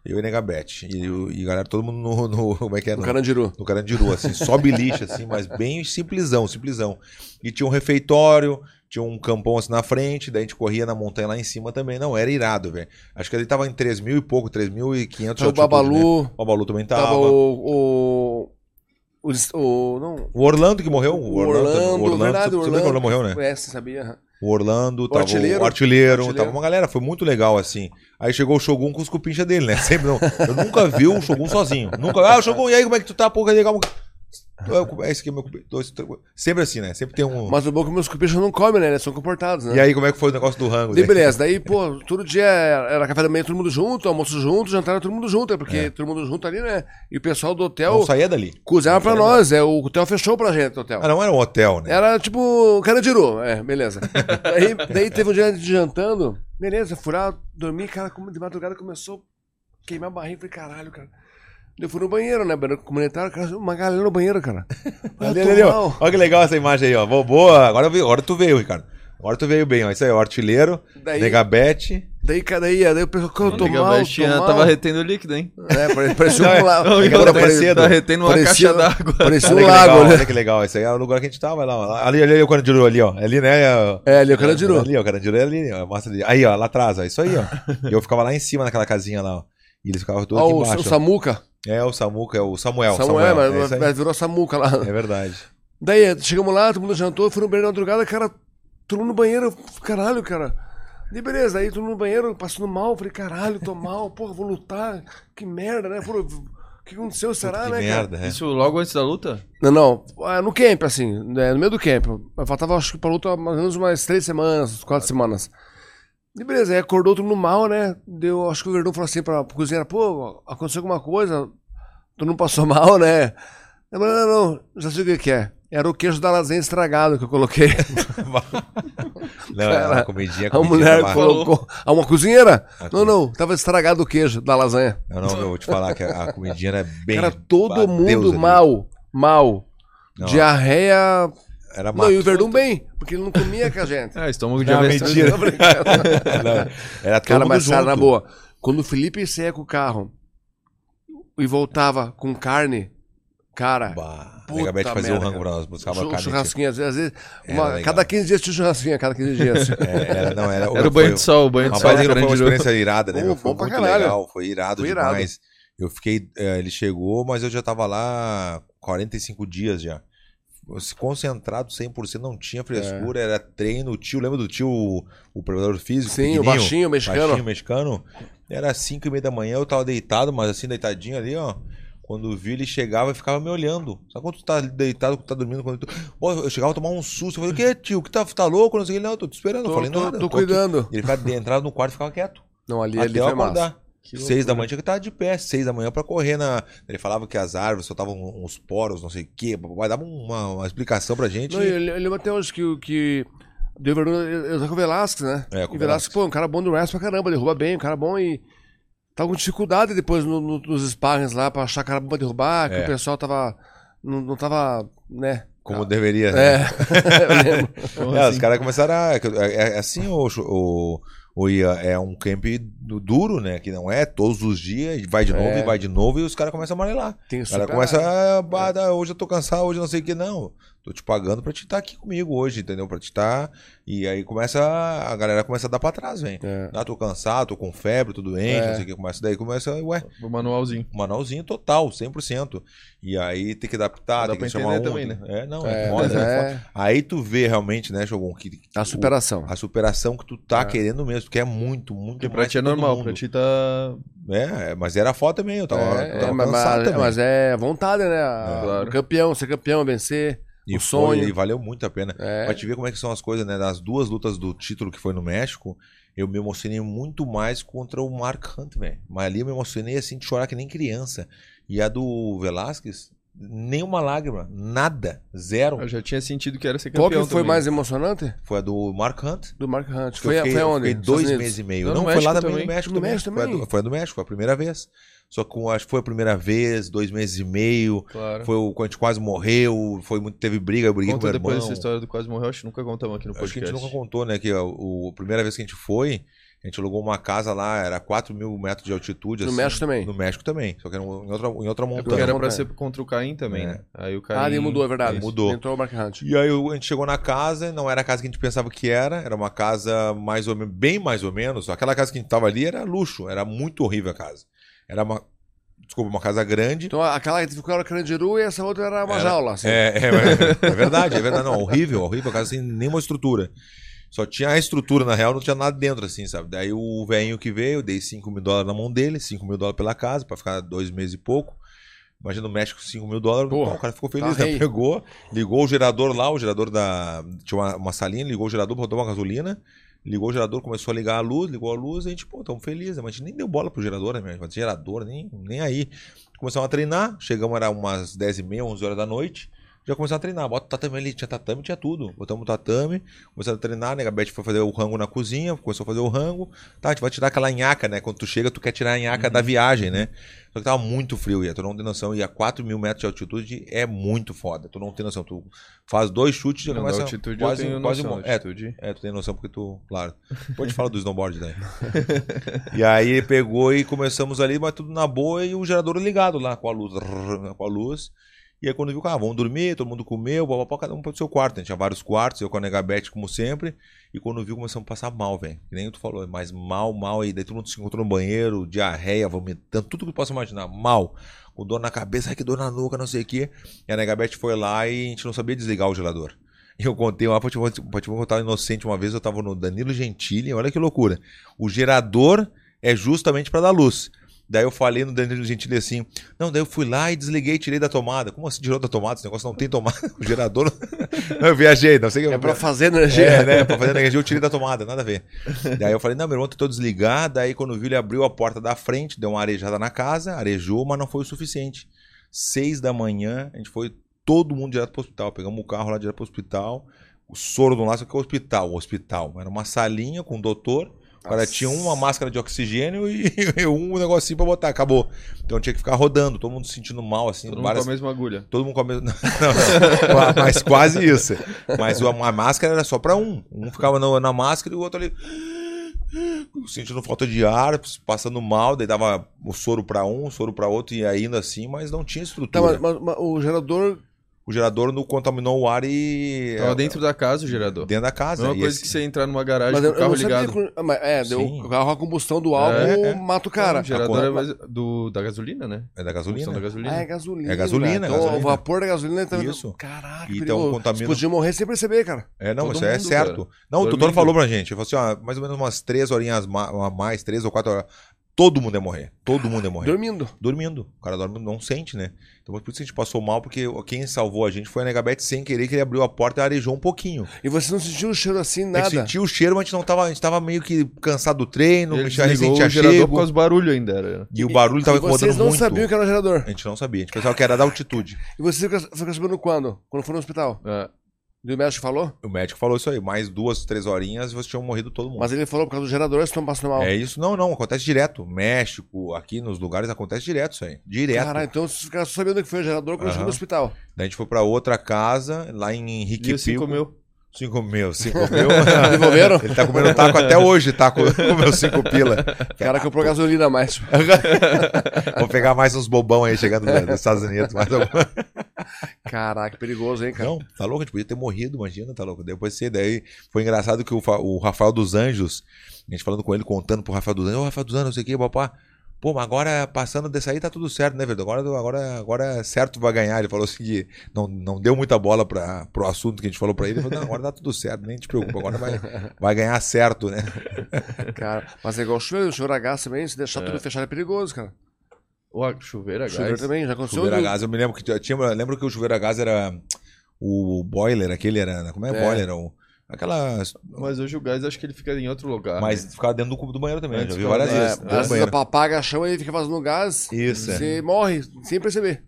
S1: Eu e a Negabete. E, o- e galera, todo mundo no, no- Como é que é?
S3: O
S1: No-
S3: Carandiru.
S1: no Carandiru, assim, só beliche, assim, mas bem simplesão, simplesão. E tinha um refeitório, tinha um campão assim na frente, daí a gente corria na montanha lá em cima também. Não, era irado, velho. Acho que ele tava em 3 mil e pouco, 3.500.
S3: Tava o
S1: altitude, né?
S3: Babalu,
S1: O Babalu também tava.
S3: tava o. O. o, o não.
S1: O Orlando que morreu.
S3: O Orlando, verdade,
S1: sabe- sabe que o
S3: o
S1: Orlando
S3: Orlando.
S1: morreu, né?
S3: É, você sabia?
S1: O Orlando, tava
S3: artilheiro.
S1: o artilheiro,
S3: Artilheiro.
S1: tava uma galera, foi muito legal assim. Aí chegou o Shogun com os cupincha dele, né? Sempre não. Eu nunca vi o Shogun sozinho. Nunca. Ah, Shogun, e aí, como é que tu tá? Pô, cadê? Calma. Eu- Esse aqui é meu cupincha. Dois, três, quatro. Sempre assim, né? Sempre tem um.
S3: Mas o bom é que meus cupichos não comem, né? Eles são comportados, né?
S1: E aí, como é que foi o negócio do rango?
S3: Daí,
S1: né?
S3: beleza. Daí, pô, todo dia era era café da manhã todo mundo junto, almoço junto, jantar era todo mundo junto, é porque todo mundo junto ali, né? E o pessoal do hotel
S1: Não saía dali.
S3: cozinhava pra nós, é, o hotel fechou pra gente, o hotel.
S1: Ah, não era um hotel, né?
S3: Era tipo, o cara tirou, é, beleza. daí, daí teve um dia de jantando, beleza, furar, dormi, cara, como de madrugada começou a queimar a barriga, falei, caralho, cara. Eu fui no banheiro, né, banheiro comunitário, cara, uma galera no banheiro, cara.
S1: Ali,
S3: Eu
S1: ali,
S3: tô
S1: ali, ó.
S3: mal.
S1: Olha que legal essa imagem aí, ó. Boa, Boa, agora, eu vi- agora tu veio, Ricardo. Agora tu veio bem, ó. Isso aí, ó. Artilheiro,
S3: Daí-
S1: Negabete.
S3: Daí, cara, daí, daí o pessoal, cara, eu tô
S2: Liga,
S3: mal,
S2: a China
S3: tô mal.
S2: tava retendo líquido, hein?
S3: É, pare- parecia um lago.
S2: Não,
S1: Agora
S2: eu tô-
S1: apareceu.
S2: tá retendo uma
S3: Parecia-
S2: caixa d'água.
S3: Parecia um
S1: Olha que
S3: lago,
S1: é legal,
S3: né?
S1: olha que legal. Esse aí é o lugar que a gente tava, lá, ó. Ali, ali, ali, o Carandiru, ali, ó. Ali, né? ó.
S3: É, ali o cara tirou.
S1: Ali, ó, Carandiru é ali, ó. Mostra ali. Aí, ó, lá atrás, ó. Isso aí, ó. E eu ficava lá em cima naquela casinha lá, ó. E eles ficavam todos
S3: Ó,
S1: aqui
S3: Ah, o,
S1: embaixo.
S3: o
S1: ó.
S3: Samuca.
S1: É, o Samuca, é o Samuel.
S3: Samuel,
S1: Samuel, é,
S3: mas,
S1: isso aí.
S3: mas virou Samuca lá.
S1: É verdade.
S3: Daí, chegamos lá, todo mundo jantou, fui no banheiro na madrugada, cara, todo mundo no banheiro, caralho, cara. E beleza, aí todo mundo no banheiro, passando mal, falei, caralho, tô mal, porra, vou lutar, que merda, né? Porra, o que aconteceu, será,
S1: que
S3: né, cara?
S1: merda, é.
S2: Isso logo antes da luta?
S3: Não, não, ah, no camp, assim, né, no meio do camp. Eu Faltava, acho que pra luta, mais ou menos umas três semanas, quatro semanas. E beleza, aí acordou todo mundo mal, né? Deu, acho que o Verdão falou assim pra, pra cozinheira, pô, aconteceu alguma coisa, tu não passou mal, né? Eu falei, não, não, não, já sei o que que é. Era o queijo da lasanha estragado que eu coloquei.
S1: É Não, é uma
S3: Cara,
S1: comidinha, comidinha
S3: A mulher
S1: barra.
S3: colocou. A uma cozinheira?
S1: A
S3: Não, não, tava estragado o queijo da lasanha.
S1: Não, não, eu vou te falar que a, a comidinha era bem.
S3: Cara, todo
S1: Adeus,
S3: mundo
S1: ali.
S3: mal, mal.
S1: Não, Tá
S3: Diarreia.
S1: Era
S3: Não,
S1: mato.
S3: e o Verdun bem, porque ele não comia com a gente.
S2: Ah, estômago de
S1: Não,
S2: avestruz.
S1: mentira.
S3: Tô brincando.
S1: Não, era todo
S3: Cara,
S1: mundo
S3: mas
S1: junto.
S3: cara, na boa, quando o Felipe saia com o carro e voltava com carne, cara,
S1: Bah, a
S3: Puta
S1: Megabete fazia o
S3: merda,
S1: um rango pra nós, buscava
S3: chu-
S1: carne.
S3: churrasquinho, às vezes, às vezes,
S1: Era
S3: uma-
S1: legal.
S3: cada 15 dias tinha churrasquinho, a cada 15 dias.
S1: É, era, não, era,
S2: Era o banho de sol, o banho de sol.
S1: Rapaz, não foi uma
S2: grande
S1: experiência irada, né?
S3: Pô,
S1: meu? Foi
S3: bom pra
S1: muito
S3: caralho.
S1: legal, foi irado
S3: Foi irado.
S1: demais. Eu fiquei, eh, ele chegou, mas eu já tava lá 45 dias já. Se concentrado 100%, não tinha
S3: É.
S1: frescura, era treino. O tio, lembra do tio, o, o preparador físico?
S3: Sim, o
S1: pequenininho?
S3: baixinho, o mexicano.
S1: Baixinho mexicano. Era 5 e meia da manhã, eu tava deitado, mas assim, deitadinho ali, ó. Quando vi, ele chegava e ficava me olhando. Sabe quando tu tá deitado, quando tu tá dormindo? Quando tu... Pô, eu chegava a tomar um susto. Eu falei, o que, tio? Que tá, tá louco? Não sei o que. Não, eu tô te esperando. eu
S3: Tô,
S1: falei,
S3: tô-
S1: nada.
S3: tô
S1: aqui. é
S3: cuidando.
S1: Ele ficava, entrava no quarto e ficava quieto.
S3: Não, ali,
S1: até
S3: ali
S1: eu
S3: foi massa.
S1: acordar. Seis da manhã tinha que estar de pé, seis da manhã pra correr na. Ele falava que as árvores soltavam um, uns poros, não sei o quê. Vai dava um, uma, uma explicação pra gente.
S3: Não, eu, eu lembro até hoje que, o- que deu Verdun, eu, eu tava com o Velasquez, né?
S1: É, com o
S3: e o Velasquez, pô, um cara bom do wrestling pra caramba, derruba bem, um cara bom e... Tava com dificuldade depois no- no- nos sparrings lá pra achar cara bom pra derrubar, que
S1: É.
S3: o pessoal tava... Não, não tava, né?
S1: Como deveria. né?
S3: É, assim? eu lembro.
S1: É, os caras começaram a. É, é assim, o, o, o Ian, é um camp du- duro, né? Que não é todos os dias, vai de novo
S3: É.
S1: e vai de novo, e os caras começam a amarelar.
S3: Tem
S1: Os caras
S2: né?
S1: começam a.
S2: É.
S1: "Bah, dá- hoje "Ah, eu tô cansado, hoje eu não sei o que. Não, tô te pagando pra te estar aqui comigo hoje, entendeu? Pra te estar. E aí começa. A galera começa a dar pra trás, velho.
S3: É.
S1: Ah, tô cansado, tô com febre, tô doente,
S3: É.
S1: não sei o que. Começa, daí começa, ué,
S2: O manualzinho.
S1: um manualzinho total, 100%. E aí tem que adaptar,
S2: Dá
S1: tem que
S2: pra
S1: chamar um.
S2: entender também, né?
S1: É, não, é,
S3: É,
S1: foda, né?
S3: é,
S1: Aí tu vê realmente, né, Shogun, que, que
S3: a superação.
S1: o- a superação que tu tá querendo mesmo, porque é muito, muito
S2: Porque pra
S1: mais
S2: ti é
S1: que todo
S2: normal,
S1: mundo.
S2: pra ti tá.
S1: É, mas era foda também, eu tava,
S3: É,
S1: eu tava
S3: mas,
S1: Tá, cansado
S3: mas-
S1: também.
S3: mas é vontade, né? A-
S2: É. Claro.
S3: Campeão, ser campeão, vencer.
S1: E
S3: O
S1: foi,
S3: sonho.
S1: e valeu muito a pena.
S3: É.
S1: Pra te ver como é que são as coisas, né? Das duas lutas do título que foi no México, eu me emocionei muito mais contra o Mark Hunt, velho. Mas ali eu me emocionei assim de chorar que nem criança. E a do Velasquez, nenhuma lágrima, nada, zero.
S2: Eu já tinha sentido que era ser
S3: Qual
S2: campeão
S3: que foi
S2: também.
S3: mais emocionante?
S1: Foi a do Mark Hunt.
S3: Do Mark Hunt.
S1: que
S3: Foi,
S1: eu fiquei,
S3: foi
S1: eu
S3: onde?
S1: fiquei dois
S3: Estados Unidos?
S1: meses e meio.
S2: Não,
S1: Não,
S2: no
S1: foi
S2: México
S1: lá também,
S2: também.
S1: no México.
S3: No
S1: também.
S3: México
S1: foi, a
S3: também.
S1: do, foi a do México, foi a primeira vez. Só que com- acho que foi a primeira vez, dois meses e meio.
S2: Claro.
S1: Foi o, quando a gente quase morreu, foi muito, teve briga, eu briguei com
S2: Conta
S1: o meu
S2: depois
S1: irmão.
S2: essa história do quase morreu, acho que nunca contamos aqui no
S1: Acho que a
S2: podcast.
S1: gente nunca contou, né? Que ó, o, a primeira vez que a gente foi, a gente alugou uma casa lá, era 4 mil metros de altitude.
S3: No
S1: assim,
S3: México também.
S1: No México também, só que era um, em outra, em outra
S2: É
S1: montanha.
S2: porque era pra
S3: Conta.
S2: ser contra o Caim também,
S1: né, É.
S2: né? Aí o Caim...
S3: Ah, ele mudou, é verdade.
S1: Aí mudou.
S3: Entrou o Mark Hunt.
S1: E aí o- a gente chegou na casa, não era a casa que a gente pensava que era, era uma casa mais ou menos, bem mais ou menos. Aquela casa que a gente tava ali era luxo, era muito horrível a casa. Era uma, desculpa, uma casa grande.
S3: Então aquela que ficou era Crandiru e essa outra era uma
S1: Era-
S3: jaula. Assim.
S1: É, é, é verdade, é verdade. Não, horrível, horrível. A casa sem nenhuma estrutura. Só tinha a estrutura, na real, não tinha nada dentro, assim, sabe? Daí o velhinho que veio, eu dei 5 mil dólares na mão dele, 5 mil dólares pela casa, pra ficar dois meses e pouco. Imagina o México, 5 mil dólares.
S3: Porra,
S1: pô, o cara ficou feliz,
S3: tá
S1: né?
S3: rei.
S1: Pegou, ligou o gerador lá, o gerador da. Tinha uma, uma salinha, ligou o gerador, botou uma gasolina. Ligou o gerador, começou a ligar a luz, ligou a luz, e a gente, pô, tamo feliz, né? Mas a gente nem deu bola pro gerador, né? meu? Gerador, nem, nem aí. Começamos a treinar, chegamos, era umas 10h30, 11 horas da noite. Já começamos a treinar, bota o tatame ali, tinha tatame, tinha tudo. Botamos o tatame, começamos a treinar, né? A Beth foi fazer o rango na cozinha, começou a fazer o rango. Tá, a gente vai tirar aquela nhaca, né? Quando tu chega, tu quer tirar a nhaca
S2: Uhum.
S1: da viagem, né? Só que tava muito frio, ia, tu não tem noção. E a 4 mil metros de altitude é muito foda, tu não tem noção. Tu faz dois chutes e já
S2: Não,
S1: começa
S2: da altitude
S1: quase,
S2: eu tenho
S1: quase
S2: noção,
S1: mo-
S2: da
S1: é,
S2: altitude.
S1: é, tu tem noção porque tu, claro. Depois te fala do snowboard daí. e aí ele pegou e começamos ali, mas tudo na boa e o gerador ligado lá com a luz. rrr, Com a luz. E aí quando viu, ah, vamos dormir, todo mundo comeu, papapá, cada um pro seu quarto. né? Tinha vários quartos, eu com a Negabete, como sempre. E quando viu, começamos a passar mal, velho. Que nem tu falou, mas mal, mal. E daí todo mundo se encontrou no banheiro, diarreia, vomitando, tudo que tu possa imaginar, mal. Com dor na cabeça, ai que dor na nuca, não sei o quê. E a Negabete foi lá e a gente não sabia desligar o gelador. E eu contei uma, pra te, pra te pra te contar um inocente uma vez, eu tava no Danilo Gentili, olha que loucura. O gerador é justamente pra dar luz. Daí eu falei no Danilo Gentili assim, não, daí eu fui lá e desliguei, tirei da tomada. Como assim tirou da tomada? Esse negócio não tem tomada, o gerador... não, eu viajei, não sei o que...
S3: É pra fazer
S1: É,
S3: energia.
S1: né? Pra fazer energia, eu tirei da tomada, nada a ver. Daí eu falei, não, meu irmão tentou desligar. Daí quando viu, ele abriu a porta da frente, deu uma arejada na casa, arejou, mas não foi o suficiente. Seis da manhã, a gente foi todo mundo direto pro hospital. Pegamos o carro lá direto pro hospital. O soro do laço que é o hospital, o hospital. Era uma salinha com o doutor. O cara
S3: Nossa.
S1: tinha uma máscara de oxigênio e um negocinho pra botar, acabou. Então tinha que ficar rodando, todo mundo se sentindo mal, assim,
S2: Todo mundo
S1: várias
S2: com a mesma agulha.
S1: Todo mundo com a mesma. Não, não, não. mas quase isso. Mas uma- a máscara era só pra um. Um ficava na, na máscara e o outro ali. Sentindo falta de ar, passando mal, daí dava o soro pra um, o soro pra outro, e ainda assim, mas não tinha
S3: Tá,
S1: estrutura.
S3: mas, mas- mas o gerador.
S1: O gerador não contaminou o ar e.
S2: Tava dentro da casa o gerador.
S1: É, dentro da casa.
S2: mesma
S1: E
S2: coisa
S1: esse-
S2: que você entrar numa garagem
S3: Mas
S2: com
S3: eu,
S2: o
S3: eu
S2: carro
S3: não sabia.
S2: ligado.
S3: que- ah, mas é, deu,
S1: Sim.
S3: o carro, a combustão do álcool
S1: É, é.
S3: mata o
S2: Não,
S3: cara.
S2: o gerador
S1: Ah, a-
S2: é mais do, da gasolina, né?
S1: É da
S2: A função Da
S1: gasolina.
S2: gasolina.
S3: Ah, é gasolina.
S1: É gasolina, é
S3: Então,
S1: gasolina.
S3: o vapor da gasolina também. tá-
S1: Isso.
S3: Caraca,
S1: Então,
S3: perigoso.
S1: contamina-
S3: Você podia morrer sem perceber, cara.
S1: É, não,
S2: Todo
S1: isso aí é
S2: mundo,
S1: certo. Não, o doutor
S2: Dormindo.
S1: falou pra gente. Ele falou assim, ó, mais ou menos umas três horinhas ma- a mais, três ou quatro horas. Todo mundo ia morrer. Todo mundo ia morrer.
S3: Dormindo.
S1: dormindo. O cara dorme, não sente, né? Então por isso que a gente passou mal, porque quem salvou a gente foi a Negabete sem querer, que ele abriu a porta e arejou um pouquinho.
S3: E você não sentiu o cheiro assim,
S1: A
S3: nada.
S1: gente sentiu o cheiro, mas a gente não tava. A gente tava meio que cansado do treino,
S2: Ele
S1: o Michel Recente
S2: desligou
S1: tinha
S2: o gerador
S1: chego,
S2: por causa do barulho ainda. Era.
S1: E o barulho tava
S3: e vocês
S1: incomodando
S3: não
S1: muito.
S3: sabiam que era o gerador.
S1: A gente não sabia, a gente pensava que era da altitude.
S3: E você ficou ficou sabendo quando? Quando foi no hospital?
S2: É.
S3: E o médico falou?
S1: O médico falou isso aí, mais duas, três horinhas e vocês tinham morrido todo mundo.
S3: Mas ele falou por causa do gerador, vocês estão passando mal.
S1: É isso? Não, não, acontece direto. México, aqui nos lugares acontece direto isso aí. Direto.
S3: Caralho, então vocês ficaram sabendo que foi o gerador quando
S1: Aham.
S3: chegou no hospital.
S1: Daí a gente foi pra outra casa, lá em
S2: E
S1: Henrique
S2: assim comeu.
S1: 5 mil, 5 mil.
S3: Devolveram?
S1: Ele tá comendo taco até hoje, tá taco, comeu 5 pila.
S3: Cara, comprou gasolina a mais.
S1: Vou pegar mais uns bobão aí chegando da- dos Estados Unidos. Mais alguma-
S3: Caraca, perigoso, hein, cara?
S1: Não, tá louco? A gente podia ter morrido, imagina, tá louco? Depois você, daí foi engraçado que o, Fa- o Rafael dos Anjos, a gente falando com ele, contando pro Rafael dos Anjos, ô Rafael dos Anjos, não sei o que, papá. Pô, mas agora passando dessa aí tá tudo certo, né, Verdão? Agora, agora, agora certo vai ganhar. Ele falou assim que não, não deu muita bola pra, pro assunto que a gente falou pra ele. Ele falou, não, agora tá tudo certo, nem te preocupa, agora vai, vai ganhar certo, né?
S3: Cara, mas é igual chuveiro, chuveiro a gás também, se deixar tudo fechado é perigoso, cara.
S2: Ou a chuveira,
S3: Chuveiro
S2: é gás.
S3: também, já aconteceu.
S1: Chuveiro a
S3: do-
S1: gás, eu me lembro que tinha, lembro que o chuveiro a gás era o boiler, aquele era. Como é,
S3: É.
S1: boiler? Era o- aquela.
S2: Mas hoje o gás acho que ele fica em outro
S3: Ah.
S2: lugar. né?
S1: Mas ficava dentro do cubo do banheiro também,
S2: Antes
S1: já vi
S2: ficava-
S1: várias
S2: é,
S1: vezes.
S3: É,
S1: dentro do
S3: às vezes
S1: né? banheiro.
S3: apaga a chama e fica fazendo gás.
S1: Isso, é.
S3: Você morre sem perceber.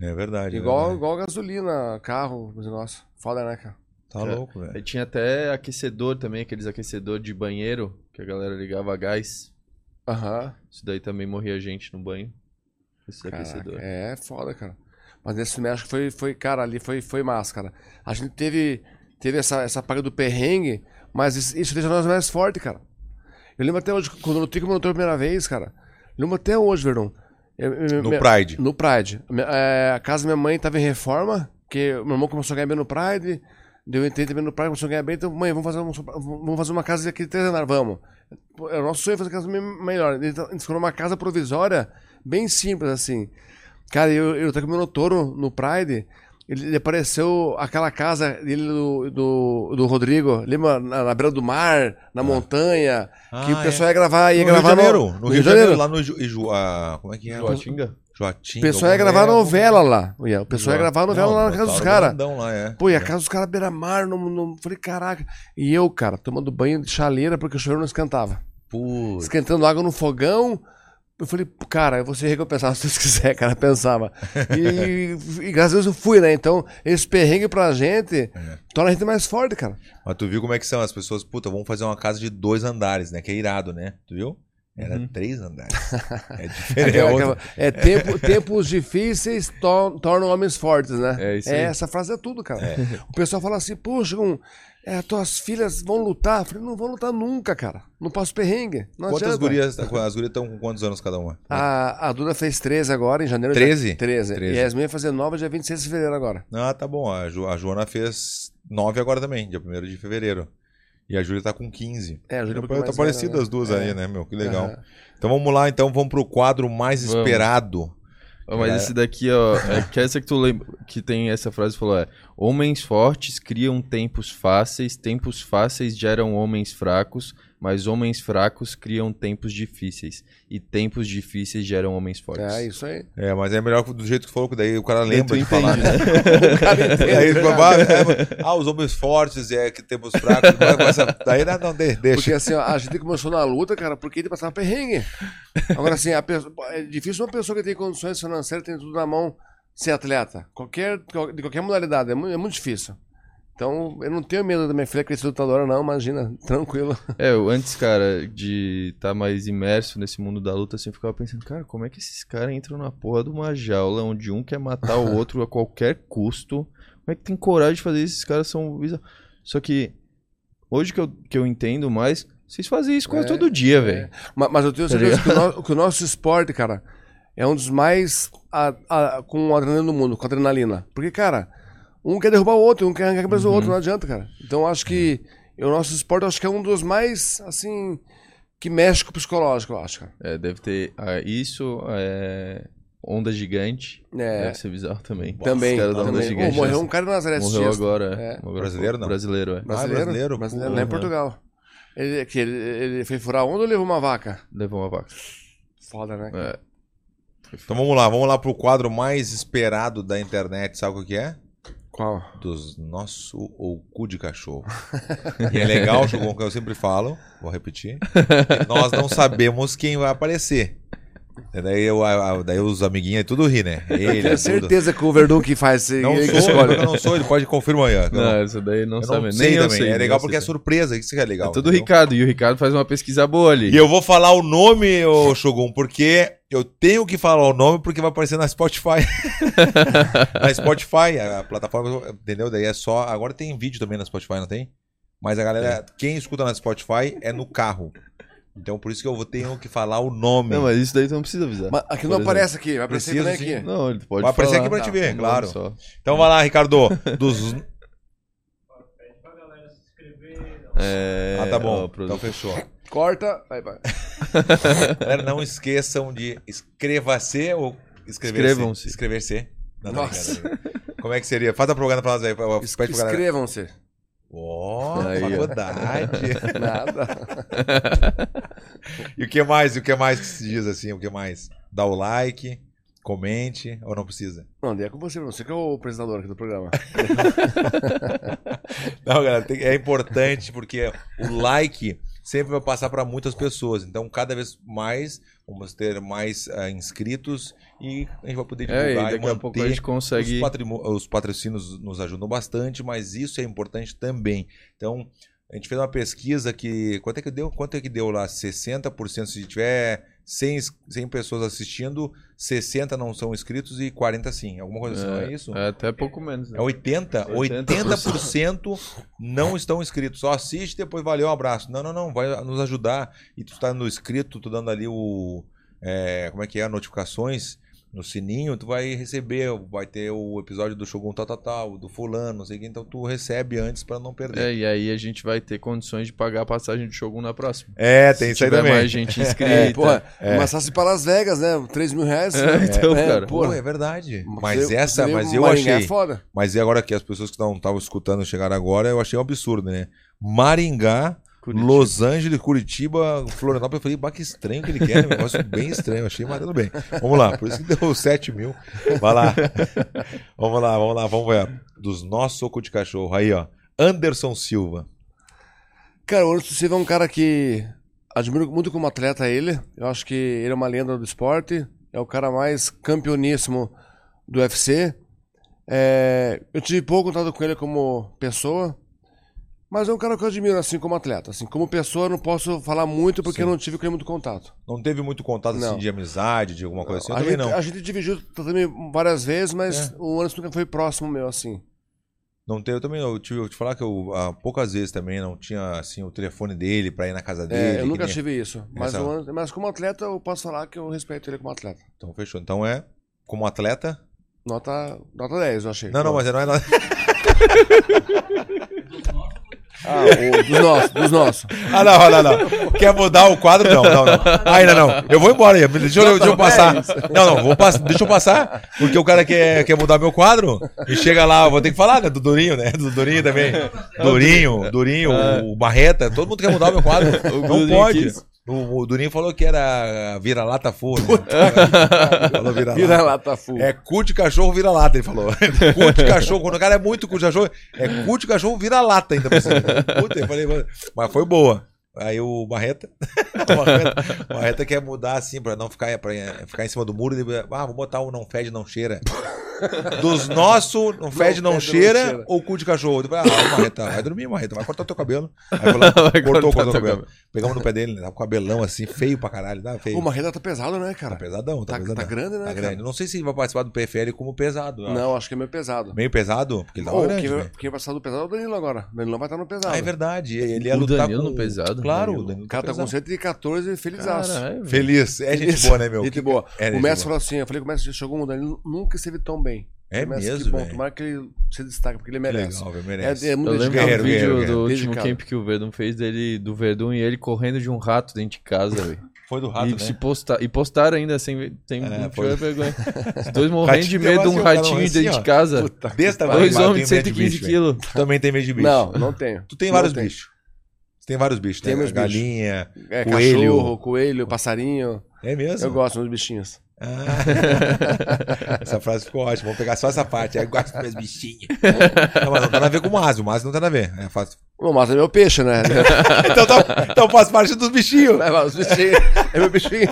S1: É verdade. é
S3: Igual,
S1: verdade.
S3: igual gasolina, carro, mas, nossa, foda, né, cara?
S1: Tá louco, velho.
S2: Aí tinha até aquecedor também, aqueles aquecedor de banheiro, que a galera ligava a gás.
S3: Aham.
S2: Isso daí também morria gente no banho. Esse
S3: Caraca,
S2: aquecedor.
S3: É, foda, cara. Mas nesse filme acho que foi, foi cara, ali foi, foi massa, cara. A gente teve, teve essa, essa paga do perrengue, mas isso, isso deixa nós mais forte, cara. Eu lembro até hoje, quando eu tive o monitor a primeira vez, cara. Lembro até hoje, Verdão. Eu- eu-
S1: No
S3: minha-
S1: Pride.
S3: No Pride. Me- é, a casa da minha mãe tava em reforma, que meu irmão começou a ganhar bem no Pride, deu eu entrei também no Pride, começou a ganhar bem, então, mãe, vamos fazer, um, sopra- vamos fazer uma casa aqui de três andares, vamos. Pô, Era o nosso sonho fazer uma casa me- melhor. Então, a gente ficou numa casa provisória, bem simples, assim. Cara, eu, eu tô com o meu Notoro no Pride, ele, ele apareceu aquela casa dele do, do, do Rodrigo, lembra? Na, na beira do mar, na montanha, que
S1: Ah,
S3: o pessoal ia gravar, ia
S1: No Rio de
S3: gravar
S1: Janeiro. No, Rio de Janeiro,
S3: Janeiro.
S1: lá no Ju, Ju- ah, Como é que é?
S2: Joatinga?
S1: Joatim.
S3: O pessoal ia gravar novela lá. Ian. O pessoal ia
S2: Não,
S3: gravar novela lá na casa dos caras. Pô, e a
S1: ia
S3: casa dos caras beira-mar. No, no... Falei, caraca. E eu, cara, tomando banho de chaleira porque o chuveiro não esquentava.
S1: Putz.
S3: Esquentando água no fogão. Eu falei, "Pô, cara, eu vou ser recompensado se Deus quiser, cara. Pensava. E, e graças a Deus eu fui, né? Então, esse perrengue pra gente torna a gente mais forte, cara.
S1: Mas tu viu como é que são as pessoas? Puta, vamos fazer uma casa de dois andares, né? Que é irado, né? Tu viu? Era três andares. É diferente. é
S3: Uhum. Aquela-
S1: outra-
S3: aquela- É, tempo- tempos difíceis to- tornam homens fortes, né?
S2: É isso aí.
S3: essa frase é tudo, cara. O pessoal fala assim, poxa, um, é, tuas filhas vão lutar. Eu falei, não vão lutar nunca, cara. Não passo perrengue. Não
S1: Quantas
S3: adianta. Ah.
S1: gurias? As gurias estão com quantos anos cada uma?
S3: A, a Duda fez 13 agora, em janeiro.
S1: 13?
S3: 13.
S1: 13.
S3: E a Yasmin vai fazer 9 dia 26 de fevereiro agora.
S1: Ah, tá bom. A, Jo- a Joana fez nove agora também, dia 1 de fevereiro. E a Júlia tá com 15.
S3: É, a Júlia é um
S1: Tá
S3: pouquinho mais
S1: parecido
S3: velha, né?
S1: as duas
S3: É.
S1: aí, né, meu? Que legal.
S3: Aham.
S1: Então vamos lá, então vamos pro quadro mais
S2: Vamos.
S1: esperado.
S2: Ó, mas
S1: É.
S2: esse daqui, ó, é que essa que tu lembra, que tem essa frase falou é: Homens fortes criam tempos fáceis, tempos fáceis geram homens fracos, mas homens fracos criam tempos difíceis e tempos difíceis geram homens fortes.
S3: É, isso aí.
S1: É, mas é melhor do jeito que tu falou, que daí o cara
S2: Daí tu
S1: lembra de falar,
S2: entende,
S1: né? Aí,
S3: Entendeu?
S1: babá, é, ah, os homens fortes, é que temos fracos. mas começa- Daí né, não, não, de- deixa.
S3: Porque assim, ó, a gente começou na luta, cara, porque ele passava perrengue. Agora, assim, a pessoa- é difícil uma pessoa que tem condições financeiras, tem tudo na mão, ser atleta. Qualquer, qual- de qualquer modalidade, é mu- é muito, difícil. Então, eu não tenho medo da minha filha crescer lutadora, não, imagina, tranquilo.
S2: É, eu antes, cara, de estar mais imerso nesse mundo da luta, assim, eu ficava pensando, cara, como é que esses caras entram na porra de uma jaula onde um quer matar o outro a qualquer custo? Como é que tem coragem de fazer isso? Esses caras são. bizar- Só que, hoje que eu, que eu entendo mais, vocês fazem isso quase
S3: É,
S2: todo dia, velho.
S3: Ma- Mas, eu tenho certeza que o, no- que o nosso esporte, cara, é um dos mais a- a- com adrenalina no mundo, com adrenalina. Porque, cara, um quer derrubar o outro, um quer arrancar a cabeça do outro, não adianta, cara. Então, eu acho que o nosso esporte, eu acho que é um dos mais, assim, que mexe com o psicológico, eu acho, cara.
S2: É, deve ter ah, isso, é, onda gigante.
S3: É.
S2: Deve ser bizarro também.
S3: também.
S2: Os caras da onda
S3: também.
S2: gigante.
S3: Pô, morreu um
S2: né?
S3: cara na Nazaré esses
S2: Morreu
S3: dias.
S2: agora.
S3: É.
S2: morreu agora.
S1: Brasileiro, não?
S2: Brasileiro, é.
S1: Ah,
S3: Brasileiro,
S1: brasileiro?
S3: brasileiro, lá em
S2: Porra.
S3: Portugal. Ele, que ele, ele foi furar onda ou levou uma vaca?
S2: Levou uma vaca.
S3: Foda, né?
S2: É.
S1: Então vamos lá, vamos lá pro quadro mais esperado da internet, sabe o que é?
S3: Qual?
S1: Dos nosso ou cu de cachorro. e é legal, Chugão, que eu sempre falo, vou repetir, que nós não sabemos quem vai aparecer. E Daí, eu, a- a- daí os amiguinhos aí tudo ri, né?
S3: Eu
S1: Ele,
S3: tenho
S1: tudo.
S3: certeza que o Verdun que faz,
S1: Não
S3: ele que
S1: sou,
S3: escolhe.
S1: eu não sou, ele pode confirmar aí. ó. Eu não-
S2: Não, isso daí não
S1: eu
S2: sabe.
S1: não
S2: Nem
S1: sei
S2: eu
S1: também.
S2: sei,
S1: é
S2: nem
S1: legal
S2: eu
S1: porque é
S2: sei.
S1: surpresa, isso que é legal.
S2: É tudo
S1: entendeu?
S2: Ricardo, e o Ricardo faz uma pesquisa boa
S1: E
S2: ali.
S1: eu vou falar o nome, ô Shogun, porque eu tenho que falar o nome porque vai aparecer na Spotify. na Spotify, a plataforma, entendeu? Daí é só. Agora tem vídeo também na Spotify, não tem? Mas a galera, quem escuta na Spotify é no carro. Então por isso que eu vou tenho que falar o nome.
S2: Não, mas isso daí tu não precisa avisar.
S3: Mas aqui
S2: Por
S3: não
S2: exemplo.
S3: aparece aqui, vai né, aparecer
S1: Tá. Preciso,
S3: também
S1: sim.
S3: aqui.
S2: Não, ele pode
S1: Vai aparecer
S2: falar.
S1: aqui pra te ver,
S2: Tá,
S1: claro.
S2: só.
S1: Então vai lá, Ricardo. Dos...
S2: É,
S1: ah, tá bom.
S2: ó, pro-
S1: Então fechou.
S3: Corta, vai, vai.
S1: Galera, não esqueçam de inscrever-se ou escrever-se.
S2: Inscrevam-se.
S1: Escrever-se. Não, não,
S3: Nossa.
S1: brincadeira. Como é que seria? Faz a propaganda pra nós aí. pra-
S3: Es-
S1: Pede pra galera.
S3: Inscrevam-se.
S1: Ó,
S2: Aí, ó.
S1: faculdade.
S3: Nada.
S1: e o que mais? E o que mais que se diz assim? O que mais? Dá o like, Comente ou não precisa?
S3: Não, daí é com você, você que é o apresentador aqui do programa.
S1: Não, galera, tem- é importante porque o like sempre vai passar para muitas pessoas. Então, cada vez mais, vamos ter mais ah, inscritos e a gente vai poder divulgar
S2: É, e
S1: e
S2: daqui a
S1: manter
S2: pouco a gente consegue.
S1: Os, patrimo- os patrocínios nos ajudam bastante, mas isso é importante também. Então, a gente fez uma pesquisa que. Quanto é que deu? Quanto é que deu lá? 60%. Se tiver 100, ins- 100 pessoas assistindo, 60 não são inscritos e 40 sim. Alguma coisa assim, não é isso?
S2: É, até pouco menos. Né?
S1: É 80? 80%,
S2: 80%.
S1: não estão inscritos. Só assiste depois valeu, um abraço. Não, não, não, vai nos ajudar. E tu está no inscrito, tu dando ali o. é, como é que é? Notificações no sininho, tu vai receber, vai ter o episódio do Shogun tal, tal, tal, do fulano, não sei o que, então tu recebe antes para não perder.
S2: É, e aí a gente vai ter condições de pagar a passagem do Shogun na próxima.
S1: É,
S2: Se tiver mais gente inscrita.
S3: É, pô, mas só se para Las Vegas, né? 3 mil reais.
S2: É,
S3: né?
S2: então, cara.
S1: Pô,
S3: porra.
S1: é verdade.
S3: Você-
S1: Mas
S3: você
S1: essa,
S3: vê
S1: mas eu
S3: Maringá é
S1: achei.
S3: foda.
S1: Mas e agora que as pessoas que não estavam escutando chegaram agora, eu achei um absurdo, né? Maringá,
S2: Curitiba.
S1: Los Angeles, Curitiba, Florianópolis. Eu falei, bah, que estranho que ele quer, né? um negócio bem estranho. Eu achei, mas tudo bem. Vamos lá, por isso que deu 7 mil. Vai lá. vamos lá, vamos lá, vamos ver. Dos nossos soco de cachorro. Aí, ó. Anderson Silva.
S3: Cara, o Anderson Silva é um cara que admiro muito como atleta ele. Eu acho que ele é uma lenda do esporte. É o cara mais campeoníssimo do UFC. É, eu tive pouco contato com ele como pessoa, mas é um cara que eu admiro, assim, como atleta. Assim, como pessoa, eu não posso falar muito porque eu não tive com ele muito contato.
S1: Não teve muito contato assim,
S3: Não.
S1: de amizade, de alguma coisa assim? Eu
S3: a,
S1: também
S3: gente,
S1: não. É.
S3: a gente dividiu também várias vezes, mas o Anderson nunca foi próximo meu, assim.
S1: Não tem, eu também não. Eu te, eu te falar que eu ah, poucas vezes também não tinha assim, o telefone dele pra ir na casa
S3: É,
S1: dele.
S3: eu
S1: que
S3: nunca
S1: nem-
S3: tive isso. Mas,
S1: Essa-
S3: o Anderson- mas como atleta, eu posso falar que eu respeito ele como atleta.
S1: Então, fechou. Então é, como atleta,
S3: Nota, nota 10, eu achei.
S1: Não, não, mas não é nada.
S3: Ah, o- dos nossos, dos nossos.
S1: Ah, não, não, não. Quer mudar o quadro? Não, não, não. Ainda não. Eu vou embora aí. Deixa eu, deixa eu
S2: É
S1: passar. Não, não, vou pass... deixa eu passar. Porque o cara quer, quer mudar meu quadro e chega lá, eu vou ter que falar, né? Do Durinho, né? Do Durinho também. Durinho, Durinho, o Barreta, todo mundo quer mudar meu quadro. Não
S2: É. Durinho
S1: pode.
S2: quis.
S1: O, o Durinho falou que era vira-lata full. Né? Falou vira-lata.
S3: Vira lá, tá full.
S2: tipo,
S1: É cu de cachorro vira-lata, ele falou. cu de cachorro, quando o cara é muito cu de cachorro, é cu de cachorro vira-lata ainda. por cima. Puta, eu falei, mano, mas foi boa. Aí o Barreta, o Barreta, o Barreta quer mudar assim, pra não ficar, pra ficar em cima do muro. Ele, ah, vou botar o não fede, não cheira. Dos nossos, não fede, não,
S3: fede, não
S1: cheira,
S3: cheira.
S1: ou cu de cachorro. Ele falou, ah, Marreta, vai dormir, Marreta, vai cortar teu cabelo. Aí foi lá, cortou,
S2: Vai cortar
S1: cortou o
S2: teu
S1: cabelo.
S2: cabelo.
S1: Pegamos no pé dele, né? Tava com o cabelão assim, feio pra caralho, tá feio.
S3: O Marreta tá pesado, né, cara?
S1: Tá pesadão, tá,
S3: Tá-
S1: pesadão.
S3: tá grande, né,
S1: Tá
S3: cara?
S1: grande. Não sei se ele vai participar do PFL como pesado. eu
S3: Não, acho que é meio pesado.
S1: Meio pesado? Porque ele tava
S3: Ou
S1: grande,
S3: quem,
S1: né?
S3: vai, quem vai passar do pesado é o Danilo agora. O Danilo vai estar no pesado.
S1: Ah, é verdade. Ele ia
S2: O
S1: lutar
S2: Danilo
S1: com...
S2: no pesado?
S1: Claro,
S2: Danilo.
S1: o Danilo
S3: O cara tá com
S1: pesado.
S3: 114 e felizaço.
S2: Caralho, velho.
S1: Feliz. É gente
S3: Feliz.
S1: boa, né, meu?
S3: Gente boa.
S1: É,
S3: o
S1: gente
S3: Messi
S1: boa.
S3: falou assim, eu falei que o Messi chegou um Danilo nunca esteve tão bem.
S1: É
S3: o Messi,
S1: mesmo,
S3: que bom,
S1: velho.
S3: tomara que ele se destaque, porque ele
S1: Que
S3: merece.
S1: Legal, velho,
S3: É,
S1: merece.
S3: é muito
S2: Eu lembro
S1: guerreiro,
S3: dedicado.
S2: do vídeo
S1: guerreiro, guerreiro.
S2: do último
S3: Dedicado.
S2: camp que o Verdun fez dele, do Verdun e ele correndo de um rato dentro de casa, velho.
S1: Foi do rato,
S2: E,
S1: né?
S2: se posta... e postaram ainda sem. Tem
S1: É,
S2: não
S1: foi.
S2: tiver vergonha. Os dois morrendo de
S1: Ratinho
S2: medo de um
S1: deu assim, ó,
S2: ratinho
S1: assim,
S2: dentro
S1: ó.
S2: de casa.
S1: Desse tamanho,
S2: Dois
S1: mas eu
S2: homens de
S1: tenho medo
S2: 115
S1: bicho,
S2: quilos.
S1: velho. Também tem medo de bicho.
S3: Não, não tenho.
S1: Tu tem
S3: Não
S1: vários
S3: tenho.
S1: bichos. Tu tem vários bichos,
S3: Tem
S1: né?
S3: meus bichos.
S1: Galinha.
S3: É,
S1: Coelho.
S3: cachorro, coelho, passarinho.
S1: É mesmo?
S3: Eu gosto dos bichinhos.
S1: Ah. essa frase ficou ótima. Vamos pegar só essa parte. Aí eu gosto dos meus bichinhos. Não, mas não tem nada a ver com o Márcio. O Márcio não tem nada a ver. É fácil.
S3: O Márcio é meu peixe, né?
S1: Então, tá- então faz parte dos bichinhos.
S3: Os bichinhos. É meu bichinho.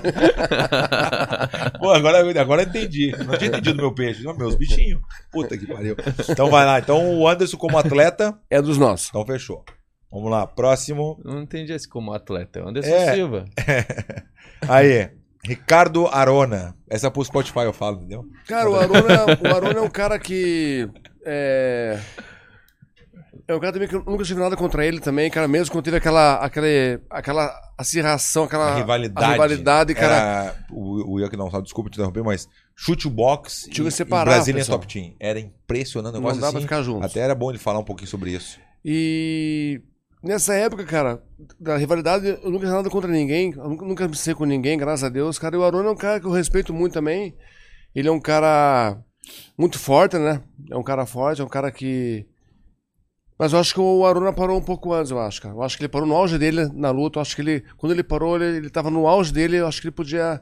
S1: Pô, agora, agora eu entendi. Não tinha entendido meu peixe. Não, meus bichinhos. Puta que pariu. Então vai lá. Então o Anderson como atleta.
S3: É dos nossos.
S1: Então fechou. Vamos lá. Próximo.
S2: Eu Não entendi esse como atleta. é o Anderson
S1: É.
S2: Silva.
S1: Aí. Ricardo Arona. Essa é pro Spotify eu falo, entendeu?
S3: Cara, o Arona, o Arona é um cara que. É. É um cara também que eu nunca tive nada contra ele também, cara. Mesmo quando teve aquela. aquela, aquela acirração, aquela.
S1: A rivalidade.
S3: Ah,
S1: É,
S3: a rivalidade, cara.
S1: Era, o, o Ian que não sabe, desculpa te interromper, mas chute box
S3: Tinha que
S1: e,
S3: separar,
S1: e Brazilian
S3: pessoal.
S1: Top Team. Era impressionante o
S3: não
S1: negócio
S3: dá pra
S1: assim.
S3: ficar junto.
S1: Até era bom ele falar um pouquinho sobre isso.
S3: E. Nessa época, cara, da rivalidade, eu nunca tive nada contra ninguém. Eu nunca, nunca me sei com ninguém, graças a Deus. Cara, e o Arona é um cara que eu respeito muito também. Ele é um cara muito forte, né? É um cara forte, é um cara que. Mas eu acho que o Aruna parou um pouco antes, eu acho, cara. Eu acho que ele parou no auge dele na luta. Eu acho que ele. Quando ele parou, ele, ele tava no auge dele. Eu acho que ele podia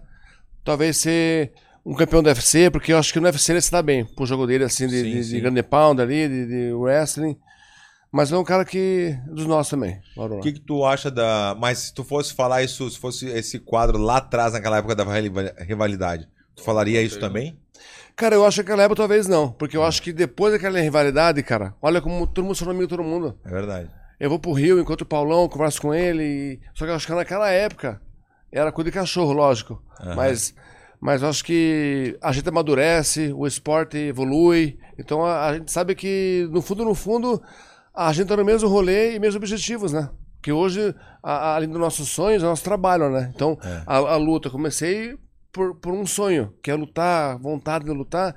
S3: talvez ser um campeão do UFC, porque eu acho que no UFC ele se dá bem, pro jogo dele, assim, de,
S1: Sim,
S3: de- de
S1: sim.
S3: grande pound ali, de, de wrestling. Mas é um cara que. dos nossos também, Mauro.
S1: O que, que tu acha da. Mas se tu fosse falar isso, se fosse esse quadro lá atrás, naquela época da rival- rivalidade, tu falaria isso também?
S3: Cara, eu acho que aquela época talvez não, porque eu acho que depois daquela rivalidade, cara, olha como todo mundo se amigo de todo mundo.
S1: É verdade.
S3: Eu vou pro Rio, encontro o Paulão, converso com ele. e- Só que eu acho que naquela época era coisa de cachorro, lógico.
S1: Aham.
S3: Mas, mas eu acho que a gente amadurece, o esporte evolui. Então a, a gente sabe que, no fundo, no fundo, a gente tá no mesmo rolê e mesmos objetivos, né? Porque hoje, a- a- além dos nossos sonhos, é o nosso trabalho, né? Então, a, a luta, eu comecei por, por um sonho, que é lutar, vontade de lutar.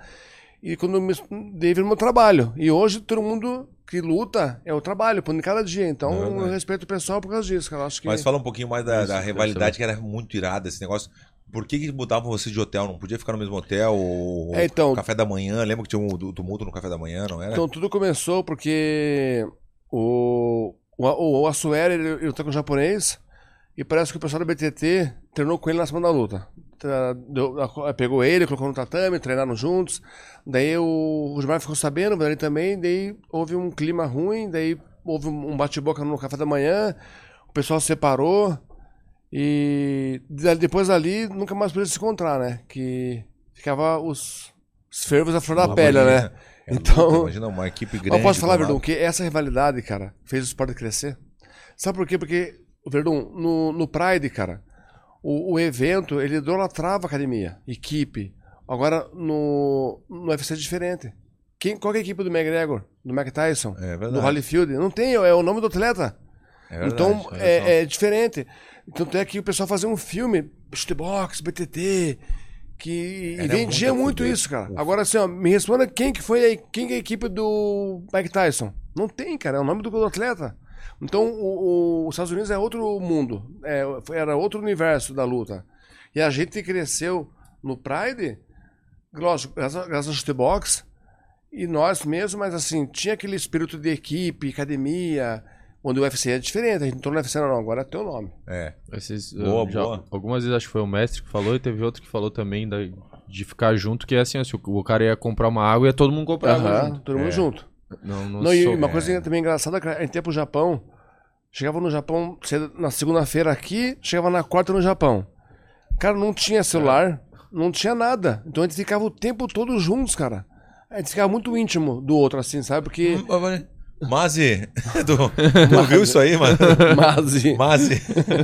S3: E quando eu me, daí vira meu trabalho. E hoje todo mundo que luta é o trabalho, por cada dia.
S1: É
S3: Então
S1: verdade.
S3: eu respeito o pessoal por causa disso, cara. Eu Acho que.
S1: Mas fala um pouquinho mais da,
S2: Isso,
S1: da
S2: quero
S1: rivalidade, que era muito irada esse negócio. Por que, que mudavam você de hotel? Não podia ficar no mesmo hotel? Ou
S3: É, então-
S1: café da manhã? Lembra que tinha um du- tumulto no café da manhã, não era?
S3: Então tudo começou porque o, o, o, o Assuero, ele, ele tá com o japonês e parece que o pessoal do BTT treinou com ele na semana da luta. Tra- deu- a- Pegou ele, colocou no tatame, treinaram juntos. Daí o Rudimar ficou sabendo, mas ele também. Daí houve um clima ruim, daí houve um bate-boca no café da manhã. O pessoal se separou. E da- depois ali nunca mais podia se encontrar, né? Que ficava os, os fervos à flor da
S1: Pelo
S3: pele,
S1: amor de
S3: né?
S1: Deus. É
S3: Então-
S1: luta, imagina uma equipe grande.
S3: Mas posso falar,
S1: tomar-
S3: Verdun, que essa rivalidade, cara, fez o esporte crescer. Sabe por quê? Porque, Verdun, no, no Pride, cara, o, o evento, ele idolatrava a academia, equipe. Agora, no, no UFC é diferente. Quem, qual que é a equipe do McGregor, do Mike Tyson,
S1: É verdade.
S3: do Holyfield? Não tem, é o nome do atleta.
S1: É verdade,
S3: então,
S1: olha só.
S3: é, é diferente. Tanto é que o pessoal fazia um filme, shootbox, BTT, que
S1: Era
S3: e vendia
S1: muito
S3: muito
S1: fudido.
S3: isso, cara. Agora, assim, ó, me responda quem que foi a, e- quem que é a equipe do Mike Tyson. Não tem, cara, é o nome do, do atleta. Então, o- o- os Estados Unidos é outro mundo, é, foi- era outro universo da luta. E a gente cresceu no Pride, lógico, graças, a- graças ao shootbox, e nós mesmo, mas assim, tinha aquele espírito de equipe, academia, onde o UFC é diferente. A gente não torna UFC, não, agora é teu nome.
S1: É.
S2: Esses,
S1: Boa,
S2: eu já-
S1: boa.
S2: Algumas vezes acho que foi o mestre que falou e teve outro que falou também da- de ficar junto, que é assim, ó, se o, o cara ia comprar uma água, ia todo mundo comprar água
S3: Aham,
S2: junto.
S3: todo mundo
S1: É.
S3: junto.
S2: Não, não,
S3: Não, e
S2: sou-
S3: uma coisa também engraçada, é cara, a gente ia pro Japão, chegava no Japão cedo, na segunda-feira aqui, chegava na quarta no Japão. Cara, não tinha celular, não tinha nada. Então a gente ficava o tempo todo juntos, cara. A gente ficava muito íntimo do outro, assim, sabe? Porque.
S2: Hum,
S1: Mas, tu, tu viu isso aí, mano?
S3: Mas.
S1: Mas,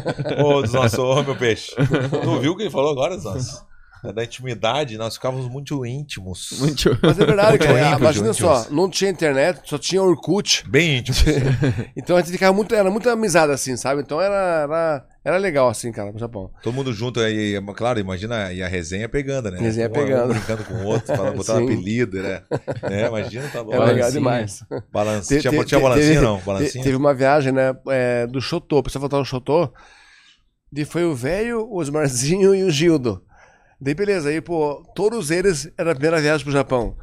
S1: ô, dos nossos, ô, meu peixe. Tu viu o que ele falou agora, dos nossos? É Da intimidade, nós ficávamos muito íntimos.
S2: Muito-
S3: Mas é verdade,
S1: Muito
S3: cara.
S1: íntimo,
S3: Imagina
S1: íntimo.
S3: só, não tinha internet, só tinha Orkut.
S1: Bem íntimos.
S3: Então a gente ficava muito. Era muita amizade, assim, sabe? Então era, era, era legal, assim, cara, pro Japão.
S1: Todo mundo junto aí, e, claro, imagina e a resenha pegando, né?
S3: Resenha
S1: um,
S3: pegando.
S1: Um brincando com o outro, falando, botando
S3: Sim.
S1: apelido, né? né? Imagina, tá louco.
S3: Era É legal
S2: Balancinha.
S3: demais.
S1: Balancinha.
S3: Te-
S1: Tinha,
S3: te-
S1: tinha
S3: te-
S1: balancinha,
S3: teve-
S1: não?
S3: te-
S1: Balancinha?
S3: Teve uma viagem, né? é, do Chotô, precisa voltar no Chotô. E foi o velho, o Osmarzinho e o Gildo. Daí, beleza, aí, pô, todos eles era a primeira viagem pro Japão.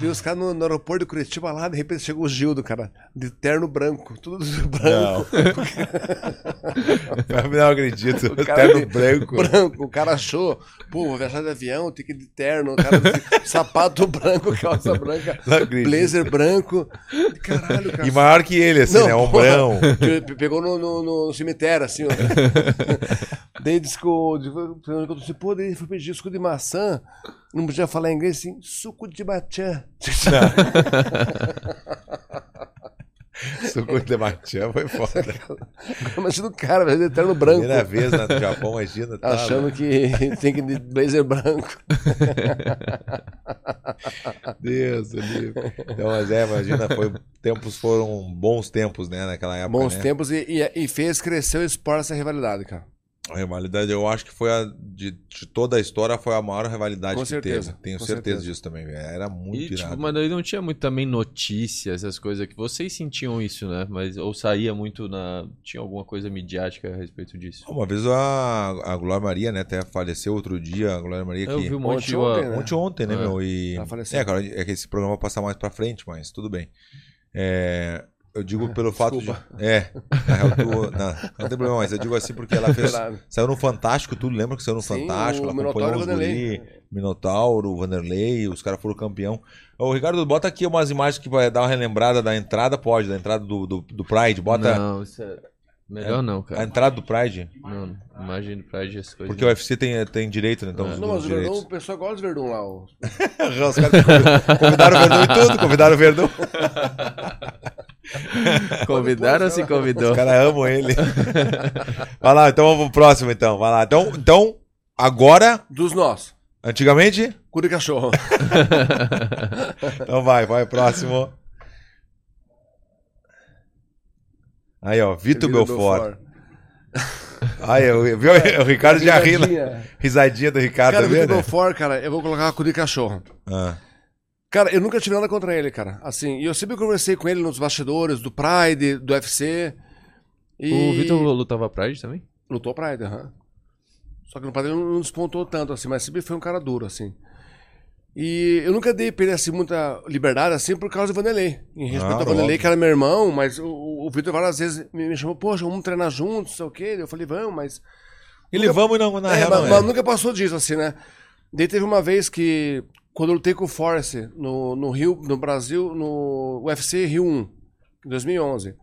S3: Daí os caras no, no aeroporto de Curitiba lá, de repente chegou o Gildo, cara, de terno branco, tudo branco,
S1: Não. não acredito.
S3: O cara
S1: Terno
S3: de-
S1: branco.
S3: branco. O cara achou, pô, vou viajar de avião, tem que ir de terno, o cara de sapato branco, calça branca,
S1: Não acredito.
S3: blazer branco. Caralho, cara.
S1: E maior que ele, assim, né?
S3: Não,
S1: Ombrão.
S3: Que pe- Pegou no, no- no- no cemitério, assim, ó. daí disse que o. Eu disse, pô, daí fui pedir suco de maçã. Não podia falar inglês assim, suco de maçã.
S1: Socorro de Matian foi foda.
S3: Imagina o cara, velho, de terno branco.
S1: Primeira vez né, no Japão, imagina. Tá,
S3: Achando que tem que ir de blazer branco.
S1: Deus, do livro. Então, mas é, imagina, foi, tempos foram bons tempos, né? Naquela época.
S3: Bons
S1: né?
S3: tempos e, e- e fez crescer o esporte essa rivalidade, cara.
S1: A rivalidade, eu acho que foi a de, de toda a história, foi a maior rivalidade
S3: Com
S1: que
S3: certeza,
S1: teve. Tenho
S3: com
S1: certeza,
S3: certeza.
S1: disso também, velho. Era muito
S2: E, tipo,
S1: irado.
S2: mas daí não tinha muito também notícias, essas coisas que vocês sentiam isso, né? Mas ou saía muito na. Tinha alguma coisa midiática a respeito disso.
S1: Uma vez a, a Glória Maria, né? Até faleceu outro dia, a Glória Maria que.
S2: Eu vi um monte de.
S3: Ontem, né?
S1: Ontem, ontem, né,
S2: É.
S1: meu? E...
S3: Ela faleceu.
S1: É, cara, é que esse programa vai passar mais pra frente, mas tudo bem. É, Eu digo pelo fato de. É. é eu tô- não, não tem problema, mas eu digo assim porque ela fez.
S3: Claro.
S1: Saiu no Fantástico, tudo lembra que saiu no
S3: Sim,
S1: Fantástico?
S3: o
S1: Ela acompanhou
S3: Minotauro
S1: os
S3: e o Vanderlei.
S1: guri, Minotauro, Vanderlei, os caras foram campeão. Ô, Ricardo, bota aqui umas imagens que vai dar uma relembrada da entrada, pode, da entrada do, do, do Pride. Bota
S2: Não, isso é... Melhor não,
S1: a
S2: cara.
S1: entrada do Pride,
S2: Não, não. imagina pra agir as coisas.
S1: porque o UFC tem, tem direito, né? Então,
S2: É.
S1: os,
S3: é. Não, mas
S1: os
S3: o Verdão,
S1: direitos.
S3: o pessoal gosta de Verdão lá. ó.
S1: Os caras convidaram o Verdão e tudo, convidaram o Verdão.
S2: Então. Convidaram ou se
S1: Os
S2: convidou?
S1: caras amam ele. Vai lá, então vamos pro próximo, então. Vai lá. Então, então agora,
S3: Dos nós.
S1: antigamente.
S3: Cu de cachorro.
S1: Então vai, vai, próximo. Aí, ó, Vitor Belfort. Aí, eu- viu? O Ricardo já ri lá.
S3: Risadinha.
S1: Risadinha do Ricardo, tá
S3: Cara, o Vitor
S1: vendo?
S3: Belfort, cara, eu vou colocar cu de cachorro.
S1: Ah,
S3: Cara, eu nunca tive nada contra ele, cara. Assim, e eu sempre conversei com ele nos bastidores do Pride, do UFC. E...
S2: O Vitor lutava Pride também?
S3: Lutou Pride, aham. Só que no Pride ele não não despontou tanto, assim, mas sempre foi um cara duro, assim. E eu nunca dei pra ele, assim, muita liberdade, assim, por causa do Vanderlei. Em respeito
S1: Claro,
S3: ao Vanderlei,
S1: óbvio.
S3: que era meu irmão, mas o, o Vitor várias vezes me, me chamou, poxa, vamos treinar juntos, sei o quê. Eu falei, vamos, mas...
S1: Ele vamos e não, na
S3: É,
S1: real
S3: mas,
S1: não é.
S3: mas nunca passou disso, assim, né? Daí teve uma vez que, quando eu lutei com o Force no, no Rio, no Brasil, no UFC Rio 1, em 2011.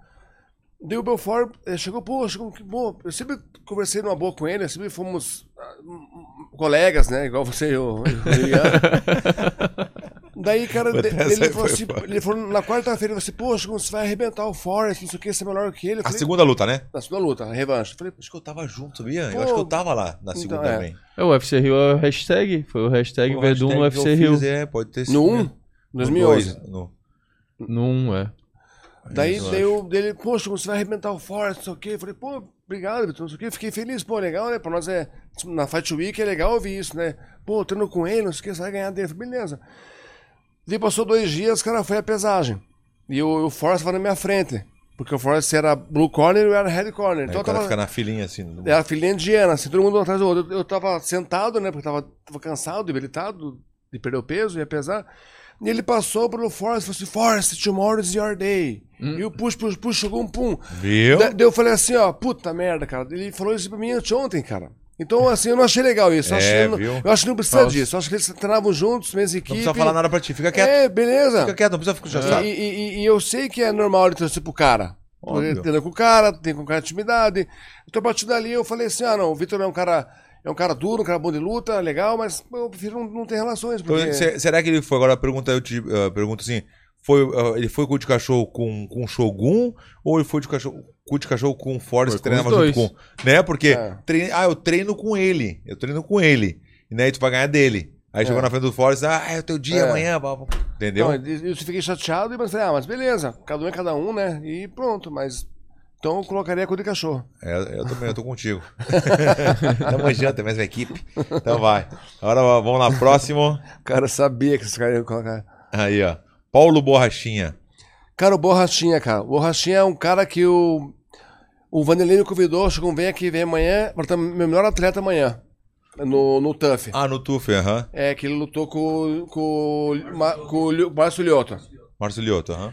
S3: Daí o Belfort eh, chegou, pô, chegou, que bom. Eu sempre conversei numa boa com ele, sempre fomos ah, hum, hum, colegas, né? Igual você e o, e o Ian. Daí, cara, de-
S1: Essa
S3: ele
S1: aí
S3: falou
S1: foi
S3: assim,
S1: foda.
S3: ele falou na quarta-feira, você, poxa, você vai arrebentar o Forrest, não sei o que, você é melhor que ele. Eu
S1: A
S3: falei,
S1: segunda luta, né?
S3: na segunda luta, a revanche. Eu falei,
S1: Acho que eu tava junto, sabia?
S3: Pô,
S1: eu acho que eu tava lá na segunda
S3: então, é.
S1: também.
S2: É, o UFC Rio é o hashtag. Foi o hashtag
S1: Pô,
S2: V1
S1: hashtag que eu
S2: UFC Rio.
S1: fiz, É, pode ter sido
S3: no 1,
S1: mesmo.
S3: 2011.
S1: No dois, no-
S2: Num, é.
S3: Daí
S1: Isso, eu
S3: deu dele, poxa, você vai arrebentar o Forest, não sei o quê. Eu falei, pô, obrigado, Vitor, não sei o quê. Fiquei feliz, pô, legal, né? Pra nós é. Na Fight Week é legal ouvir isso, né? Pô, treino com ele, não sei o quê, você vai ganhar dele. Eu falei, beleza. Daí passou dois dias, cara, foi a pesagem. E o, o Forrest foi na minha frente. Porque o Forrest era blue corner e eu era red
S1: Aí
S3: corner. Então
S1: o
S3: eu
S1: cara
S3: tava.
S1: fica na filinha assim. no-
S3: Era filhinha indiana, assim, todo mundo um atrás do outro. Eu, eu tava sentado, né? Porque tava, tava cansado, debilitado, de perder o peso, ia pesar. E ele passou pelo Forrest e falou assim: Forrest, tomorrow is your day.
S1: Hum.
S3: E o push, push, push, chegou um pum.
S1: Viu?
S3: Da- Daí eu falei assim, ó, puta merda, cara. Ele falou isso pra mim anteontem, cara. Então, assim, eu não achei legal isso. Eu,
S1: É,
S3: achei, eu,
S1: viu?
S3: não- eu acho que não precisa disso. Eu acho que eles treinavam juntos, mesma equipe.
S1: Não precisa falar nada pra ti. Fica quieto.
S3: É, beleza.
S1: Fica quieto, não precisa ficar. Já
S3: E-
S1: sabe.
S3: E, e- e eu sei que é normal ele torcer pro cara.
S1: Óbvio.
S3: Ele treina com o cara, tem com o cara intimidade. Então, a partir dali, eu falei assim: ah, não, o Vitor é um cara. É um cara duro, um cara bom de luta, legal, mas pô, eu prefiro não, não ter relações.
S1: Então,
S3: Porque...
S1: se- será que ele foi? Agora a pergunta eu te ah, pergunto assim: foi, ah, ele foi cu de cachorro com, com o Shogun ou ele foi de cachorro, cu de cachorro com o Forrest que
S2: Foi com os
S1: treinava junto
S2: dois.
S1: com? Né? Porque
S3: É.
S1: trein- ah, eu treino com ele, eu treino com ele, e daí tu vai ganhar dele. Aí chegou na frente do Forrest, ah, é o teu dia
S3: É.
S1: amanhã, blá, blá. entendeu?
S3: Não, eu eu fiquei chateado, mas falei, ah, mas beleza, cada um é cada um, né? E pronto, mas. Então eu colocaria a cor de cachorro.
S1: É, eu também, eu tô contigo. Tamo junto, é a mesma equipe. Então vai. Agora ó, vamos lá, próximo.
S3: O cara sabia que esse cara ia colocar.
S1: Aí, ó. Paulo Borrachinha.
S3: Cara, o Borrachinha, cara. O Borrachinha é um cara que o. O Vanderlei me convidou, chegou, vem aqui, vem amanhã, pra estar meu melhor atleta amanhã. No, no TUF.
S1: Ah, no Tuf, aham.
S3: É, que ele lutou com, com, o Ma- com o Lio- Márcio Liotta.
S1: Márcio Lioto, aham.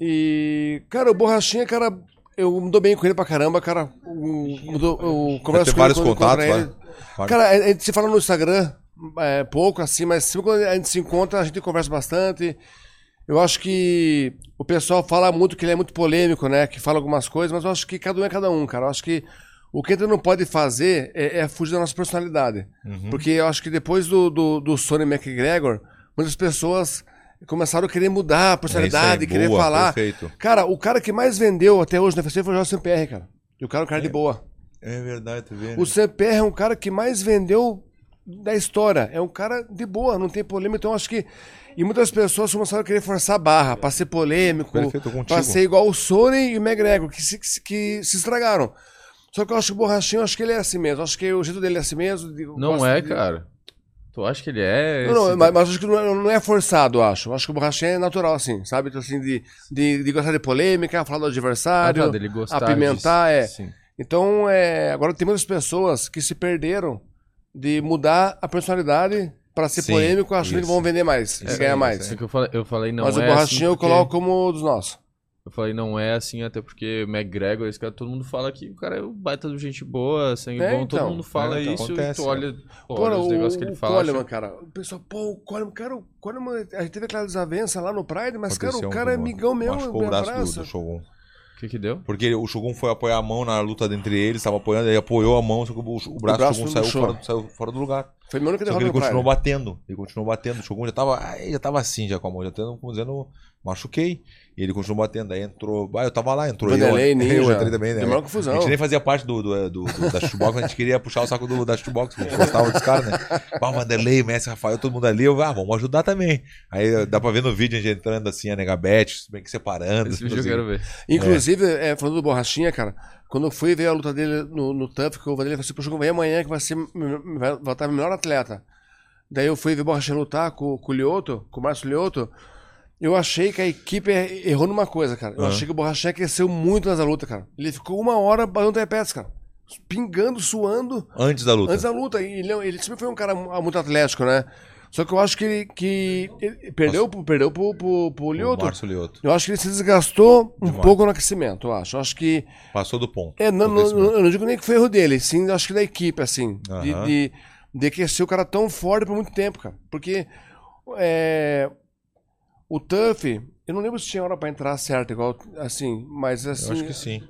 S3: E, cara, o Borrachinha, cara, eu me dou bem com ele pra caramba, cara. O- mudou- Eu
S1: é ter
S3: converso com ele
S1: vários
S3: quando
S1: contatos,
S3: encontro ele.
S1: vai.
S3: Cara, a gente se fala no Instagram é, pouco, assim, mas sempre quando a gente se encontra, a gente conversa bastante. Eu acho que o pessoal fala muito que ele é muito polêmico, né? Que fala algumas coisas, mas eu acho que cada um é cada um, cara. Eu acho que o que a gente não pode fazer é, é fugir da nossa personalidade.
S1: Uhum.
S3: Porque eu acho que depois do, do, do Sonny McGregor, muitas pessoas começaram a querer mudar a personalidade,
S1: É isso aí,
S3: querer
S1: boa,
S3: falar.
S1: perfeito.
S3: Cara, o cara que mais vendeu até hoje na UFC foi o Jorge Sampierre, cara. E o cara é um cara de boa.
S1: É verdade, tu vê. né?
S3: O CPR é um cara que mais vendeu da história. É um cara de boa, não tem polêmica. Então acho que. E muitas pessoas começaram a querer forçar a barra pra ser polêmico,
S1: Perfeito, contigo.
S3: pra ser igual o Sonnen e o McGregor, que se, que se- que se estragaram. Só que eu acho que o Borrachinho, eu acho que ele é assim mesmo. Eu Acho que o jeito dele é assim mesmo. de- eu
S2: Não
S3: gosto
S2: é,
S3: de-
S2: cara. Tu acha que ele é?
S3: Não, não,
S2: esse-
S3: mas, mas acho que não é, não é forçado, eu acho. Eu Acho que o Borrachinho é natural, assim, sabe? Então, assim, de, de, de gostar de polêmica, falar do
S2: Ah,
S3: adversário.
S2: tá, dele gostar
S3: apimentar, é.
S2: Sim.
S3: Então, é, agora tem muitas pessoas que se perderam de mudar a personalidade para ser
S1: Sim,
S3: polêmico, achando
S1: isso.
S3: que vão vender mais,
S1: Isso
S3: e ganhar
S1: aí,
S3: mais.
S1: isso
S2: É que eu falei, eu falei não
S3: Mas
S2: é
S3: o borrachinho
S2: assim
S3: eu
S2: porque
S3: coloco como um dos nossos.
S2: Eu falei, não é assim, até porque McGregor, esse cara, todo mundo fala que o cara é um baita de gente boa, sangue
S3: É,
S2: bom,
S3: então.
S2: todo mundo fala
S1: É, então,
S2: isso
S1: acontece,
S2: e tu olha, pô,
S3: Pô,
S2: olha os
S3: o-
S2: negócios que ele
S3: o
S2: fala.
S3: Coleman, cara. O pessoal, pô, o Coleman, cara, o Coleman, a gente teve aquela desavença lá no Pride, mas, cara,
S1: Aconteceu
S3: o
S1: um
S3: cara é
S1: com-
S3: amigão meu,
S1: Machucou
S3: me
S1: o braço do,
S3: abraça.
S1: do Shogun.
S2: acha- O que que deu?
S1: Porque o Shogun foi apoiar a mão na luta entre eles, tava apoiando, ele apoiou a mão, só que o, o braço,
S3: braço
S1: do Shogun
S3: não
S1: saiu
S3: deixou.
S1: fora, do- saiu fora do lugar.
S3: Foi meu único
S1: Só que
S3: derrota
S1: ele
S3: no Pride.
S1: continuou batendo. Ele continuou batendo. O Shogun já tava, ah, ele já tava assim, já com a mão, já tendo, como dizendo, machuquei. E ele continuou batendo. Aí entrou. Ah, eu tava lá, entrou
S3: Vanderlei,
S1: eu,
S3: Ninja.
S1: eu entrei também, né?
S3: Deu maior
S1: A
S3: confusão.
S1: gente nem fazia parte do, é, do, do- do- da shootbox, a gente queria puxar o saco do, da shootbox, a gente gostava dos caras, né? Bah, o Vanderlei, o Messi, o Rafael, todo mundo ali, eu, ah, vamos ajudar também. Aí dá pra ver no vídeo a gente entrando assim, a Negabete, bem que separando.
S2: Esse
S1: assim,
S2: vídeo eu quero ver.
S3: Inclusive, é, falando do Borrachinha, cara, quando eu fui ver a luta dele no, no TUF, que o Vanderlei falou assim, poxa, vem amanhã que vai ser, vai voltar meu melhor atleta. Daí eu fui ver o Borrachinha lutar com, com o Lioto, com o Márcio Lioto, eu achei que a equipe er- errou numa coisa, cara. Eu
S1: Aham.
S3: achei que o Borrachinha cresceu muito nessa luta, cara. Ele ficou uma hora batendo repetes, cara. Pingando, suando,
S1: Antes da luta.
S3: Antes da luta, e ele, ele sempre foi um cara mu- muito atlético, né? Só que eu acho que ele, que ele perdeu, pro, perdeu pro, pro, pro
S1: o
S3: Lioto.
S1: Márcio Lioto.
S3: Eu acho que ele se desgastou um
S1: Demais.
S3: pouco no aquecimento, eu acho. Eu acho que.
S1: Passou do ponto.
S3: É, não, não-
S1: Acontecimento.
S3: eu não digo nem que foi erro dele, sim, eu acho que da equipe, assim. De,
S1: Aham.
S3: de, de aquecer o cara tão forte por muito tempo, cara. Porque. é, o Tuff, eu não lembro se tinha hora pra entrar certa, igual. Assim, mas assim.
S1: Eu acho que sim.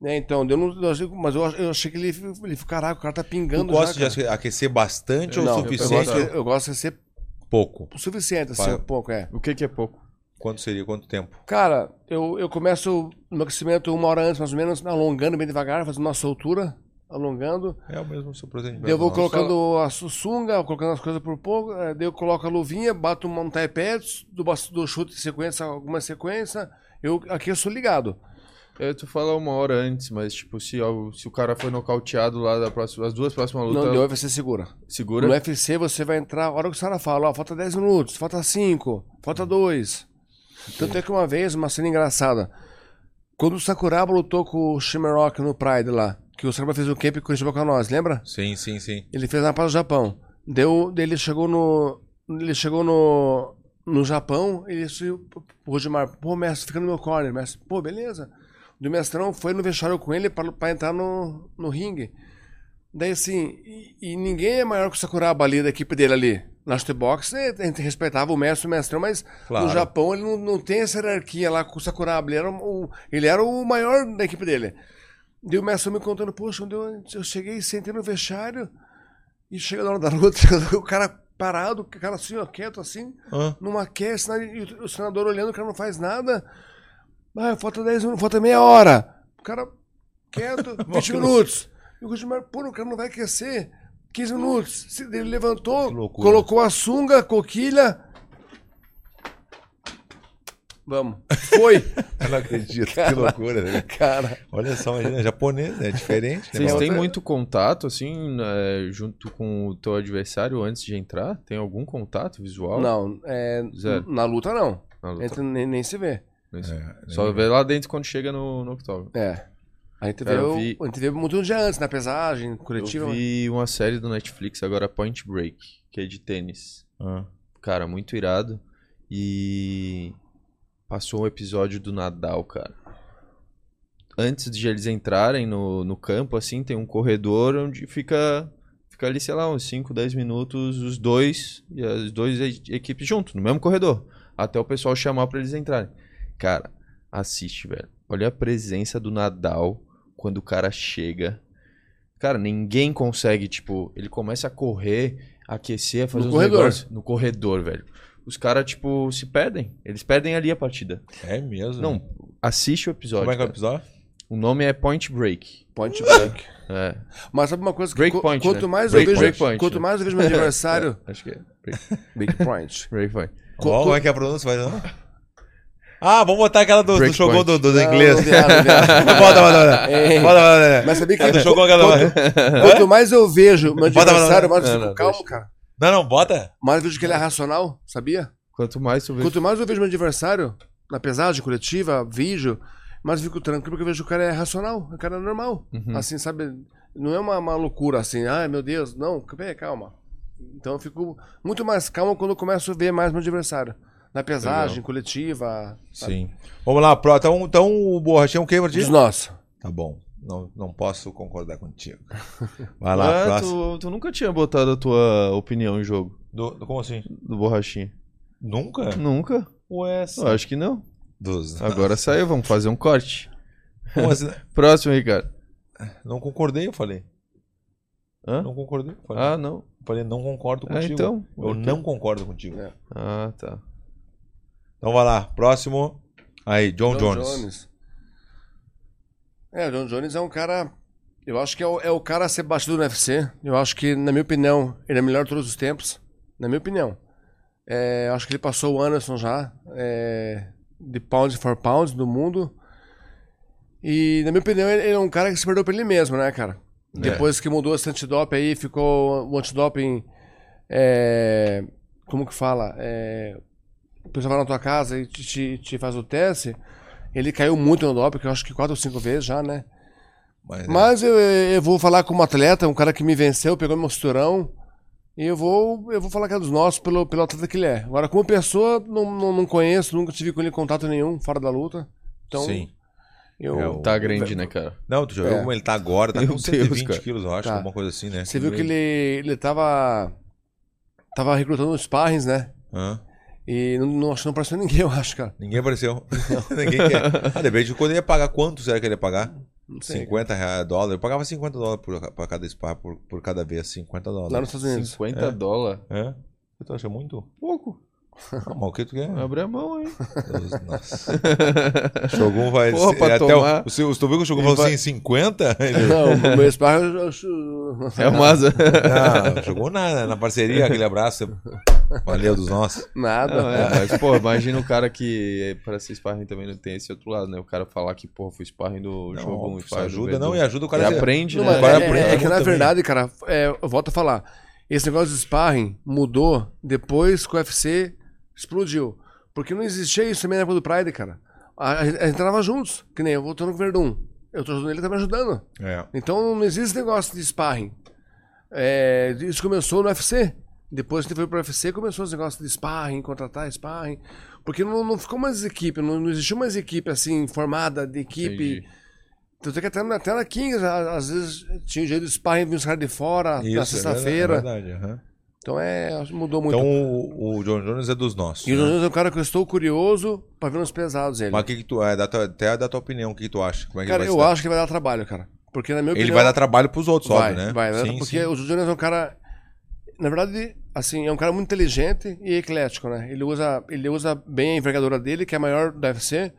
S3: né, então, eu não, eu achei- mas eu, ach- eu achei que ele, ele. Caraca, o cara tá
S1: Tu
S3: pingando
S1: gosta
S3: já. cara. É,
S1: de aquecer bastante ou
S3: Não,
S1: o
S3: Eu
S1: suficiente?
S3: gosto, de- eu gosto de ser
S1: Pouco.
S3: o suficiente, assim,
S1: Vai.
S3: um pouco, é.
S2: O que que é pouco?
S1: Quanto seria? Quanto tempo?
S3: Cara, eu, eu começo o meu aquecimento uma hora antes, mais ou menos, alongando bem devagar, fazendo uma soltura, alongando.
S1: É o mesmo seu procedimento.
S3: Daí eu vou
S1: Nossa.
S3: colocando a su- sunga, colocando as coisas por pouco, eh, daí eu coloco a luvinha, bato um mountain pads, do, bas- do chute de sequência, alguma sequência, eu aqueço ligado.
S2: É, tu fala uma hora antes, mas tipo, se, o- se o cara foi nocauteado lá da próxima, as duas próximas lutas,
S3: Não é- deu, aí você segura.
S2: segura.
S3: No UFC você vai entrar, a hora que o cara fala, ó, falta 10 minutos, falta 5, falta 2. Tanto é que uma vez, uma cena engraçada, quando o Sakuraba lutou com o Shimerok no Pride lá, que o Sakuraba fez o camp em Curitiba com nós, lembra?
S1: Sim, sim, sim.
S3: Ele fez na Paz do Japão. Deu, daí ele chegou no. Ele chegou no. No Japão, ele disse pro Rodimar, pô, mestre, fica no meu corner, mestre. Pô, beleza. Do mestrão foi no vestiário com ele pra, pra entrar no, no ringue. Daí assim, e, e ninguém é maior que o Sakuraba ali, da equipe dele ali. Na Shutterbox, a gente respeitava o mestre e o mestrão, mas
S1: Claro.
S3: no Japão ele não, não tem essa hierarquia lá com o Sakuraba. Ele era o, ele era o maior da equipe dele. Daí o mestre me contando, poxa, quando eu, eu cheguei, sentei no vestiário, e chega na hora da luta, o cara parado, o cara assim, ó, quieto assim,
S1: Hã?
S3: numa aquece, né, e o, o senador olhando, o cara não faz nada. Ah, falta 10 minutos, falta meia hora. O cara quieto, 20 minutos. E o Gutmar, pô, o cara não vai aquecer. 15 minutos. Se- Ele levantou,
S1: Que loucura.
S3: colocou a sunga, a coquilha. Vamos. Foi.
S1: Eu não acredito, que loucura. Né?
S3: cara.
S1: Olha só, imagina, japonês, né? É diferente. Né?
S2: Vocês
S1: Mas-
S2: têm muito contato, assim, né, junto com o teu adversário antes de entrar? Tem algum contato visual?
S3: Não, é,
S2: Zero.
S3: na luta não.
S2: Na luta?
S3: Entra, nem, nem se vê.
S2: Nesse-
S1: É,
S2: Só vê lá dentro quando chega no, no octógono.
S3: É. A gente
S2: Cara, eu
S3: veio,
S2: vi-
S3: a gente veio muito um dia antes, na pesagem, Curitiba.
S2: Eu vi uma série do Netflix agora, Point Break, que é de tênis.
S1: Ah.
S2: Cara, muito irado. E passou um episódio do Nadal, cara. Antes de eles entrarem no, no campo, assim, tem um corredor onde fica, fica ali, sei lá, uns 5, 10 minutos, os dois, e as duas e- equipes junto, no mesmo corredor. Até o pessoal chamar pra eles entrarem. Cara, assiste, velho. Olha a presença do Nadal quando o cara chega. Cara, ninguém consegue, tipo, ele começa a correr, aquecer, a fazer
S3: No
S2: uns
S3: corredor.
S2: negócios no corredor, velho. Os caras, tipo, se perdem. Eles perdem ali a partida.
S1: É mesmo?
S2: Não, assiste o episódio.
S1: Como é que é o
S2: cara.
S1: episódio?
S2: O nome é Point Break.
S3: Point break.
S2: É.
S3: Mas sabe uma coisa que
S2: Break
S3: co-
S2: point,
S3: quanto
S2: né?
S3: mais
S2: Break
S3: eu vejo,
S2: point,
S3: quanto
S2: né?
S3: mais eu vejo meu adversário,
S2: Acho que é. Break,
S3: break point.
S2: break Point.
S3: Co-
S1: Qual,
S3: co-
S1: como é que é a pronúncia? Vai, não? Ah, vamos botar aquela do, do
S2: Breakpoint.
S1: Shogun do, do, do
S3: Não,
S1: inglês.
S3: não viado, não viado.
S1: Bota, bota, bota.
S3: Ei.
S1: Bota, bota, bota.
S3: Mas sabia que
S1: Ah, do Shogun,
S3: qu-
S1: aquela-
S3: quanto mais eu vejo
S1: Bota,
S3: meu
S1: bota,
S3: adversário, mais eu
S2: não,
S3: fico
S2: não,
S3: calmo, cara.
S1: Não, não, bota.
S3: Mais eu vejo que ele é racional, sabia?
S2: Quanto mais tu vê.
S3: Quanto mais eu vejo meu adversário, na pesagem coletiva, vídeo, mais eu fico tranquilo porque eu vejo que o cara é racional, o cara é normal.
S2: Uhum.
S3: Assim, sabe? Não é uma, uma loucura assim, ai meu Deus, não, peraí, calma. Então eu fico muito mais calmo quando eu começo a ver mais meu adversário. na pesagem coletiva. sabe?
S1: Sim. Vamos lá, pro. Então, então o borrachinho é um quebra de.
S3: Diz nós.
S1: Tá bom. Não, não posso concordar contigo. Vai lá,
S2: Ah,
S1: próximo.
S2: tu, tu nunca tinha botado a tua opinião em jogo
S1: Do- do- como assim?
S2: do borrachinha?
S1: Nunca?
S2: Nunca?
S1: Ué,
S2: Eu acho que não.
S1: dos...
S2: Agora saiu, vamos fazer um corte.
S1: Como assim?
S2: Próximo, Ricardo.
S1: Não concordei, eu falei.
S2: Hã?
S1: Não concordei. eu Falei,
S2: Ah, não.
S1: Eu falei não concordo
S2: Ah,
S1: contigo.
S2: então.
S1: Eu não concordo contigo.
S3: É.
S2: Ah, tá.
S1: Então vai lá, próximo. Aí, John, Jones.
S3: É, o John Jones é um cara. Eu acho que é o, é o cara a ser batido no UFC. Eu acho que, na minha opinião, ele é o melhor de todos os tempos. Na minha opinião. É, eu acho que ele passou o Anderson já. é, de pound for pound do mundo. E, na minha opinião, ele, ele é um cara que se perdeu pra ele mesmo, né, cara? Depois que mudou esse antidoping aí, ficou o antidoping. É, como que fala? É, o pessoal vai na tua casa e te, te- te faz o teste, ele caiu muito no doping, que eu acho que quatro ou cinco vezes já, né?
S1: Mas,
S3: Mas eu, eu vou falar como atleta, um cara que me venceu, pegou meu cinturão, e eu vou, eu vou falar que é dos nossos pelo, pelo atleta que ele é. Agora, como pessoa, não, não, não conheço, nunca tive com ele contato nenhum, fora da luta. Então,
S1: é, Sim.
S3: eu,
S1: É o-
S2: Tá grande, né, cara?
S1: Não, tu já viu
S3: É.
S1: como ele tá agora? Tá
S2: Meu
S1: com
S2: Deus,
S1: 120
S2: cara.
S1: quilos, eu acho,
S3: Tá.
S1: alguma coisa assim, né?
S3: você viu que ele, ele tava, tava recrutando os sparrings, né?
S1: Hã?
S3: E não, não, acho que não apareceu ninguém, eu acho, cara.
S1: Ninguém apareceu. Ninguém quer. Ah, depende de quando ele ia pagar. Quanto será que ele ia pagar?
S3: Não sei.
S1: 50 reais, dólar. Eu pagava 50 dólares por, pra cada spa, por, por cada vez. 50
S3: Lá
S1: dólares.
S3: nos Estados Unidos.
S2: 50 dólares.
S1: É? Tu acha muito?
S2: Pouco.
S1: Ah, mas o que tu quer?
S2: Abre a mão, hein?
S1: Deus, nossa. Shogun vai.
S2: Porra, pra
S1: até
S2: tomar.
S1: o, se, se tu viu que o Shogun
S2: Ele
S1: falou
S2: vai-
S1: assim, 50? Ele,
S3: Não, o meu sparring eu, eu,
S2: É uma asa.
S1: não, Shogun na, na parceria, aquele abraço. Valeu dos nossos.
S3: Nada.
S2: Não, é, mas, pô, imagina o cara que, eh, pra ser sparring também não tem esse outro lado, né? O cara falar que, porra, fui sparring do
S1: Não,
S2: Shogun.
S1: isso
S2: sparring do
S1: ajuda,
S2: Verdun.
S1: não, e ajuda o cara
S2: Ele
S1: a ser-
S2: aprende,
S3: Não,
S2: né?
S3: mas
S1: Vai
S3: é,
S1: aprender
S3: é que
S1: muito
S3: na
S1: também.
S3: verdade, cara, é, eu volto a falar. Esse negócio de sparring mudou depois que o UFC explodiu. Porque não existia isso também na época do Pride, cara. A, a gente a gente treinava juntos, que nem eu voltando com o Verdun. Eu tô ajudando ele, ele tá me ajudando.
S1: É.
S3: Então não existe esse negócio de sparring. É, isso começou no UFC. Depois que foi pro UFC, começou esse negócio de sparring, contratar sparring. Porque não, não ficou mais equipe, não, não existiu mais equipe assim, formada de equipe.
S2: Entendi.
S3: Tanto é que até na tela Kings, a- às vezes tinha jeito de sparring, vinha os caras de fora
S1: Isso,
S3: na
S1: é
S3: Ah, tá, sexta-feira.
S1: verdade, é verdade, aham.
S3: então é, acho que mudou muito.
S1: Então o, o John Jones é dos nossos.
S3: e o
S1: né?
S3: Jonas é um cara que eu estou curioso pra ver nos pesados ele.
S1: Mas o que, que tu. É, da tua, até da tua opinião, o que, que tu acha? Como é que
S3: cara,
S1: ele vai se
S3: eu
S1: dar?
S3: acho que vai dar trabalho, cara. Porque na minha
S1: Ele
S3: opinião...
S1: vai dar trabalho pros outros,
S3: vai,
S1: óbvio, né?
S3: Vai, vai,
S1: Sim,
S3: porque
S1: sim.
S3: o Jonas é um cara... Na verdade, assim, é um cara muito inteligente e eclético, né? Ele usa, ele usa bem a envergadura dele, que é a maior da UFC.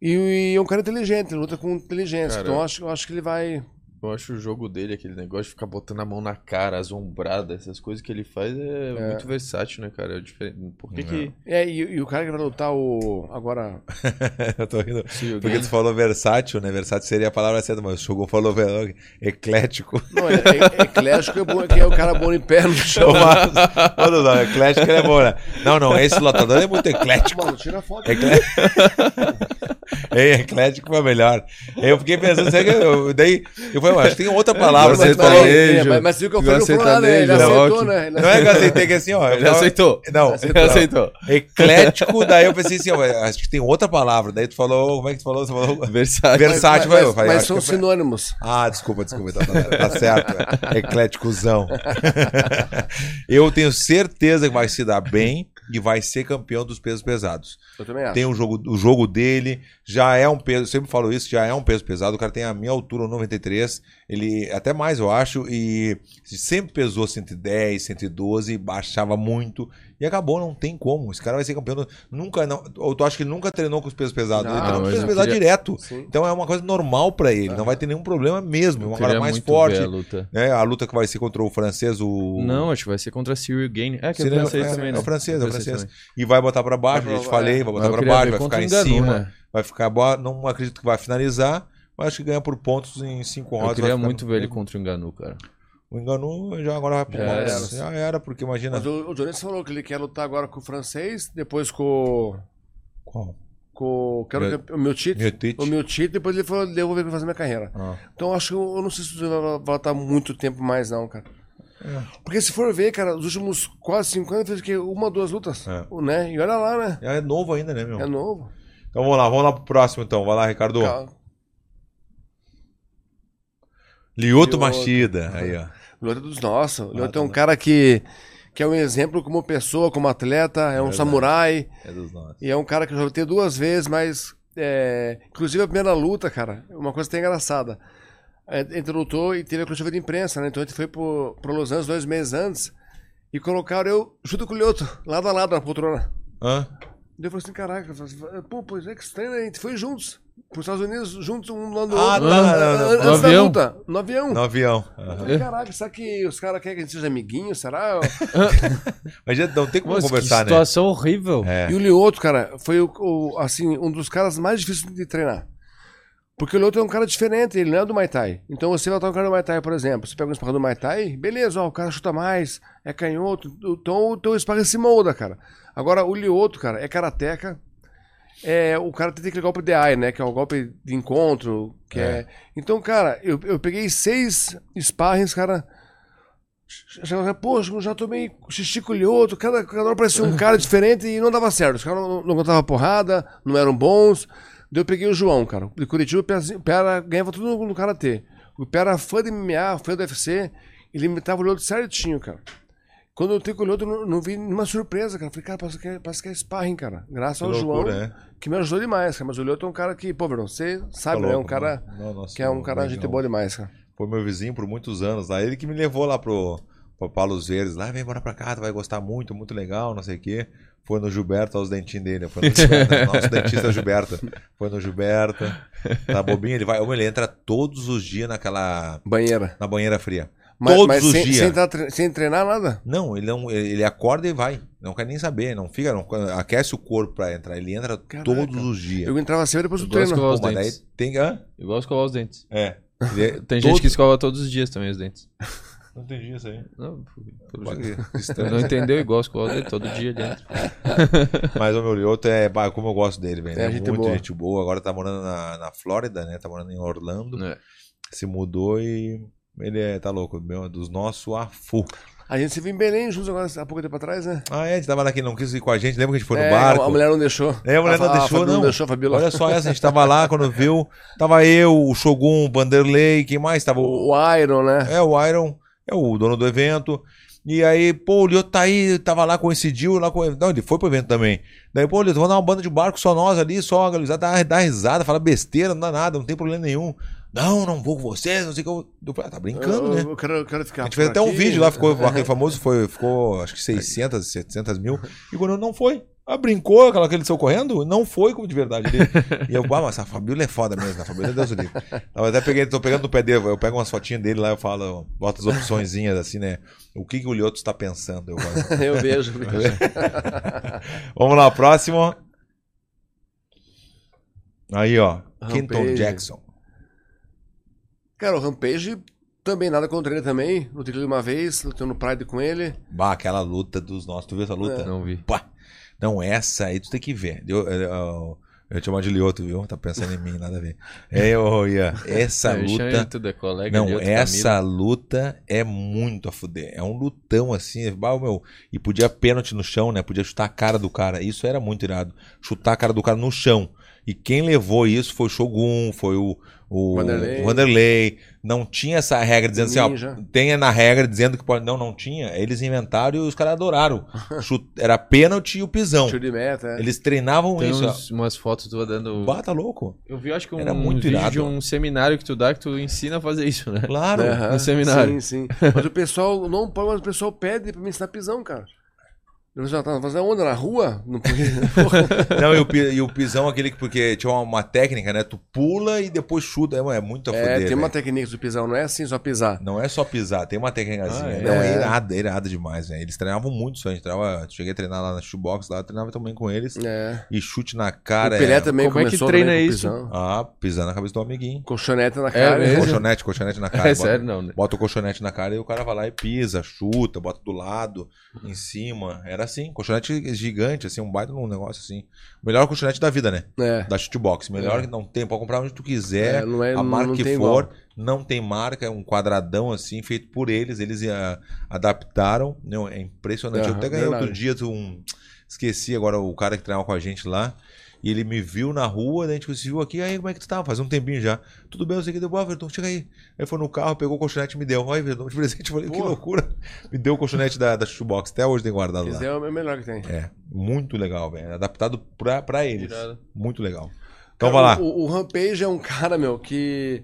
S3: E, e é um cara inteligente, ele luta com inteligência.
S2: Cara,
S3: então eu acho, eu acho que ele vai...
S2: Eu acho o jogo dele, aquele negócio de ficar botando a mão na cara, assombrada, essas coisas que ele faz é, muito versátil, né, cara? É diferente. Por que
S1: É.
S2: que...
S3: É, e, e o cara que vai lutar o... Agora,
S1: eu tô rindo.
S2: se alguém-
S1: Porque tu falou versátil, né? Versátil seria a palavra certa, mas o Shogun falou ve- eclético.
S3: Não, é, é, eclético é, bom, que é o cara bom em pé no chão.
S1: Tomás. Mano, não, eclético é bom, né? Não, não, esse lotador é muito eclético.
S3: Mano, tira a foto.
S1: Eclé... Ei, eclético foi melhor. Eu fiquei pensando, será que eu, daí, eu falei, "Ué, acho que tem outra palavra. né?" Você
S2: Agora você
S1: falou,
S2: tá aí.
S3: é, mas, mas viu que eu falei no
S2: Sertanejo,
S3: pro lado, né? Ele aceitou,
S2: rock.
S3: né? Ele
S1: não é que eu aceitei que é assim, ó. eu
S2: Ele
S1: tava-
S2: aceitou.
S1: Não,
S2: Ele aceitou.
S1: eclético, daí eu pensei assim, ó, acho que tem outra palavra. Daí tu falou, como é que tu falou? Você falou
S2: Versátil.
S1: Versátil. versátil,
S3: mas,
S1: eu falei,
S3: mas
S1: acho
S3: são
S1: que é foi-
S3: sinônimos.
S1: Ah, desculpa, desculpa, tá, tá- tá certo. é. Ecléticozão. Eu tenho certeza que vai se dar bem e vai ser campeão dos pesos pesados.
S3: Eu também acho.
S1: Tem o jogo, o jogo dele, já é um peso, eu sempre falo isso, já é um peso pesado. O cara tem a minha altura, 93, ele até mais, eu acho, e sempre pesou 110, 112, baixava muito e acabou, não tem como. Esse cara vai ser campeão. do- Nunca, não, ou tu acha que ele nunca treinou com os pesos pesados?
S3: Não,
S1: ele treinou com
S2: mas
S1: os pesos
S2: eu
S1: pesados
S2: queria-
S1: direto.
S3: Sim.
S1: Então é uma coisa normal pra ele, não vai ter nenhum problema mesmo. É um cara
S2: Queria
S1: mais
S2: muito
S1: forte.
S2: ver a luta.
S1: né? a luta que vai ser contra o francês, o.
S2: Não, acho que vai ser contra Cyril Gain. É, que é
S1: Seria-
S2: francês
S1: é,
S2: também,
S1: é
S2: né?
S1: o francês, é o francês.
S2: também.
S1: E vai botar pra baixo,
S3: Vai
S1: já te
S3: pra-
S1: falei, vai
S2: Mas
S1: botar
S2: eu
S1: pra
S2: queria
S1: baixo,
S2: ver
S1: vai
S2: contra
S1: ficar
S2: o
S1: em
S2: Ngannou,
S1: cima,
S2: né?
S1: vai ficar boa. Não acredito que vai finalizar, mas acho que ganha por pontos em cinco rodas.
S2: Eu
S1: vai
S2: queria
S1: ficar
S2: muito
S1: no-
S2: ver ele contra o Enganu, cara.
S1: O Enganu já agora vai pro
S2: Já
S1: Montes. Já
S3: era.
S1: era, porque imagina.
S3: Mas o, o Jones falou que ele quer lutar agora com o francês, depois com, o-
S1: Qual?
S3: com o- quero
S1: Meu-
S3: que- o meu título.
S1: Miotite.
S3: O meu título, depois ele falou, eu vou ver o que eu vou fazer na minha carreira.
S1: Ah.
S3: Então eu acho que eu, eu não sei se o Jonas vai voltar muito tempo mais, não, cara.
S1: É.
S3: Porque se for ver, cara, os últimos quase cinco anos fez o quê? Uma, duas lutas.
S1: É.
S3: Né? E olha lá, né?
S1: É novo ainda, né, meu?
S3: É novo.
S1: Então vamos lá, vamos lá pro próximo então. Vai lá, Ricardo.
S3: Cara,
S1: Lioto
S3: Lioto.
S1: Machida. Aí, ó.
S3: O Leandro é dos nossos. O Leandro
S1: tá
S3: é um
S1: bom.
S3: cara que, que é um exemplo como pessoa, como atleta, é um
S1: Verdade.
S3: samurai.
S1: É dos nossos.
S3: E é um cara que eu já lutei duas vezes, mas. é, inclusive a primeira luta, cara, é uma coisa até engraçada. A gente lutou e teve a coletiva de imprensa, né? Então a gente foi pro, pro Los Angeles dois meses antes e colocaram eu junto com o Lioto, lado a lado na poltrona.
S1: Hã?
S3: Daí eu falei assim: caraca, eu falei assim, pô, pois é que estranho, né? A gente foi juntos, pros Estados Unidos, juntos um do lado do
S1: Ah,
S3: outro.
S1: tá,
S3: an-
S1: tá, tá.
S3: an-
S1: No
S3: Antes da
S2: avião?
S3: luta, no avião.
S1: No avião. Aham.
S3: Falei, Caraca, será que os caras querem que a gente seja amiguinho? Será?
S1: Mas já não tem como
S4: Nossa, que
S1: conversar, né?
S4: situação horrível.
S1: É.
S3: E o Lioto, cara, foi o, o- assim, um dos caras mais difíceis de treinar. Porque o Lioto é um cara diferente, ele não é do Muay Thai. Então você vai estar um cara do Muay Thai, por exemplo. Você pega um esparrador do Muay Thai, beleza, ó, o cara chuta mais, é canhoto. Então o teu esparra se molda, cara. Agora, o Lioto, cara, é karateca. É, o cara tem aquele golpe de AI, né? Que é o golpe de encontro. Que é. Então, cara, eu, eu peguei seis sparrings, cara. Chegava, poxa, já tomei xixi com o Lioto, cada, cada hora parecia um cara diferente e não dava certo. Os caras não, não aguentavam porrada, não eram bons. Daí eu peguei o João, cara. De Curitiba, o Perazinho- o Pera ganhava tudo no, no Karatê. O Pera fã de MMA, fã do UFC, ele imitava o Lioto certinho, cara. Quando eu tenho com o Lioto, eu não, não vi nenhuma surpresa, cara. Falei, cara, parece que é, parece que é sparring, cara. Graças
S1: Que
S3: ao
S1: loucura,
S3: João,
S1: né?
S3: que me ajudou demais, cara. Mas o Lioto é um cara que, pô, Verão, você sabe,
S1: Tá
S3: né? É um
S1: louco,
S3: cara
S1: mano. Não, nossa,
S3: que é um
S1: não,
S3: cara
S1: não,
S3: gente
S1: não.
S3: boa demais, cara.
S1: Foi meu vizinho por muitos anos lá. Ele que me levou lá pro, pro Palos Verdes. Lá, vem, bora pra cá, tu vai gostar muito, muito legal, não sei o quê. Foi no Gilberto, aos dentinhos dele. né? Foi no Gilberto, nosso dentista Gilberto. Foi no Gilberto. Tá bobinho? Ele vai. Homem, Ele entra todos os dias naquela.
S3: Banheira.
S1: na banheira fria.
S3: Mas,
S1: Todos
S3: mas
S1: os
S3: sem,
S1: dias.
S3: sem tá tre- sem treinar nada?
S1: Não, ele não, ele ele acorda e vai. Não quer nem saber, não fica, não aquece o corpo pra entrar. Ele entra
S3: Caraca.
S1: todos os dias.
S3: Eu entrava cedo depois do
S4: Eu gosto
S3: treino.
S4: que eu-
S1: Pô,
S4: os
S1: mas daí
S4: dentes.
S1: tem, hã?
S4: Igual escovar os dentes.
S1: É. Ele-
S4: Tem
S1: todo-
S4: gente que escova todos os dias também os dentes.
S1: não entendi isso aí.
S4: Não, pelo jeito.
S1: Pode-
S4: Tu não entendeu igual escovar os dentes todo dia dentro.
S1: Mas o meu Lioto é, bah, como eu gosto dele, velho.
S3: É,
S1: É
S3: gente
S1: muito
S3: boa.
S1: gente boa. Agora tá morando na, na Flórida, né? Tá morando em Orlando.
S4: É.
S1: Se mudou e ele é, tá louco. Meu, dos nossos afu.
S3: A gente se viu em Belém juntos agora, há pouco tempo atrás, né?
S1: Ah, é, a gente tava lá que não quis ir com a gente. Lembra que a gente foi
S3: É,
S1: no barco?
S3: A mulher não deixou. "Ah,
S1: É, a mulher não deixou,
S3: Fabiola
S1: não.
S3: não deixou, Fabiola.
S1: Olha só essa, a gente tava lá quando viu. Tava eu, o Shogun, o Vanderlei, quem mais? Tava o,
S3: O o Iron, né?
S1: é, o Iron, é o dono do evento. E aí, pô, o Lioto tá aí, tava lá, coincidiu lá com Não, ele foi pro evento também. Daí, pô, Lioto, vamos dar uma banda de barco só nós ali, só a galera dá, dá risada, fala besteira, não dá nada, não tem problema nenhum. Não, não vou com vocês, não sei o que. Eu, eu falei, ah, tá brincando,
S3: eu,
S1: né?
S3: eu quero, eu quero ficar.
S1: A gente fez
S3: por
S1: até um
S3: aqui. né?
S1: vídeo lá, ficou, aquele famoso foi, ficou acho que 600, 700 mil. E quando não foi. Ah, brincou aquela que ele saiu correndo? Não foi como de verdade. Ele- e eu, ah, mas a Fabíola é foda mesmo, a Fabíola é Deus do livro. Eu até peguei, tô pegando no pé dele, eu pego umas fotinhas dele lá, eu falo, boto as opçõeszinhas assim, né? O que, que o Lioto está pensando? Eu falo.
S3: Eu vejo.
S1: É. Vamos lá, próximo. Aí, ó. Kenton
S3: Rampage.
S1: Jackson.
S3: Cara, o Rampage também, nada contra ele também. Lutei com ele uma vez, lutei no Pride com ele.
S1: Bah, aquela luta dos nossos. Tu viu essa
S3: É.
S1: luta?
S4: Não vi.
S1: Pá. Não, essa aí tu tem que ver. Eu, eu, eu, eu te chamo de Lioto, viu? Tá pensando em mim, nada a ver. É, ô, Ian, essa
S4: Não, eu chamo ele
S1: luta.
S4: tudo, é
S2: Tá
S4: colega
S1: Não,
S4: ali, outro
S1: essa luta é muito a fuder. É um lutão assim, bah, meu. E podia pênalti no chão, né? Podia chutar a cara do cara. Isso era muito irado. Chutar a cara do cara no chão. E quem levou isso foi o Shogun, foi o, o
S3: Vanderlei.
S1: o Vanderlei. Não tinha essa regra dizendo assim,
S3: Ninja.
S1: ó, tem na regra dizendo que pode. Não, não tinha. Eles inventaram e os caras adoraram. Chu- Era pênalti e o pisão.
S3: Tiro de meta. é.
S1: Eles treinavam
S4: Tem
S1: isso.
S4: uns- umas fotos tu dando.
S1: ó. Bah, tá louco.
S4: Eu vi, acho que um,
S1: Era muito
S4: um vídeo
S1: irado.
S4: de um seminário que tu dá que tu ensina a fazer isso, né?
S1: Claro.
S3: Aham,
S4: no seminário.
S3: Sim, sim. Mas o pessoal não pode, mas o pessoal pede pra me ensinar pisão, cara. Eu pensei, tá fazendo onda na rua? Não podia.
S1: Não, e o, pi- e o pisão, é aquele que, porque tinha uma, uma técnica, né? Tu pula e depois chuta. É, mano, é muito a
S3: É,
S1: fuder.
S3: tem uma
S1: velho.
S3: técnica do pisão, não é assim só pisar.
S1: Não é só pisar, tem uma técnicazinha.
S4: Ah, é?
S1: Não, é
S3: É.
S1: irada, é irada demais, velho. Eles treinavam muito isso. A gente treinava, cheguei a treinar lá na shoebox, lá eu treinava também com eles.
S3: É.
S1: E chute na cara.
S3: o Pelé
S1: é-
S3: também
S4: como é que
S3: começou
S4: treina
S3: também com
S4: isso? É
S3: pisão.
S1: Ah, pisar na cabeça do amiguinho.
S3: Colchonete na cara. né?
S4: mesmo?
S1: Colchonete, colchonete na cara.
S4: é
S1: bota-
S4: sério, não, né?
S1: Bota o colchonete na cara e o cara vai lá e pisa, chuta, bota do lado, em cima. Era Era assim, colchonete gigante, assim, um baita num negócio assim. Melhor colchonete da vida, né?
S3: É.
S1: Da shootbox. Melhor
S3: É.
S1: que não tem, pode comprar onde tu quiser.
S3: É, não é-
S1: a
S3: não-
S1: marca
S3: não
S1: que
S3: tem
S1: for, tá
S3: igual.
S1: não tem marca, é um quadradão assim, feito por eles, eles ah, adaptaram. Não, é impressionante. eu
S3: Aham,
S1: até ganhei
S3: verdade.
S1: outro dia de um. Esqueci agora o cara que trabalhava com a gente lá. E ele me viu na rua, daí a gente se viu aqui, aí como é que tu tá? Faz um tempinho já. Tudo bem, eu sei que deu, ah, Verdun, chega aí. Aí foi no carro, pegou o colchonete e me deu. Ai, Verdun, de presente. Eu falei, que
S3: Pô.
S1: loucura. Me deu o colchonete da, da Shoebox, até hoje tem guardado
S3: Esse
S1: lá.
S3: é o melhor que tem.
S1: É, muito legal, velho. Adaptado pra, pra eles.
S4: Irado.
S1: Muito legal. Então
S3: Cara,
S1: vai lá.
S3: O, o Rampage é um cara, meu, que.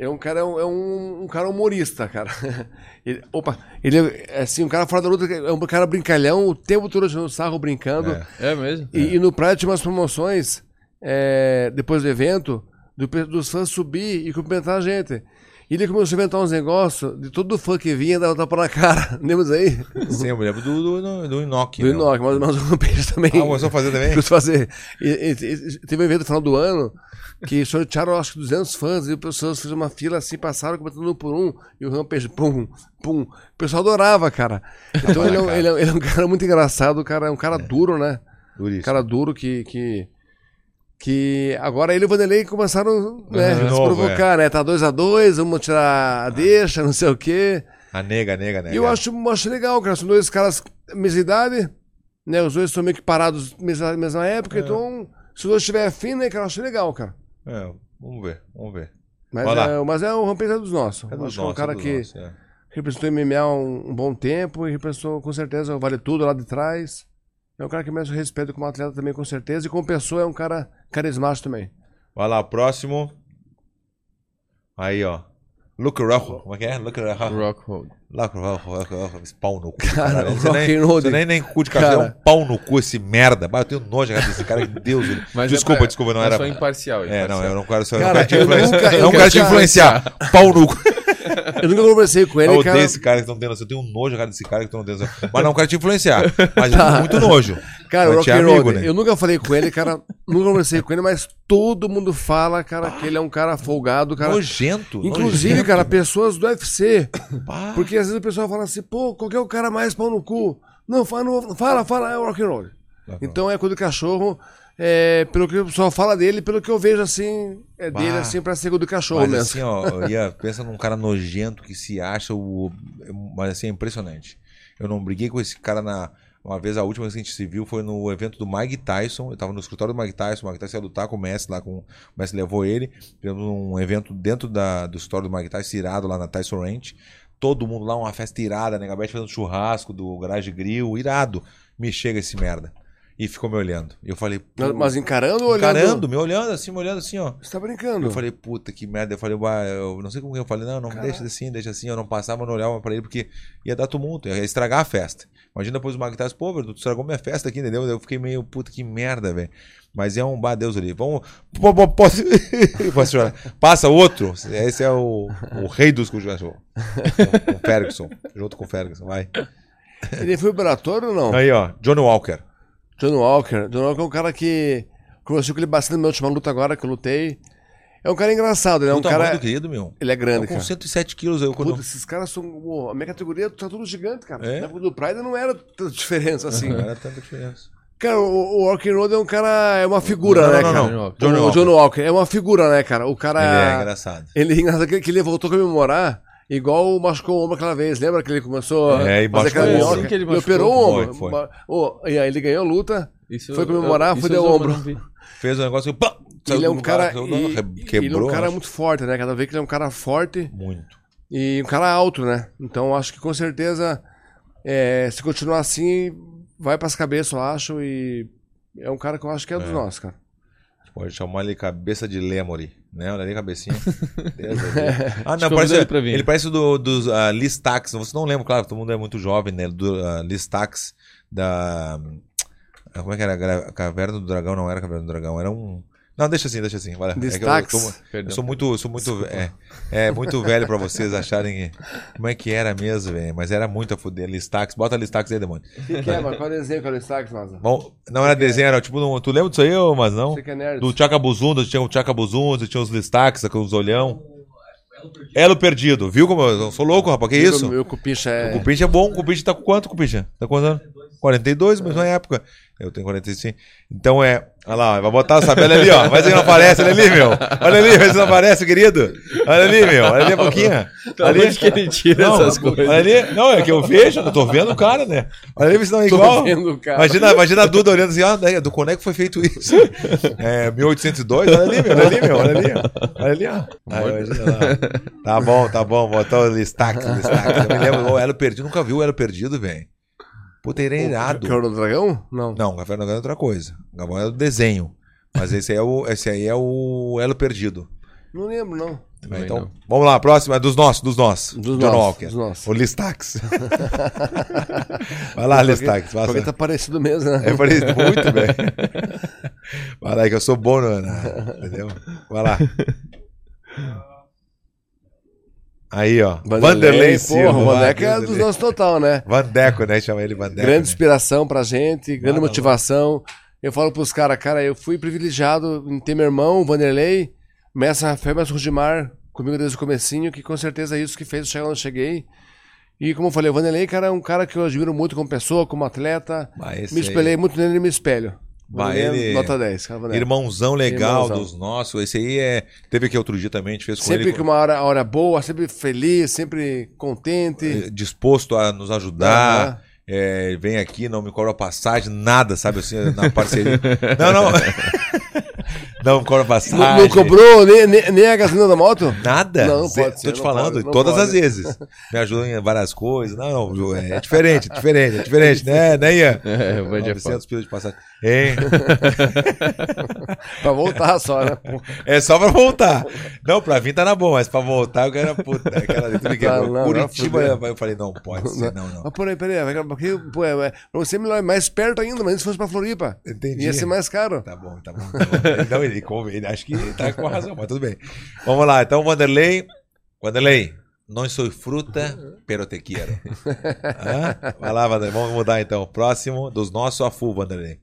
S3: É um cara, é um, um cara humorista, cara. Ele- opa, ele é assim, um cara fora da luta, é um cara brincalhão, o tempo todo tirando sarro, brincando.
S1: É.
S4: É mesmo?
S3: E, e no praia tinha umas promoções, é, depois do evento, do pe- dos fãs subir e cumprimentar a gente. E ele começou a inventar uns negócios, de todo fã que vinha dava tapa na cara. Lembra disso aí?
S1: É, Sim, eu me lembro do, do, do Enoch.
S3: do
S1: né?
S3: Enoch, mas, mas o Rampage um também.
S1: Ah, começou a fazer também?
S3: Preciso fazer. E- e- e- teve um evento no final do ano que sortearam, acho que 200 fãs e as pessoas fizeram uma fila assim, passaram comentando um por um e o Rampage, pum, pum. O pessoal adorava, cara. Então ele é, um, ele é um- ele é um cara muito engraçado, cara. É um cara duro, né? Um
S1: Duríssimo.
S3: cara duro que. que... Que agora ele e o Vanderlei começaram né,
S1: De
S3: a
S1: novo,
S3: se
S1: é. Ah.
S3: provocar, né? Tá 2 a 2 vamos tirar a deixa, não sei o quê.
S1: A nega, a nega, a nega.
S3: E eu acho, acho legal, cara. São dois caras da mesma idade, né? Os dois estão meio que parados na mesma, mesma época, então. Se os dois estiverem afim, né, cara, eu acho legal, cara.
S1: É, vamos ver, vamos ver.
S3: Mas,
S1: Vai lá.
S3: é, mas é o Rampage é dos nossos.
S1: É dos
S3: acho que é um
S1: nossos,
S3: cara
S1: dos
S3: que
S1: nossos, é.
S3: representou o MMA um, um bom tempo e representou com certeza o Vale Tudo lá de trás. É um cara que merece respeito como atleta também, com certeza. E como pessoa é um cara carismático também.
S1: Vai lá, próximo. Aí, ó. Luke Rojo. Como é que é? Luke Rojo.
S4: Rockhold.
S1: Luke Rojo. Luke Rojo. Esse pau no cu.
S3: Cara,
S1: caralho.
S3: o
S1: Você
S3: Rock
S1: nem,
S3: and Roll
S1: você
S3: de-
S1: nem, nem cu de café, é
S3: um Cara.
S1: um pau no cu esse merda. Bah, eu tenho nojo cara, desse cara. que Deus. ele-
S4: Mas é
S1: desculpa,
S4: pra-
S1: desculpa, não
S4: Eu
S1: era.
S4: sou imparcial.
S1: É, não, eu não quero só.
S3: Cara,
S1: Cara, te
S3: eu nunca-
S1: influenciar.
S3: eu
S1: Eu não quero te
S3: nunca-
S1: influenciar. Pau no cu.
S3: Eu nunca conversei com
S1: Eu
S3: ele, um
S1: odeio
S3: cara.
S1: esse cara que não tem noção. Eu tenho um nojo, cara, desse cara que tu não tem noção. Mas não quero te influenciar. Mas eu tenho muito nojo.
S3: Tá. Cara,
S1: Mas
S3: o Rock
S1: tinha
S3: and
S1: amigo,
S3: Roll,
S1: né?
S3: eu nunca falei com ele, cara, nunca conversei com ele, mas todo mundo fala, cara, que ele é um cara folgado, cara.
S1: Nojento.
S3: Inclusive,
S1: nojento.
S3: cara, pessoas do UFC,
S1: Pá.
S3: porque às vezes o pessoal fala assim, pô, qual que é o cara mais pau no cu? Não, fala, não, fala, fala, é o Rock and Roll. Então é coisa do cachorro, é, pelo que o pessoal fala dele, pelo que eu vejo assim, é dele
S1: Bah.
S3: assim pra ser coisa do cachorro
S1: Mas
S3: mesmo.
S1: assim, ó, Ian, pensa num cara nojento que se acha o. Mas assim, é impressionante. Eu não briguei com esse cara na. Uma vez a última vez que a gente se viu foi no evento do Mike Tyson. Eu tava no escritório do Mike Tyson, o Mike Tyson ia lutar com o Messi lá, com... o Messi levou ele. Fizemos um evento dentro da... do escritório do Mike Tyson, irado lá na Tyson Ranch. Todo mundo lá, uma festa irada, né? Gabete fazendo churrasco do Garage Grill, irado. Me chega esse merda. E ficou me olhando. E eu falei,
S3: Mas- Mas encarando ou olhando?
S1: é encarando, me olhando assim, me olhando assim, ó.
S3: Você tá brincando.
S1: Eu falei, puta que merda. Eu falei, "Bah, eu não sei como que eu falei, não, não, deixa assim, deixa assim. Eu não passava, eu não olhava pra ele, porque ia dar tumulto, ia estragar a festa. Imagina depois o Mark Tyson, pô, velho, tu estragou minha festa aqui, entendeu? Eu fiquei meio, puta que merda, velho. Mas é um, bah, Deus ali. Vamos. po- po- Posso, posso chorar? Passa outro. Esse é o, o rei dos cujachos. Com o Ferguson. Junto com o Ferguson, vai.
S3: Ele foi operatório ou não?
S1: Aí, ó, Johnny Walker.
S3: John Walker. John Walker é um cara que. Conversei com ele bastante na minha última luta agora que eu lutei. É um cara engraçado, ele é um
S1: o tamanho
S3: cara.
S1: do tá querido, meu.
S3: Ele é
S1: Eu
S3: grande,
S1: com
S3: cara.
S1: 107 quilos, eu um quando.
S3: Puta, esses caras são. Uou, a minha categoria tá tudo gigante, cara.
S1: É?
S3: Na época do Pride não era tanta diferença assim.
S1: Não era tanta diferença.
S3: cara, o, o Rock and Roll é um cara. É uma figura,
S1: Não,
S3: né,
S1: não,
S3: cara?
S1: não, não. Johnny
S3: o
S1: Walker.
S3: John Walker é uma figura, né, cara? O cara.
S1: Ele é engraçado.
S3: Ele é engraçado que, que ele voltou a comemorar, igual machucou o ombro aquela vez. Lembra que ele começou
S1: É, e
S3: a fazer
S1: machucou
S3: aquela
S1: o ombro.
S3: minhoca?
S4: Assim que ele
S3: ele
S4: machucou,
S3: operou o ombro.
S1: foi, foi.
S3: Ma- Ô, e aí ele ganhou a luta.
S4: Isso
S3: Foi
S4: eu-
S3: comemorar,
S4: isso
S3: foi de
S4: eu não
S3: ombro.
S4: vi.
S1: fez um negócio que. pá, saiu
S3: Ele é
S1: do
S3: um
S1: lugar,
S3: cara.
S1: saiu do- re-
S3: e- e ele é um
S1: quebrou,
S3: cara
S1: acho.
S3: muito forte, né? Cada vez que ele é um cara forte
S1: Muito.
S3: e um cara alto, né? Então acho que com certeza, é, se continuar assim, vai pras cabeças, eu acho. E é um cara que eu acho que é, dos nossos, cara.
S1: Pode chamar ele cabeça de Lemory, né? Olha ali a cabecinha. Deus do céu. ah,
S4: Te
S1: não,
S4: convido
S1: parece,
S4: ele pra vir.
S1: ele parece do, dos ah, Listax. Você não lembra, claro, todo mundo é muito jovem, né? Do ah, Listax da. ah, Como é que era? Gra- Caverna do Dragão? Não era Caverna do Dragão, era um. Não, deixa assim, deixa assim. Vai lá. É que eu-
S3: Listax?
S1: eu, tô- eu
S4: Perdão.
S1: sou muito, eu sou muito, é, é muito velho pra vocês acharem que- como é que era mesmo, velho. Mas era muito a fuder. Listax, bota Listax aí, demônio.
S3: O que, que é, mas qual é o desenho que é o destaque, Maza?
S1: Bom, não era desenho, era tipo. um- Tu lembra disso aí, ô, mas não?
S3: Você que é nerd.
S1: Do Tchacabuzunda, tinha o Tchacabuzunda, tinha os listaques, com os olhão. Elo perdido, viu como eu eu sou louco, rapaz? Que isso?
S3: Meu cupincha é.
S1: O Cupiche é bom, o Cupiche tá com quanto, Cupiche? Tá com quantos anos? 42, mesma época. Eu tenho 45. Então é. Olha lá, vai botar a Sabela ali, ó. Mas ele não aparece, olha ali, meu. Olha ali, mas ele não aparece, querido. Olha ali, meu. Olha ali a boquinha.
S2: Tá
S4: Ali onde que ele tira
S1: Não,
S4: Tá essas coisas?
S1: olha ali. Não, é que eu vejo, eu tô vendo o cara, né? Olha ali, se não é igual.
S3: vendo o cara.
S1: Imagina, imagina a Duda olhando assim, ó, daí, do Coneco foi feito isso. É, 1802, olha ali, meu, olha ali, meu, olha ali, ó. Olha ali, ó. Aí, imagina lá. Tá bom, tá bom, botou o destaque, o destaque. Eu me lembro, o Elo Perdido, nunca viu o Elo Perdido, velho. Puta, ele é irado.
S3: Que é o do dragão? Não.
S1: Não, Café no Dragão é outra coisa. Gabão é o desenho. Mas esse aí é o, esse aí é o Elo Perdido.
S3: Não lembro, não.
S4: Também
S1: então,
S4: não.
S1: vamos lá, próxima é dos nossos, dos nossos.
S3: Dos
S1: John
S3: nossos,
S1: Walker.
S3: dos nossos.
S1: O Listax. Vai lá, Listax. passa.
S3: Porque tá parecido mesmo, né?
S1: Eu falei, muito bem. Vai lá, que eu sou bom, na- na- entendeu? Vai lá. Aí, ó. Vanderlei Silva.
S3: Porra, o Vandeco é dos
S1: Vanderlei.
S3: nossos total, né?
S1: Vandeco, né? Chama ele Vandeco.
S3: grande
S1: né?
S3: inspiração pra gente, grande
S1: Nada,
S3: motivação. Eu falo pros caras, cara, eu fui privilegiado em ter meu irmão, o Vanderlei, Mestre Rafael, Mestre Rudimar, comigo desde o comecinho, que com certeza é isso que fez eu chegar onde eu cheguei. E como eu falei, o Vanderlei, cara, é um cara que eu admiro muito como pessoa, como atleta.
S1: Mas esse
S3: me
S1: aí,
S3: espelhei muito nele e me espelho.
S1: Bah,
S3: Vanderlei é
S1: ele-
S3: Nota 10, cara, Vanderlei.
S1: Irmãozão legal
S3: Irmãozão.
S1: dos nossos. Esse aí é. Teve aqui outro dia também, a gente fez com
S3: Sempre
S1: ele.
S3: que uma hora, hora boa, sempre feliz, sempre contente.
S1: eh, Disposto a nos
S3: Aham.
S1: ajudar. eh, vem aqui, não me cobra passagem, nada, sabe assim, na parceria. Não, não. não me cobra
S3: Não-
S1: passagem.
S3: não cobrou nem, nem, nem a gasolina da moto?
S1: Nada?
S3: Não,
S1: Zé-
S3: pode ser,
S1: Tô te
S3: não
S1: falando,
S3: pode, não
S1: todas
S3: pode.
S1: as vezes. Me ajudam em várias coisas. Não, não, Ju, é, é diferente, é diferente, é diferente, né, né Ian?
S4: É, o Band é foda.
S1: 900 pila de passagem. É, Hein?
S3: Pra voltar só, né?
S1: É só pra voltar. Não, pra vir tá na boa, mas pra voltar eu quero puta. né, Aquela letra que
S3: Tá,
S1: é
S3: Não, não,
S1: Curitiba,
S3: não,
S1: eu falei, não, pode ser, não, não.
S3: Mas peraí, peraí, vai, porque, pô, é, é, pra você é melhor, é mais perto ainda, mas se fosse pra Floripa,
S1: Entendi.
S3: ia ser mais caro.
S1: Tá bom, tá bom, tá bom. Ele- Não, ele, convém, ele acho que ele tá com a razão, mas tudo bem. Vamos lá, então, Vanderlei. Vanderlei, não sou fruta, pero te quero. Hã? Vai lá, Vanderlei, vamos mudar então. Próximo dos nossos a full, Vanderlei.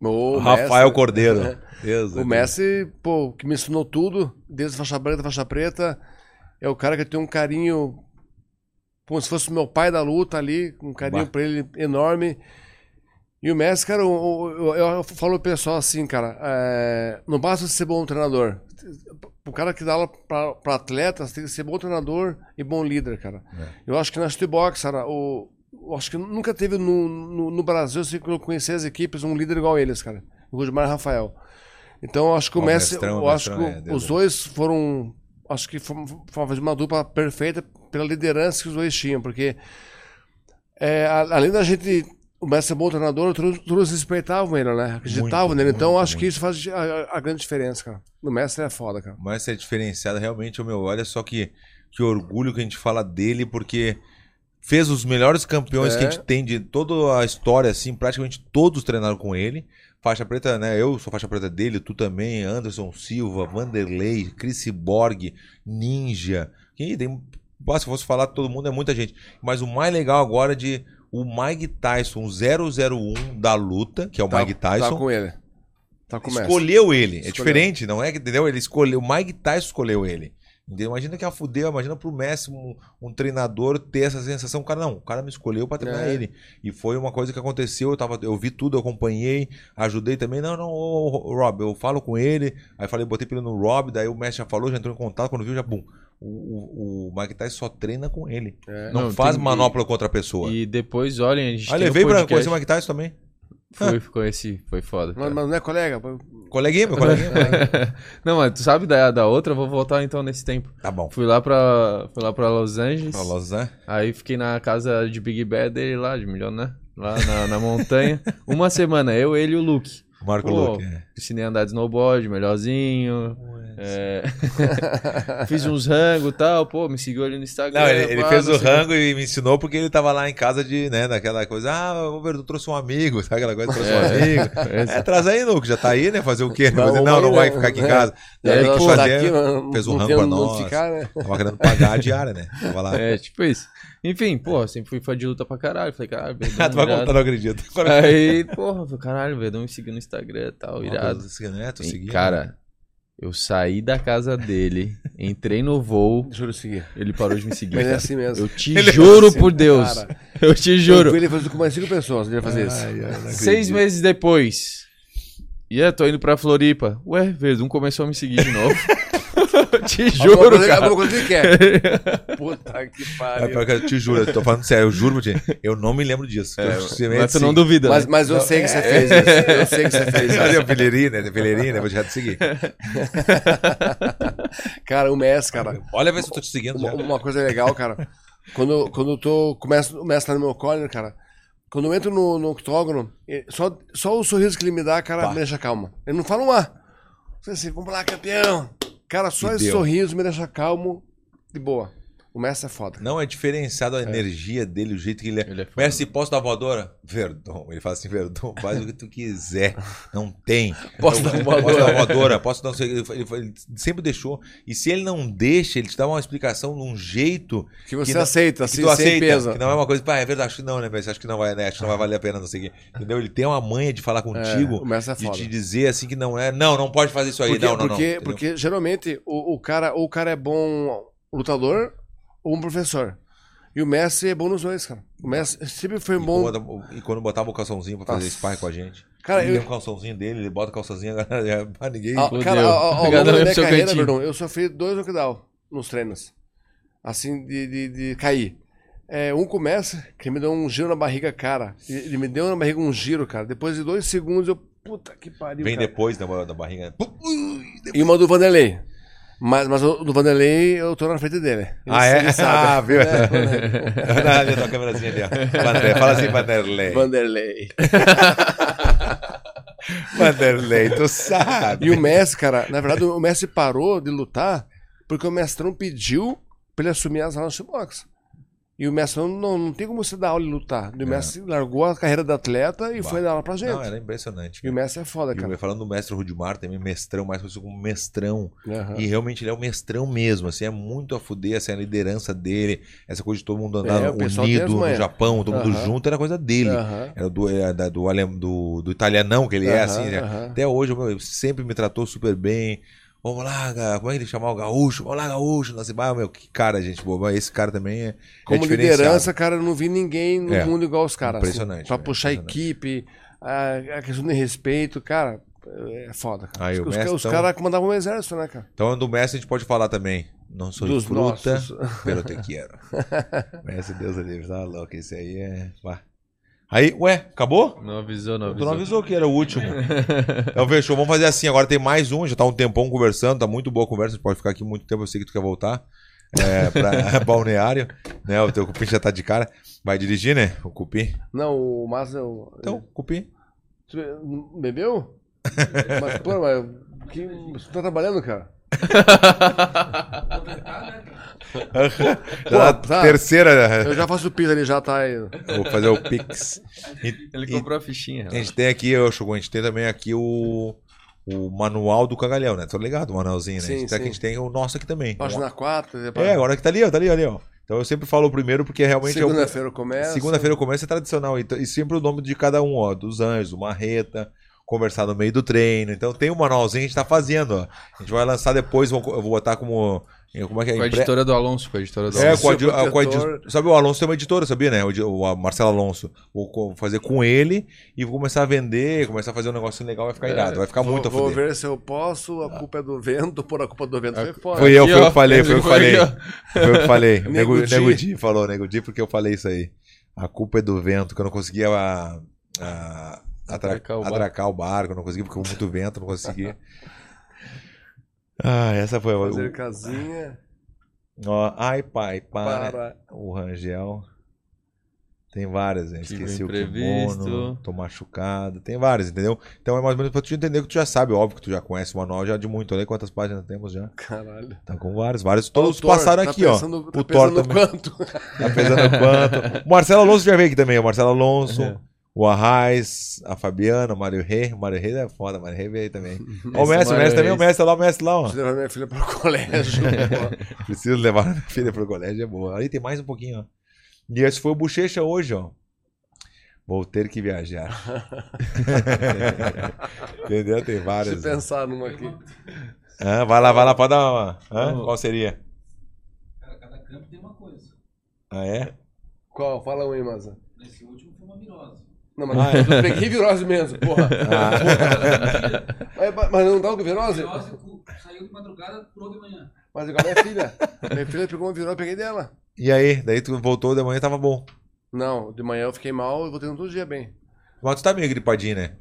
S3: O
S1: Rafael
S3: Messi-
S1: Cordeiro.
S3: É.
S1: Deus,
S3: O Messi, pô, que me ensinou tudo, desde faixa branca, faixa preta, é o cara que eu tenho um carinho, como se fosse o meu pai da luta ali, um carinho
S1: Bah.
S3: pra ele enorme. E o Messi, cara, eu, eu, eu- eu falo pro pessoal assim, cara, é, não basta você ser bom treinador. O cara que dá aula pra, pra atletas tem que ser bom treinador e bom líder, cara.
S1: É.
S3: Eu acho que na Box, cara, o, eu acho que nunca teve no, no, no Brasil, assim, que eu conheci as equipes, um líder igual eles, cara. O Rudimar e Rafael. Então, eu acho que o
S1: Ó, o
S3: Messi,
S1: mestrão,
S3: eu
S1: o
S3: acho que
S1: mestrão, é, Deus
S3: os dois foram, acho que foi foi uma- uma dupla perfeita pela liderança que os dois tinham, porque é, a- além da gente, o Messi é bom treinador, todos, todos respeitavam ele, né? Acreditavam
S1: Muito,
S3: nele. Então,
S1: muito,
S3: eu acho que isso faz a, a grande diferença, cara. O Messi é foda, cara.
S1: O Messi é diferenciado, realmente, é meu. Olha só que, que orgulho que a gente fala dele, porque fez os melhores campeões que a
S3: É.
S1: gente tem de toda a história, assim, praticamente todos treinaram com ele. Faixa preta, né? Eu sou faixa preta dele, tu também, Anderson Silva, Vanderlei, Chris Borg, Ninja. Quem tem. Nossa, se eu fosse falar de todo mundo, é muita gente. Mas o mais legal agora é de o Mike Tyson, 001 da luta, que é o
S3: Tá-
S1: Mike Tyson.
S3: Tá com ele. Tá com o Messi.
S1: Escolheu ele. É
S3: Escolheu.
S1: diferente, não é que entendeu? Ele escolheu. O Mike Tyson escolheu ele. Entendeu? Imagina que é a fudeu, imagina pro Messi um, um treinador ter essa sensação, cara, não, o cara me escolheu pra treinar
S3: É.
S1: ele. E foi uma coisa que aconteceu, eu, tava, eu vi tudo, eu acompanhei, ajudei também. Não, não, ô, ô, Rob, eu falo com ele. Aí falei, botei pra ele no Rob, daí o Messi já falou, já entrou em contato, quando viu, já bum. O, o, o Mike Tyson só treina com ele.
S3: É.
S1: Não,
S4: Não,
S1: faz
S4: tem-
S1: manopla contra a pessoa.
S4: E depois, olhem, a gente tem
S1: Aí
S4: um
S1: levei pra
S4: podcast.
S1: conhecer o Mike Tyson também.
S4: Foi, conheci, foi foda.
S3: Mas,
S4: cara.
S3: mas não é colega?
S1: Coleguinha, meu coleguinha. coleguinha.
S4: Não, mas tu sabe da, da outra, eu vou voltar então nesse tempo.
S1: Tá bom.
S4: Fui lá pra, fui lá pra Los Angeles,
S1: Pra Los né? Angeles.
S4: aí fiquei na casa de Big Bad dele lá, de milionário, lá na, na montanha. Uma semana, eu, ele e o Luke.
S1: Marco
S4: Pô,
S1: Luque. é.
S4: Ensinei a andar de snowboard, melhorzinho. é. Fiz uns rangos e tal, pô, me seguiu ali no Instagram.
S1: Não, ele, ele
S4: pá,
S1: fez o
S4: não sei
S1: rango e me ensinou porque ele tava lá em casa de, né, daquela coisa, ah, o Verdun trouxe um amigo, sabe aquela coisa, trouxe um amigo.
S4: o quê. Essa-
S1: É, traz aí, Nuco, já tá aí, né, fazer o quê?
S3: Não,
S1: Não, não, não
S3: não,
S1: vai
S3: não,
S1: ficar aqui em
S3: né?
S1: casa.
S3: É,
S1: Tem que
S3: nós tá aqui,
S1: fazer,
S3: mas
S1: fez um
S3: não
S1: rango
S3: tem
S1: pra
S3: onde
S1: nós.
S3: Ficar, né?
S1: tava querendo pagar a diária, né, tava lá.
S4: É, tipo isso. Enfim, porra, sempre fui fã de luta pra caralho. Falei, cara,
S1: Ah,
S4: Verdão,
S1: tu vai
S4: irado.
S1: contar, não acredito. Agora,
S4: Aí, porra, eu falei, caralho, Verdão me seguiu no Instagram e tal,
S1: Uma
S4: É, irado.
S1: coisa assim, né, tu
S4: E,
S1: seguindo.
S4: cara, Eu saí da casa dele, entrei no voo,
S3: Juro seguir.
S4: ele parou de me seguir.
S3: Mas é
S4: cara.
S3: assim mesmo.
S4: Eu te
S1: Ele é
S4: juro
S3: assim,
S4: por Deus.
S3: cara.
S4: Eu te
S3: Tranquilo,
S4: juro.
S3: Ele fez com mais cinco pessoas, ele ia fazer isso.
S4: Seis meses depois. E yeah, tô indo pra Floripa. Ué, Verdun começou a me seguir de novo. Eu te
S3: alguma
S4: juro,
S3: coisa,
S4: cara.
S3: alguma coisa que é ele quer. Puta que
S1: É,
S3: pariu.
S1: pior que eu te juro, eu tô falando sério, eu juro, Mutinho, eu não me lembro disso. Eu simplesmente
S4: É,
S1: assim.
S4: Mas tu não
S1: sigo.
S4: duvida.
S3: Mas,
S4: né?
S3: mas eu sei que você fez isso. Eu sei que você fez isso.
S1: Olha a peleirinha, né? Peleirinha, né? Vou deixar de seguir.
S3: Cara, o Messi, cara.
S1: Olha a vez se eu tô te seguindo
S3: Uma,
S1: já.
S3: uma coisa legal, cara. Quando, quando eu tô. Começo, o Messi tá no meu colo, cara. Quando eu entro no, no octógono, eh, só, só o sorriso que ele me dá, cara, me deixa calmo. Ele não fala um A. Você assim, vamos lá, campeão. Cara, só
S1: E
S3: esse
S1: deu.
S3: sorriso me deixa calmo de boa. O Messi é foda.
S1: Não, é diferenciado a energia dele, o jeito que ele é.
S4: Ele é foda.
S1: Messi, posso dar voadora? Verdão. Ele fala assim, Verdão, faz o que tu quiser. Não tem.
S3: Posso
S1: Posso dar
S3: dar voadora?
S1: voadora, posso dar não sei o que. Ele, ele- ele sempre deixou. E se ele não deixa, ele te dá uma explicação de um jeito
S3: Que você
S1: que não-
S3: aceita,
S1: que
S3: assim,
S1: tu
S3: sem
S1: aceita.
S3: peso.
S1: Que não é uma coisa, pá, é verdade, acho que não, né, velho? Acho que não vai, né? Acho que não vai valer a pena, não sei o quê. Entendeu? Ele tem uma manha de falar
S3: o
S1: contigo,
S3: Messi é
S1: um de
S3: foda.
S1: te dizer assim que não é. Não, não pode fazer isso aí.
S3: Porque,
S1: não, não,
S3: porque,
S1: não. Entendeu?
S3: porque geralmente o, o cara, ou o cara é bom lutador ou um professor. E o Messi é bom nos dois, cara. O Messi sempre foi
S1: E
S3: bom.
S1: quando, bota- e quando botava o calçãozinho pra fazer
S3: Nossa.
S1: sparring com a gente.
S3: Cara,
S1: ele
S3: eu-
S1: tem um calçãozinho dele, ele bota o calçãozinho, agora pra ninguém.
S3: Ah,
S4: Fudeu.
S3: cara, ao, ao ao
S4: Cada
S3: longo
S4: um
S3: da
S4: pro
S3: minha
S4: seu
S3: carreira,
S4: cantinho.
S3: Verdão, eu sofri dois knockdown nos treinos. Assim, de, de, de cair. É, um começa, que me deu um giro na barriga, cara. E- Ele me deu na barriga um giro, cara. Depois de dois segundos, eu. Puta que pariu.
S1: Vem
S3: cara.
S1: depois da, da barriga. Ui,
S3: E uma do Vanderlei. Mas, mas o do Vanderlei, eu tô na frente dele. Ele-
S1: Ah, é?
S3: ele sabe. É, né?
S1: Ah, viu? Olha ali a tua câmerazinha ali, ó. Vander- Fala assim, Vanderlei.
S3: É, Vanderlei.
S1: Vanderlei, tu sabe.
S3: E o Messi, cara, na verdade, o Messi parou de lutar porque o mestrão pediu pra ele assumir as aulas de boxe. E o mestrão não, não tem como você dar aula e lutar. E o Messi largou a carreira de atleta e
S1: É. Bah.
S3: foi dar aula pra gente.
S1: Não, era impressionante.
S3: E o Messi é foda,
S1: E
S3: cara.
S1: o- falando do mestre Rudimar também, mestrão, mais conhecido como mestrão.
S3: Aham.
S1: E realmente ele é o mestrão mesmo, assim, é muito a fuder, assim, a liderança dele, essa coisa de todo mundo andar
S3: É, o pessoal tem as
S1: unido no
S3: manhas.
S1: Japão, todo mundo
S3: Aham.
S1: junto, era coisa dele.
S3: Aham.
S1: Era do, é, da- do, alem- do, do italianão que ele é,
S3: Aham,
S1: assim, né?
S3: aham.
S1: Até hoje, meu, ele sempre me tratou super bem. Vamos lá, ga- como é que ele chamava o gaúcho? Vamos lá, gaúcho. Nossa, ah, meu, que cara, gente boa. Mas Esse cara também é. é
S3: Como
S1: diferenciado.
S3: liderança, cara, eu não vi ninguém no
S1: É.
S3: mundo igual os caras.
S1: Impressionante,
S3: Assim, pra
S1: né?
S3: puxar a
S1: Impressionante.
S3: equipe, a, a questão de respeito, cara, é foda, cara.
S1: Aí,
S3: os
S1: o
S3: os,
S1: Messi,
S3: os
S1: então-
S3: caras comandavam um exército, né, cara?
S1: Então, do Messi a gente pode falar também. Não sou
S3: Dos
S1: fruta,
S3: nossos.
S1: pero te quiero. Messi, Deus do livre, tá louco. Esse aí é. Vá. Aí, ué, acabou?
S4: Não avisou, não
S1: Tu não
S4: avisou.
S1: avisou que era o último. Então, fechou. Vamos fazer assim. Agora tem mais um. Já tá um tempão conversando. Tá muito boa a conversa. A gente pode ficar aqui muito tempo. Eu sei que tu quer voltar é, pra balneário. Né? O teu cupim já tá de cara. Vai dirigir, né? O cupim.
S3: Não, o Massa. o-
S1: Então, cupim.
S3: Tu bebeu? mas, pô, mas que, você tá trabalhando, cara?
S1: Já
S3: Pô,
S1: tá.
S3: tá.
S1: Terceira.
S3: Eu já faço o pizza ali, já tá aí.
S1: Vou fazer o Pix. E-
S4: Ele
S1: e-
S4: comprou a fichinha. né?
S1: A gente tem aqui, eu acho, a gente tem também aqui o, o manual do cagalhão, né? Tô ligado, o manualzinho, né? a,
S3: Sim,
S1: gente tá aqui,
S3: sim.
S1: a gente tem o nosso aqui também.
S3: Página 4, é,
S1: É, agora que tá ali, ó, tá ali, ali, ó. Então eu sempre falo o primeiro porque realmente
S3: segunda-feira eu
S1: é o.
S3: começo.
S1: Segunda-feira eu começo é tradicional. Então, e sempre o nome de cada um, ó. Dos anjos, o marreta, conversar no meio do treino. Então tem o manualzinho que a gente tá fazendo, ó. A gente vai lançar depois, vou, eu vou botar como. Como é que é?
S4: Com a
S1: Impre-
S4: editora do Alonso, com a editora do
S1: é,
S4: Alonso.
S1: com a, edi- a- com a edi-
S3: protetor.
S1: sabe, o Alonso tem uma editora, sabia, né? O, di- o a- Marcelo Alonso. Vou co- fazer com ele e vou começar a vender, começar a fazer um negócio legal, vai
S4: É,
S1: ficar irado, vai ficar
S3: Vou,
S1: muito a
S3: vou
S1: fuder. Ah.
S3: ver se eu posso, a culpa é do vento, por a culpa do vento foi fora.
S1: Foi eu,
S4: Aqui,
S1: foi eu
S4: ó,
S1: que falei, foi eu que
S4: foi
S1: falei.
S4: aqui,
S1: Foi eu que falei. O Nego,
S3: Nego Di.
S1: Nego Di falou, Nego Di, porque eu falei isso aí. A culpa é do vento, que eu não conseguia a- a- atra-
S4: Atracar o barco.
S1: atracar o barco, eu não conseguia, porque com muito vento, eu não conseguia. Ah, essa foi
S3: Fazer
S1: a.
S3: casinha
S1: Ó, ai, pai, para.
S3: para.
S1: O Rangel. Tem várias, né?
S4: Tive
S1: Esqueci o
S4: imprevisto.
S1: kimono, tô machucado. Tem várias, entendeu? Então é mais ou menos pra tu entender que tu já sabe, óbvio que tu já conhece o manual já de muito. Olha aí quantas páginas temos já.
S3: Caralho.
S1: Tá com vários, vários. Todos
S3: O Thor,
S1: passaram
S3: tá
S1: aqui,
S3: pensando-
S1: ó.
S3: Tá
S1: o Thor
S3: pensando
S1: também.
S3: quanto?
S1: Tá pesando quanto. O Marcelo Alonso já veio aqui também. O Marcelo Alonso,
S4: É.
S1: o Arraes, a Fabiana, o Mário Rey. O Mário Rey é foda, o Mário Rey veio aí também. Ó, o
S4: Esse
S1: Messi, o
S4: Mário
S1: Messi também, o
S4: Rey.
S1: Messi tá lá, o Messi lá, ó.
S3: Preciso levar minha filha pro colégio.
S1: Preciso levar minha filha pro colégio, é boa. Aí tem mais um pouquinho, ó. E esse foi o Bochecha hoje, ó. Vou ter que viajar. Entendeu? Tem várias.
S3: Se
S1: né?
S3: pensar numa aqui.
S1: Ah, vai lá, vai lá, pode dar uma. Hã? Qual seria?
S5: Cara, cada campo tem uma coisa.
S1: Ah, é?
S3: Qual? Fala um aí, Maza.
S5: Nesse último foi uma virose.
S3: Não, mas
S1: Ah, é.
S3: eu peguei virose mesmo, porra. Mas- mas, mas não dá o virose?
S5: Virose cu- saiu de madrugada, curou de manhã.
S3: Mas agora é filha. Minha filha pegou uma virose, eu peguei dela.
S1: E aí? Daí tu voltou de manhã tava bom.
S3: Não, de manhã eu fiquei mal e voltei no outro dia bem.
S1: Mas tu tá meio gripadinho, né?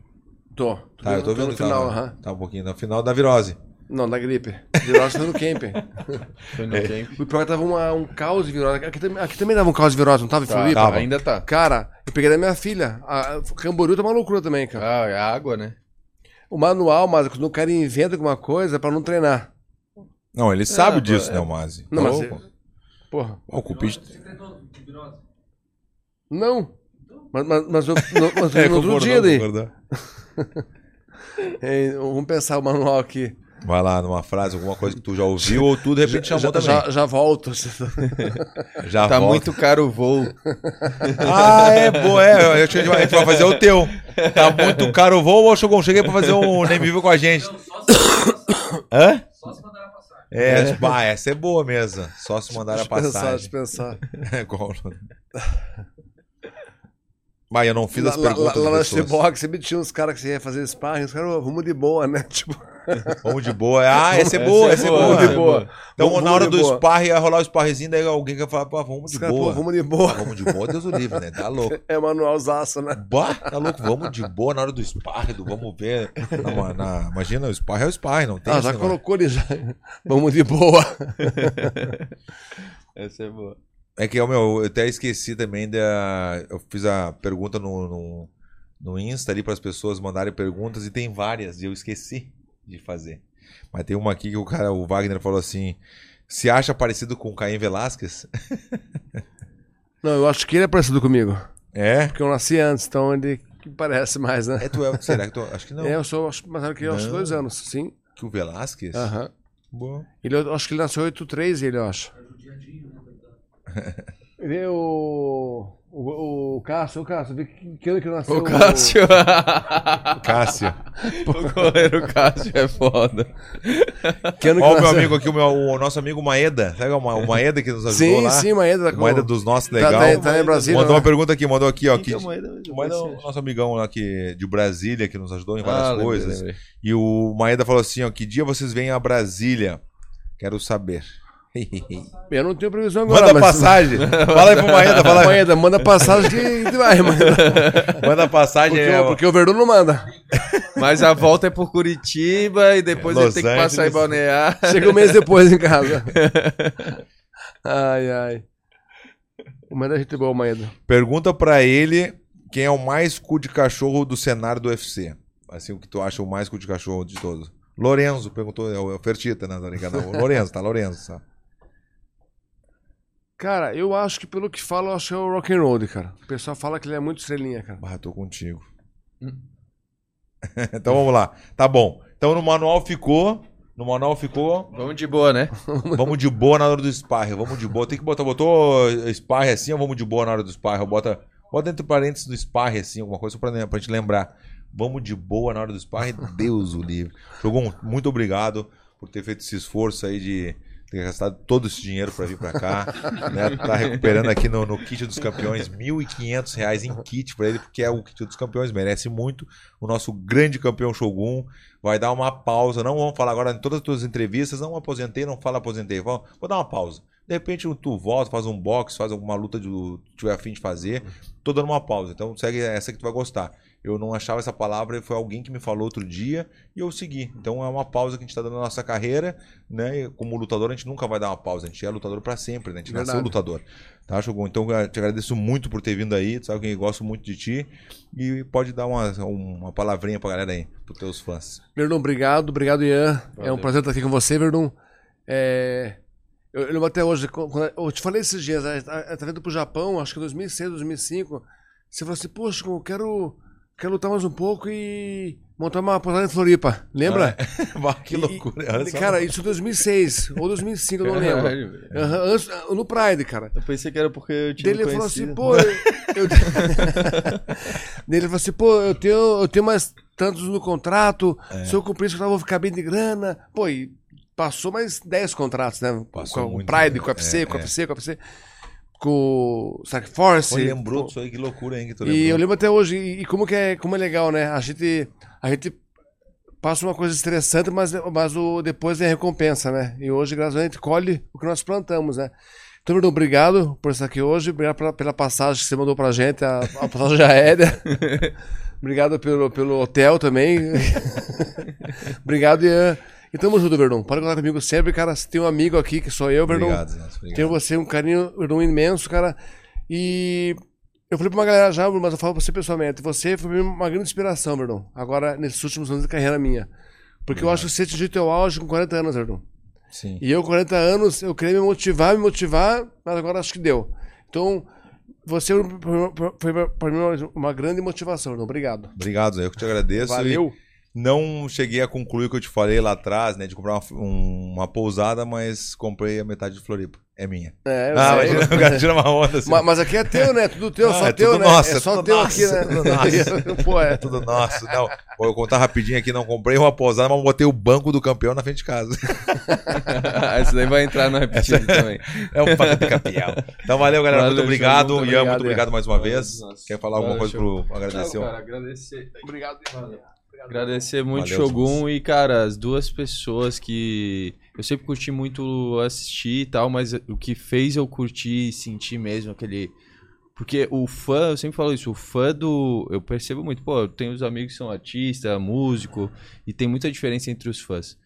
S3: Tô.
S1: Tá, eu tô vendo
S3: no
S1: que tá-
S3: final, aham.
S1: Tá um pouquinho no final da virose.
S3: Não, da gripe. Virose foi no camping.
S4: Foi no tempo.
S3: O pior que tava uma- um caos de virose. Aqui, também- aqui também dava um caos de virose, não tava em Floripa?
S1: tava.
S2: Ainda tá.
S3: Cara, eu peguei da minha filha. A, a- Camboriú tá uma loucura também, cara.
S2: Ah, é água, né?
S3: O manual, mas quando o cara inventa alguma coisa pra não treinar.
S1: Não, ele sabe
S2: pô,
S1: disso,
S2: é-
S1: né, o Mazi?
S3: Não,
S1: Tá
S3: mas-
S1: louco?
S3: Porra.
S1: Ó, O
S5: Virose,
S1: Cupid.
S5: você treinou com virose.
S3: Não. Mas, mas, mas eu, no, mas eu
S1: É,
S3: no outro
S1: concordou,
S3: dia daí.
S1: concordou.
S3: Ei, Vamos pensar o manual aqui.
S1: Vai lá, numa frase, alguma coisa que tu já ouviu ou tu de repente
S3: Já,
S1: chamou também.
S3: já, já volto.
S1: Já
S2: Tá
S1: volta.
S2: muito caro o voo.
S1: Ah, é, boa, é. Eu tinha que a gente vai fazer o teu. Tá muito caro o voo, ô Shogun. Cheguei pra fazer um Nem Vivo com a gente.
S5: Não, só se mandar passar.
S1: Hã?
S5: Só se mandar passar.
S1: É, bah, essa é boa mesmo. Só se mandar a
S3: Dispensar,
S1: passagem.
S3: dispensar.
S1: É igual. Mas eu não fiz
S3: lá,
S1: as
S3: lá-
S1: perguntas.
S3: lá
S1: das
S3: na
S1: pessoas.
S3: Xbox sempre tinha uns caras que você ia fazer sparring, os caras, "Ô, vamos de boa, né? Tipo,
S1: Vamos de boa. Ah, essa é boa, essa é boa.
S3: vamos de boa.
S1: Então,
S3: Vamos-
S1: na hora
S3: vamos
S1: do
S3: de boa.
S1: sparring, ia rolar o sparrezinho, daí alguém quer falar, pô, vamos
S3: Os
S1: de
S3: caras, pô,
S1: boa.
S3: vamos de boa.
S1: Vamos de boa, Deus o livre, né? Tá louco.
S3: É manualzaço, né?
S1: Bah, tá louco, vamos de boa na hora do sparring, do vamos ver. Na, na- imagina, o sparring é o sparring, não tem
S3: Ah,
S1: esse
S3: já
S1: negócio.
S3: colocou ele já. Vamos de boa.
S2: Essa é boa.
S1: É que eu, meu, eu até esqueci também da. Eu fiz a pergunta no, no, no Insta ali para as pessoas mandarem perguntas e tem várias e eu esqueci de fazer. Mas tem uma aqui que o cara, o Wagner, falou assim: se acha parecido com o Caim Velasquez?
S3: Não, eu acho que ele é parecido comigo.
S1: É?
S3: Porque eu nasci antes, então ele que parece mais, né?
S1: É tu, é, será que tu. Acho que não.
S3: É, eu sou acho, mais velho que eu, acho
S1: Não.
S3: dois anos, sim.
S1: Que o Velasquez?
S3: Aham.
S1: Boa.
S3: Ele, eu acho que ele nasceu em 83, ele, eu acho.
S5: Judiadinho, né? coitado.
S3: Ele é o. O, o Cássio, o Cássio, vê que, que ano que nasceu.
S4: O Cássio.
S1: Cássio.
S4: o goleiro Cássio é foda.
S3: Que ano que
S1: Ó, o meu
S3: nasceu.
S1: amigo aqui, o, meu, o nosso amigo Maeda. Sabe o Ma- o Maeda que nos ajudou
S3: Sim,
S1: lá?
S3: sim, Maeda.
S1: O Maeda dos nossos,
S3: Tá,
S1: legal.
S3: tá, tá em Brasília.
S1: mandou
S3: né?
S1: uma pergunta aqui, mandou aqui, ó.
S2: Quem que
S1: Que,
S2: é o Moeda mesmo?
S1: Maeda é o nosso amigão lá que, de Brasília, que nos ajudou em várias
S2: Ah, lembrei,
S1: coisas.
S2: lembrei.
S1: E o Maeda falou assim: ó, que dia vocês vêm a Brasília? Quero saber.
S3: Eu não tenho previsão agora.
S1: Manda
S3: mas-
S1: passagem. Fala aí pro Maeda, fala aí.
S3: Maeda, manda passagem que que vai, Maeda.
S1: Manda passagem.
S3: Porque,
S1: é,
S3: o- porque o Verdun não manda.
S2: Mas a volta é por Curitiba e depois
S1: É,
S2: ele
S1: Los
S2: tem que passar em
S1: Angeles.
S2: Balnear.
S3: Chega um mês depois em casa. Ai, ai. O Maeda é gente boa, o Maeda.
S1: Pergunta pra ele quem é o mais cu de cachorro do cenário do UFC. Assim, o que tu acha o mais cu de cachorro de todos. Lorenzo perguntou, é o é o Fertita, né? Tá ligado? O Lorenzo, tá? Lorenzo. tá?
S3: Cara, eu acho que pelo que fala, eu acho que é o Rock'n'Roll, cara. O pessoal fala que ele é muito estrelinha, cara.
S1: Bah, tô contigo. então vamos lá. Tá bom. Então no manual ficou. No manual ficou.
S2: Vamos de boa, né?
S1: Vamos de boa na hora do sparring, vamos de boa. Tem que botar, botou sparring assim ou vamos de boa na hora do sparring? Ou Bota, bota entre parênteses do sparring assim, alguma coisa só pra, pra gente lembrar. Vamos de boa na hora do sparring, Deus o livre. Jogão, muito obrigado por ter feito esse esforço aí de ter gastado todo esse dinheiro pra vir pra cá. né? Tá recuperando aqui no, no kit dos campeões, R$ 1.500 reais em kit pra ele, porque é o kit dos campeões, merece muito. O nosso grande campeão Shogun vai dar uma pausa. Não vamos falar agora em todas as tuas entrevistas. Não aposentei, não fala aposentei. Vou, vou dar uma pausa. De repente tu volta, faz um box, faz alguma luta de tiver afim de fazer. Tô dando uma pausa. Então segue essa que tu vai gostar. Eu não achava essa palavra, foi alguém que me falou outro dia e eu segui. Então é uma pausa que a gente está dando na nossa carreira, né? E como lutador, a gente nunca vai dar uma pausa, a gente é lutador para sempre, né? A gente nasceu
S3: Verdade.
S1: lutador. Tá, Shogun? Então eu te agradeço muito por ter vindo aí, tu sabe que eu gosto muito de ti. E pode dar uma, uma palavrinha pra galera aí, pros teus fãs.
S3: Verdun, obrigado. Obrigado, Ian. É um prazer estar aqui com você, Verdun. É, Eu, eu lembro até hoje, quando- quando- eu te falei esses dias, a- a- a- tá vendo pro Japão, acho que 2006, 2005, você falou assim, poxa, eu quero, quero lutar mais um pouco e montar uma posada em Floripa, lembra?
S1: Bah, Ah, que
S3: E-
S1: loucura.
S3: e-
S1: Olha só.
S3: cara, isso em 2006 ou 2005, eu não lembro.
S2: Caralho,
S1: É.
S2: velho.
S3: Aham, antes- no Pride, cara.
S2: Eu pensei que era porque eu tinha
S3: Dele
S2: me
S3: falou
S2: conhecido.
S3: assim, pô, eu, eu- Dele falou assim, pô, eu
S1: É.
S3: tenho, eu tenho mais tantos no contrato, se eu cumprir isso eu vou ficar bem de grana. Pô, e passou mais 10 contratos, né?
S1: Passou
S3: com o
S1: muito,
S3: Pride,
S1: né?
S3: com o UFC,
S1: É,
S3: com o
S1: é.
S3: UFC, com o UFC, com o Stark Force.
S1: Pô, lembrou
S3: com-
S1: disso aí, que loucura, hein, que tu lembrou.
S3: E eu lembro até hoje, e e como que é, como é legal, né? A gente, a gente passa uma coisa estressante, mas, mas o, depois vem a recompensa, né? E hoje, graças a Deus, a gente colhe o que nós plantamos, né? Então, Bruno, obrigado por estar aqui hoje, obrigado pela, pela passagem que você mandou pra gente, a, a passagem aérea. obrigado pelo, pelo hotel também. obrigado, Ian. E tamo junto, Verdun. Pode contar comigo sempre, cara. Se tem um amigo aqui que sou eu, Verdun.
S1: Obrigado, Zé. Obrigado.
S3: Tenho você um carinho um imenso, cara. E eu falei pra uma galera já, Bruno, mas eu falo pra você pessoalmente. Você foi pra mim uma grande inspiração, Bruno. Agora, nesses últimos anos de carreira minha. Porque
S1: Uhum.
S3: eu acho que você atingiu teu auge com 40 anos, Bruno.
S1: Sim.
S3: E eu, 40 anos, eu queria me motivar, me motivar, mas agora acho que deu. Então, você foi pra- pra mim uma- uma grande motivação, Bruno. Obrigado.
S1: Obrigado, Zé. Eu que te agradeço. E-
S3: Valeu.
S1: Não cheguei a concluir o que eu te falei lá atrás, né? De comprar uma, um- uma pousada, mas comprei a metade de Floripa. É minha.
S3: É, eu
S1: ah,
S3: sei.
S1: imagina, o cara tira uma onda assim.
S3: Ma- Mas aqui é teu, né? Tudo teu,
S1: Ah,
S3: só
S1: é
S3: teu,
S1: tudo
S3: né?
S1: nosso,
S3: é
S1: é
S3: só
S1: tudo
S3: teu
S1: nosso,
S3: aqui, né?
S1: é tudo nosso.
S3: Pô, é.
S1: É tudo nosso. Não, vou contar rapidinho aqui. Não comprei uma pousada, mas botei o banco do campeão na frente de casa.
S2: Essa Ah, daí vai entrar no repetido também.
S1: É o banco do campeão. Então, valeu, galera. muito
S2: Valeu, show,
S1: obrigado.
S2: muito
S1: Ian, muito
S2: obrigado,
S1: obrigado mais uma vez.
S2: Nossa.
S1: Quer falar alguma
S2: Valeu,
S1: coisa
S2: show.
S1: pro agradecer?
S2: Cara, agradecer.
S3: Obrigado, Ivan.
S2: Agradecer muito
S1: Valeu,
S2: Shogun e, cara, as duas pessoas que eu sempre curti muito assistir e tal, mas o que fez eu curtir e sentir mesmo aquele. Porque o fã, eu sempre falo isso, o fã do. Eu percebo muito, pô, eu tenho os amigos que são artista, músico, e tem muita diferença entre os fãs.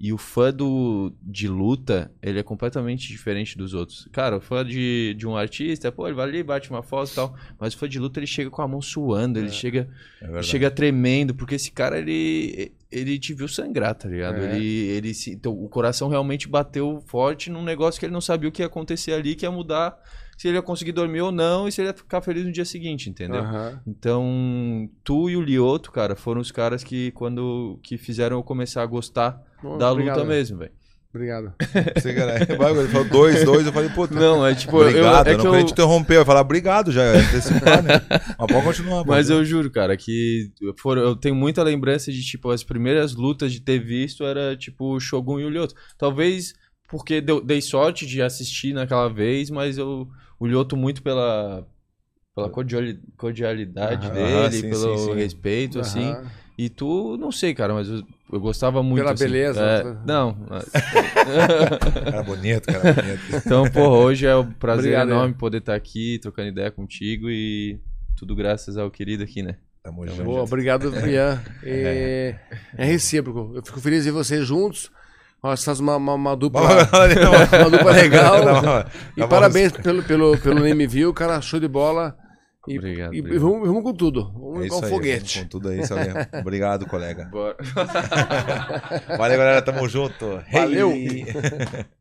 S2: E o fã do, de luta, ele é completamente diferente dos outros. Cara, o fã de, de um artista, pô, ele vai ali, bate uma foto e tal. Mas o fã de luta, ele chega com a mão suando, ele chega
S1: É verdade.
S2: chega tremendo, porque esse cara, ele, ele te viu sangrar, tá ligado?
S3: É.
S2: Ele, ele se, então, o coração realmente bateu forte num negócio que ele não sabia o que ia acontecer ali, que ia mudar se ele ia conseguir dormir ou não e se ele ia ficar feliz no dia seguinte, entendeu?
S3: Aham.
S2: Então, tu e o Lioto, cara, foram os caras que quando que fizeram eu começar a gostar
S3: Bom,
S2: da
S3: obrigado,
S2: luta mesmo, velho.
S3: Obrigado.
S1: Você, cara, ele falou dois, dois. Eu falei, pô,
S2: Não, é tipo,
S1: obrigado. Eu,
S2: eu, é
S1: não
S2: que
S1: queria
S2: eu,
S1: te interromper. Eu ia falar, obrigado já. ia antecipar, né? Mas pode continuar. pode
S2: Mas eu juro, cara, que foram- eu tenho muita lembrança de, tipo, as primeiras lutas de ter visto era, tipo, o Shogun e o Lyoto. Talvez porque deu- dei sorte de assistir naquela vez, mas eu, o Lyoto muito pela, pela cordiali- cordialidade
S3: É. Aham,
S2: dele,
S1: sim,
S2: pelo
S1: sim, sim.
S2: respeito, assim.
S3: Aham.
S2: E tu, não sei, cara, mas eu, eu gostava muito.
S3: Pela
S2: assim.
S3: beleza,
S2: É,
S3: né?
S2: não,
S1: Cara bonito, cara bonito.
S2: Então, porra, hoje é um prazer
S3: Obrigado,
S2: enorme poder estar aqui, trocando ideia contigo e tudo graças ao querido aqui, né?
S1: Tamo
S2: Tamo
S1: junto.
S3: Boa, obrigado, Ian. É, é recíproco. Eu fico feliz em vocês juntos. Ó, Vocês fazem uma, uma, uma dupla, uma
S1: Tá
S3: dupla legal. E parabéns pelo, pelo, pelo Name View, cara. Show de bola. E,
S2: Obrigado,
S3: e,
S2: obrigado.
S3: vamos, vamos com tudo. Vamos
S1: É
S3: com
S1: isso aí,
S3: foguete.
S1: Com tudo aí, isso mesmo. Obrigado, colega.
S2: Bora.
S1: Valeu, galera. Tamo junto. Hey!
S3: Valeu.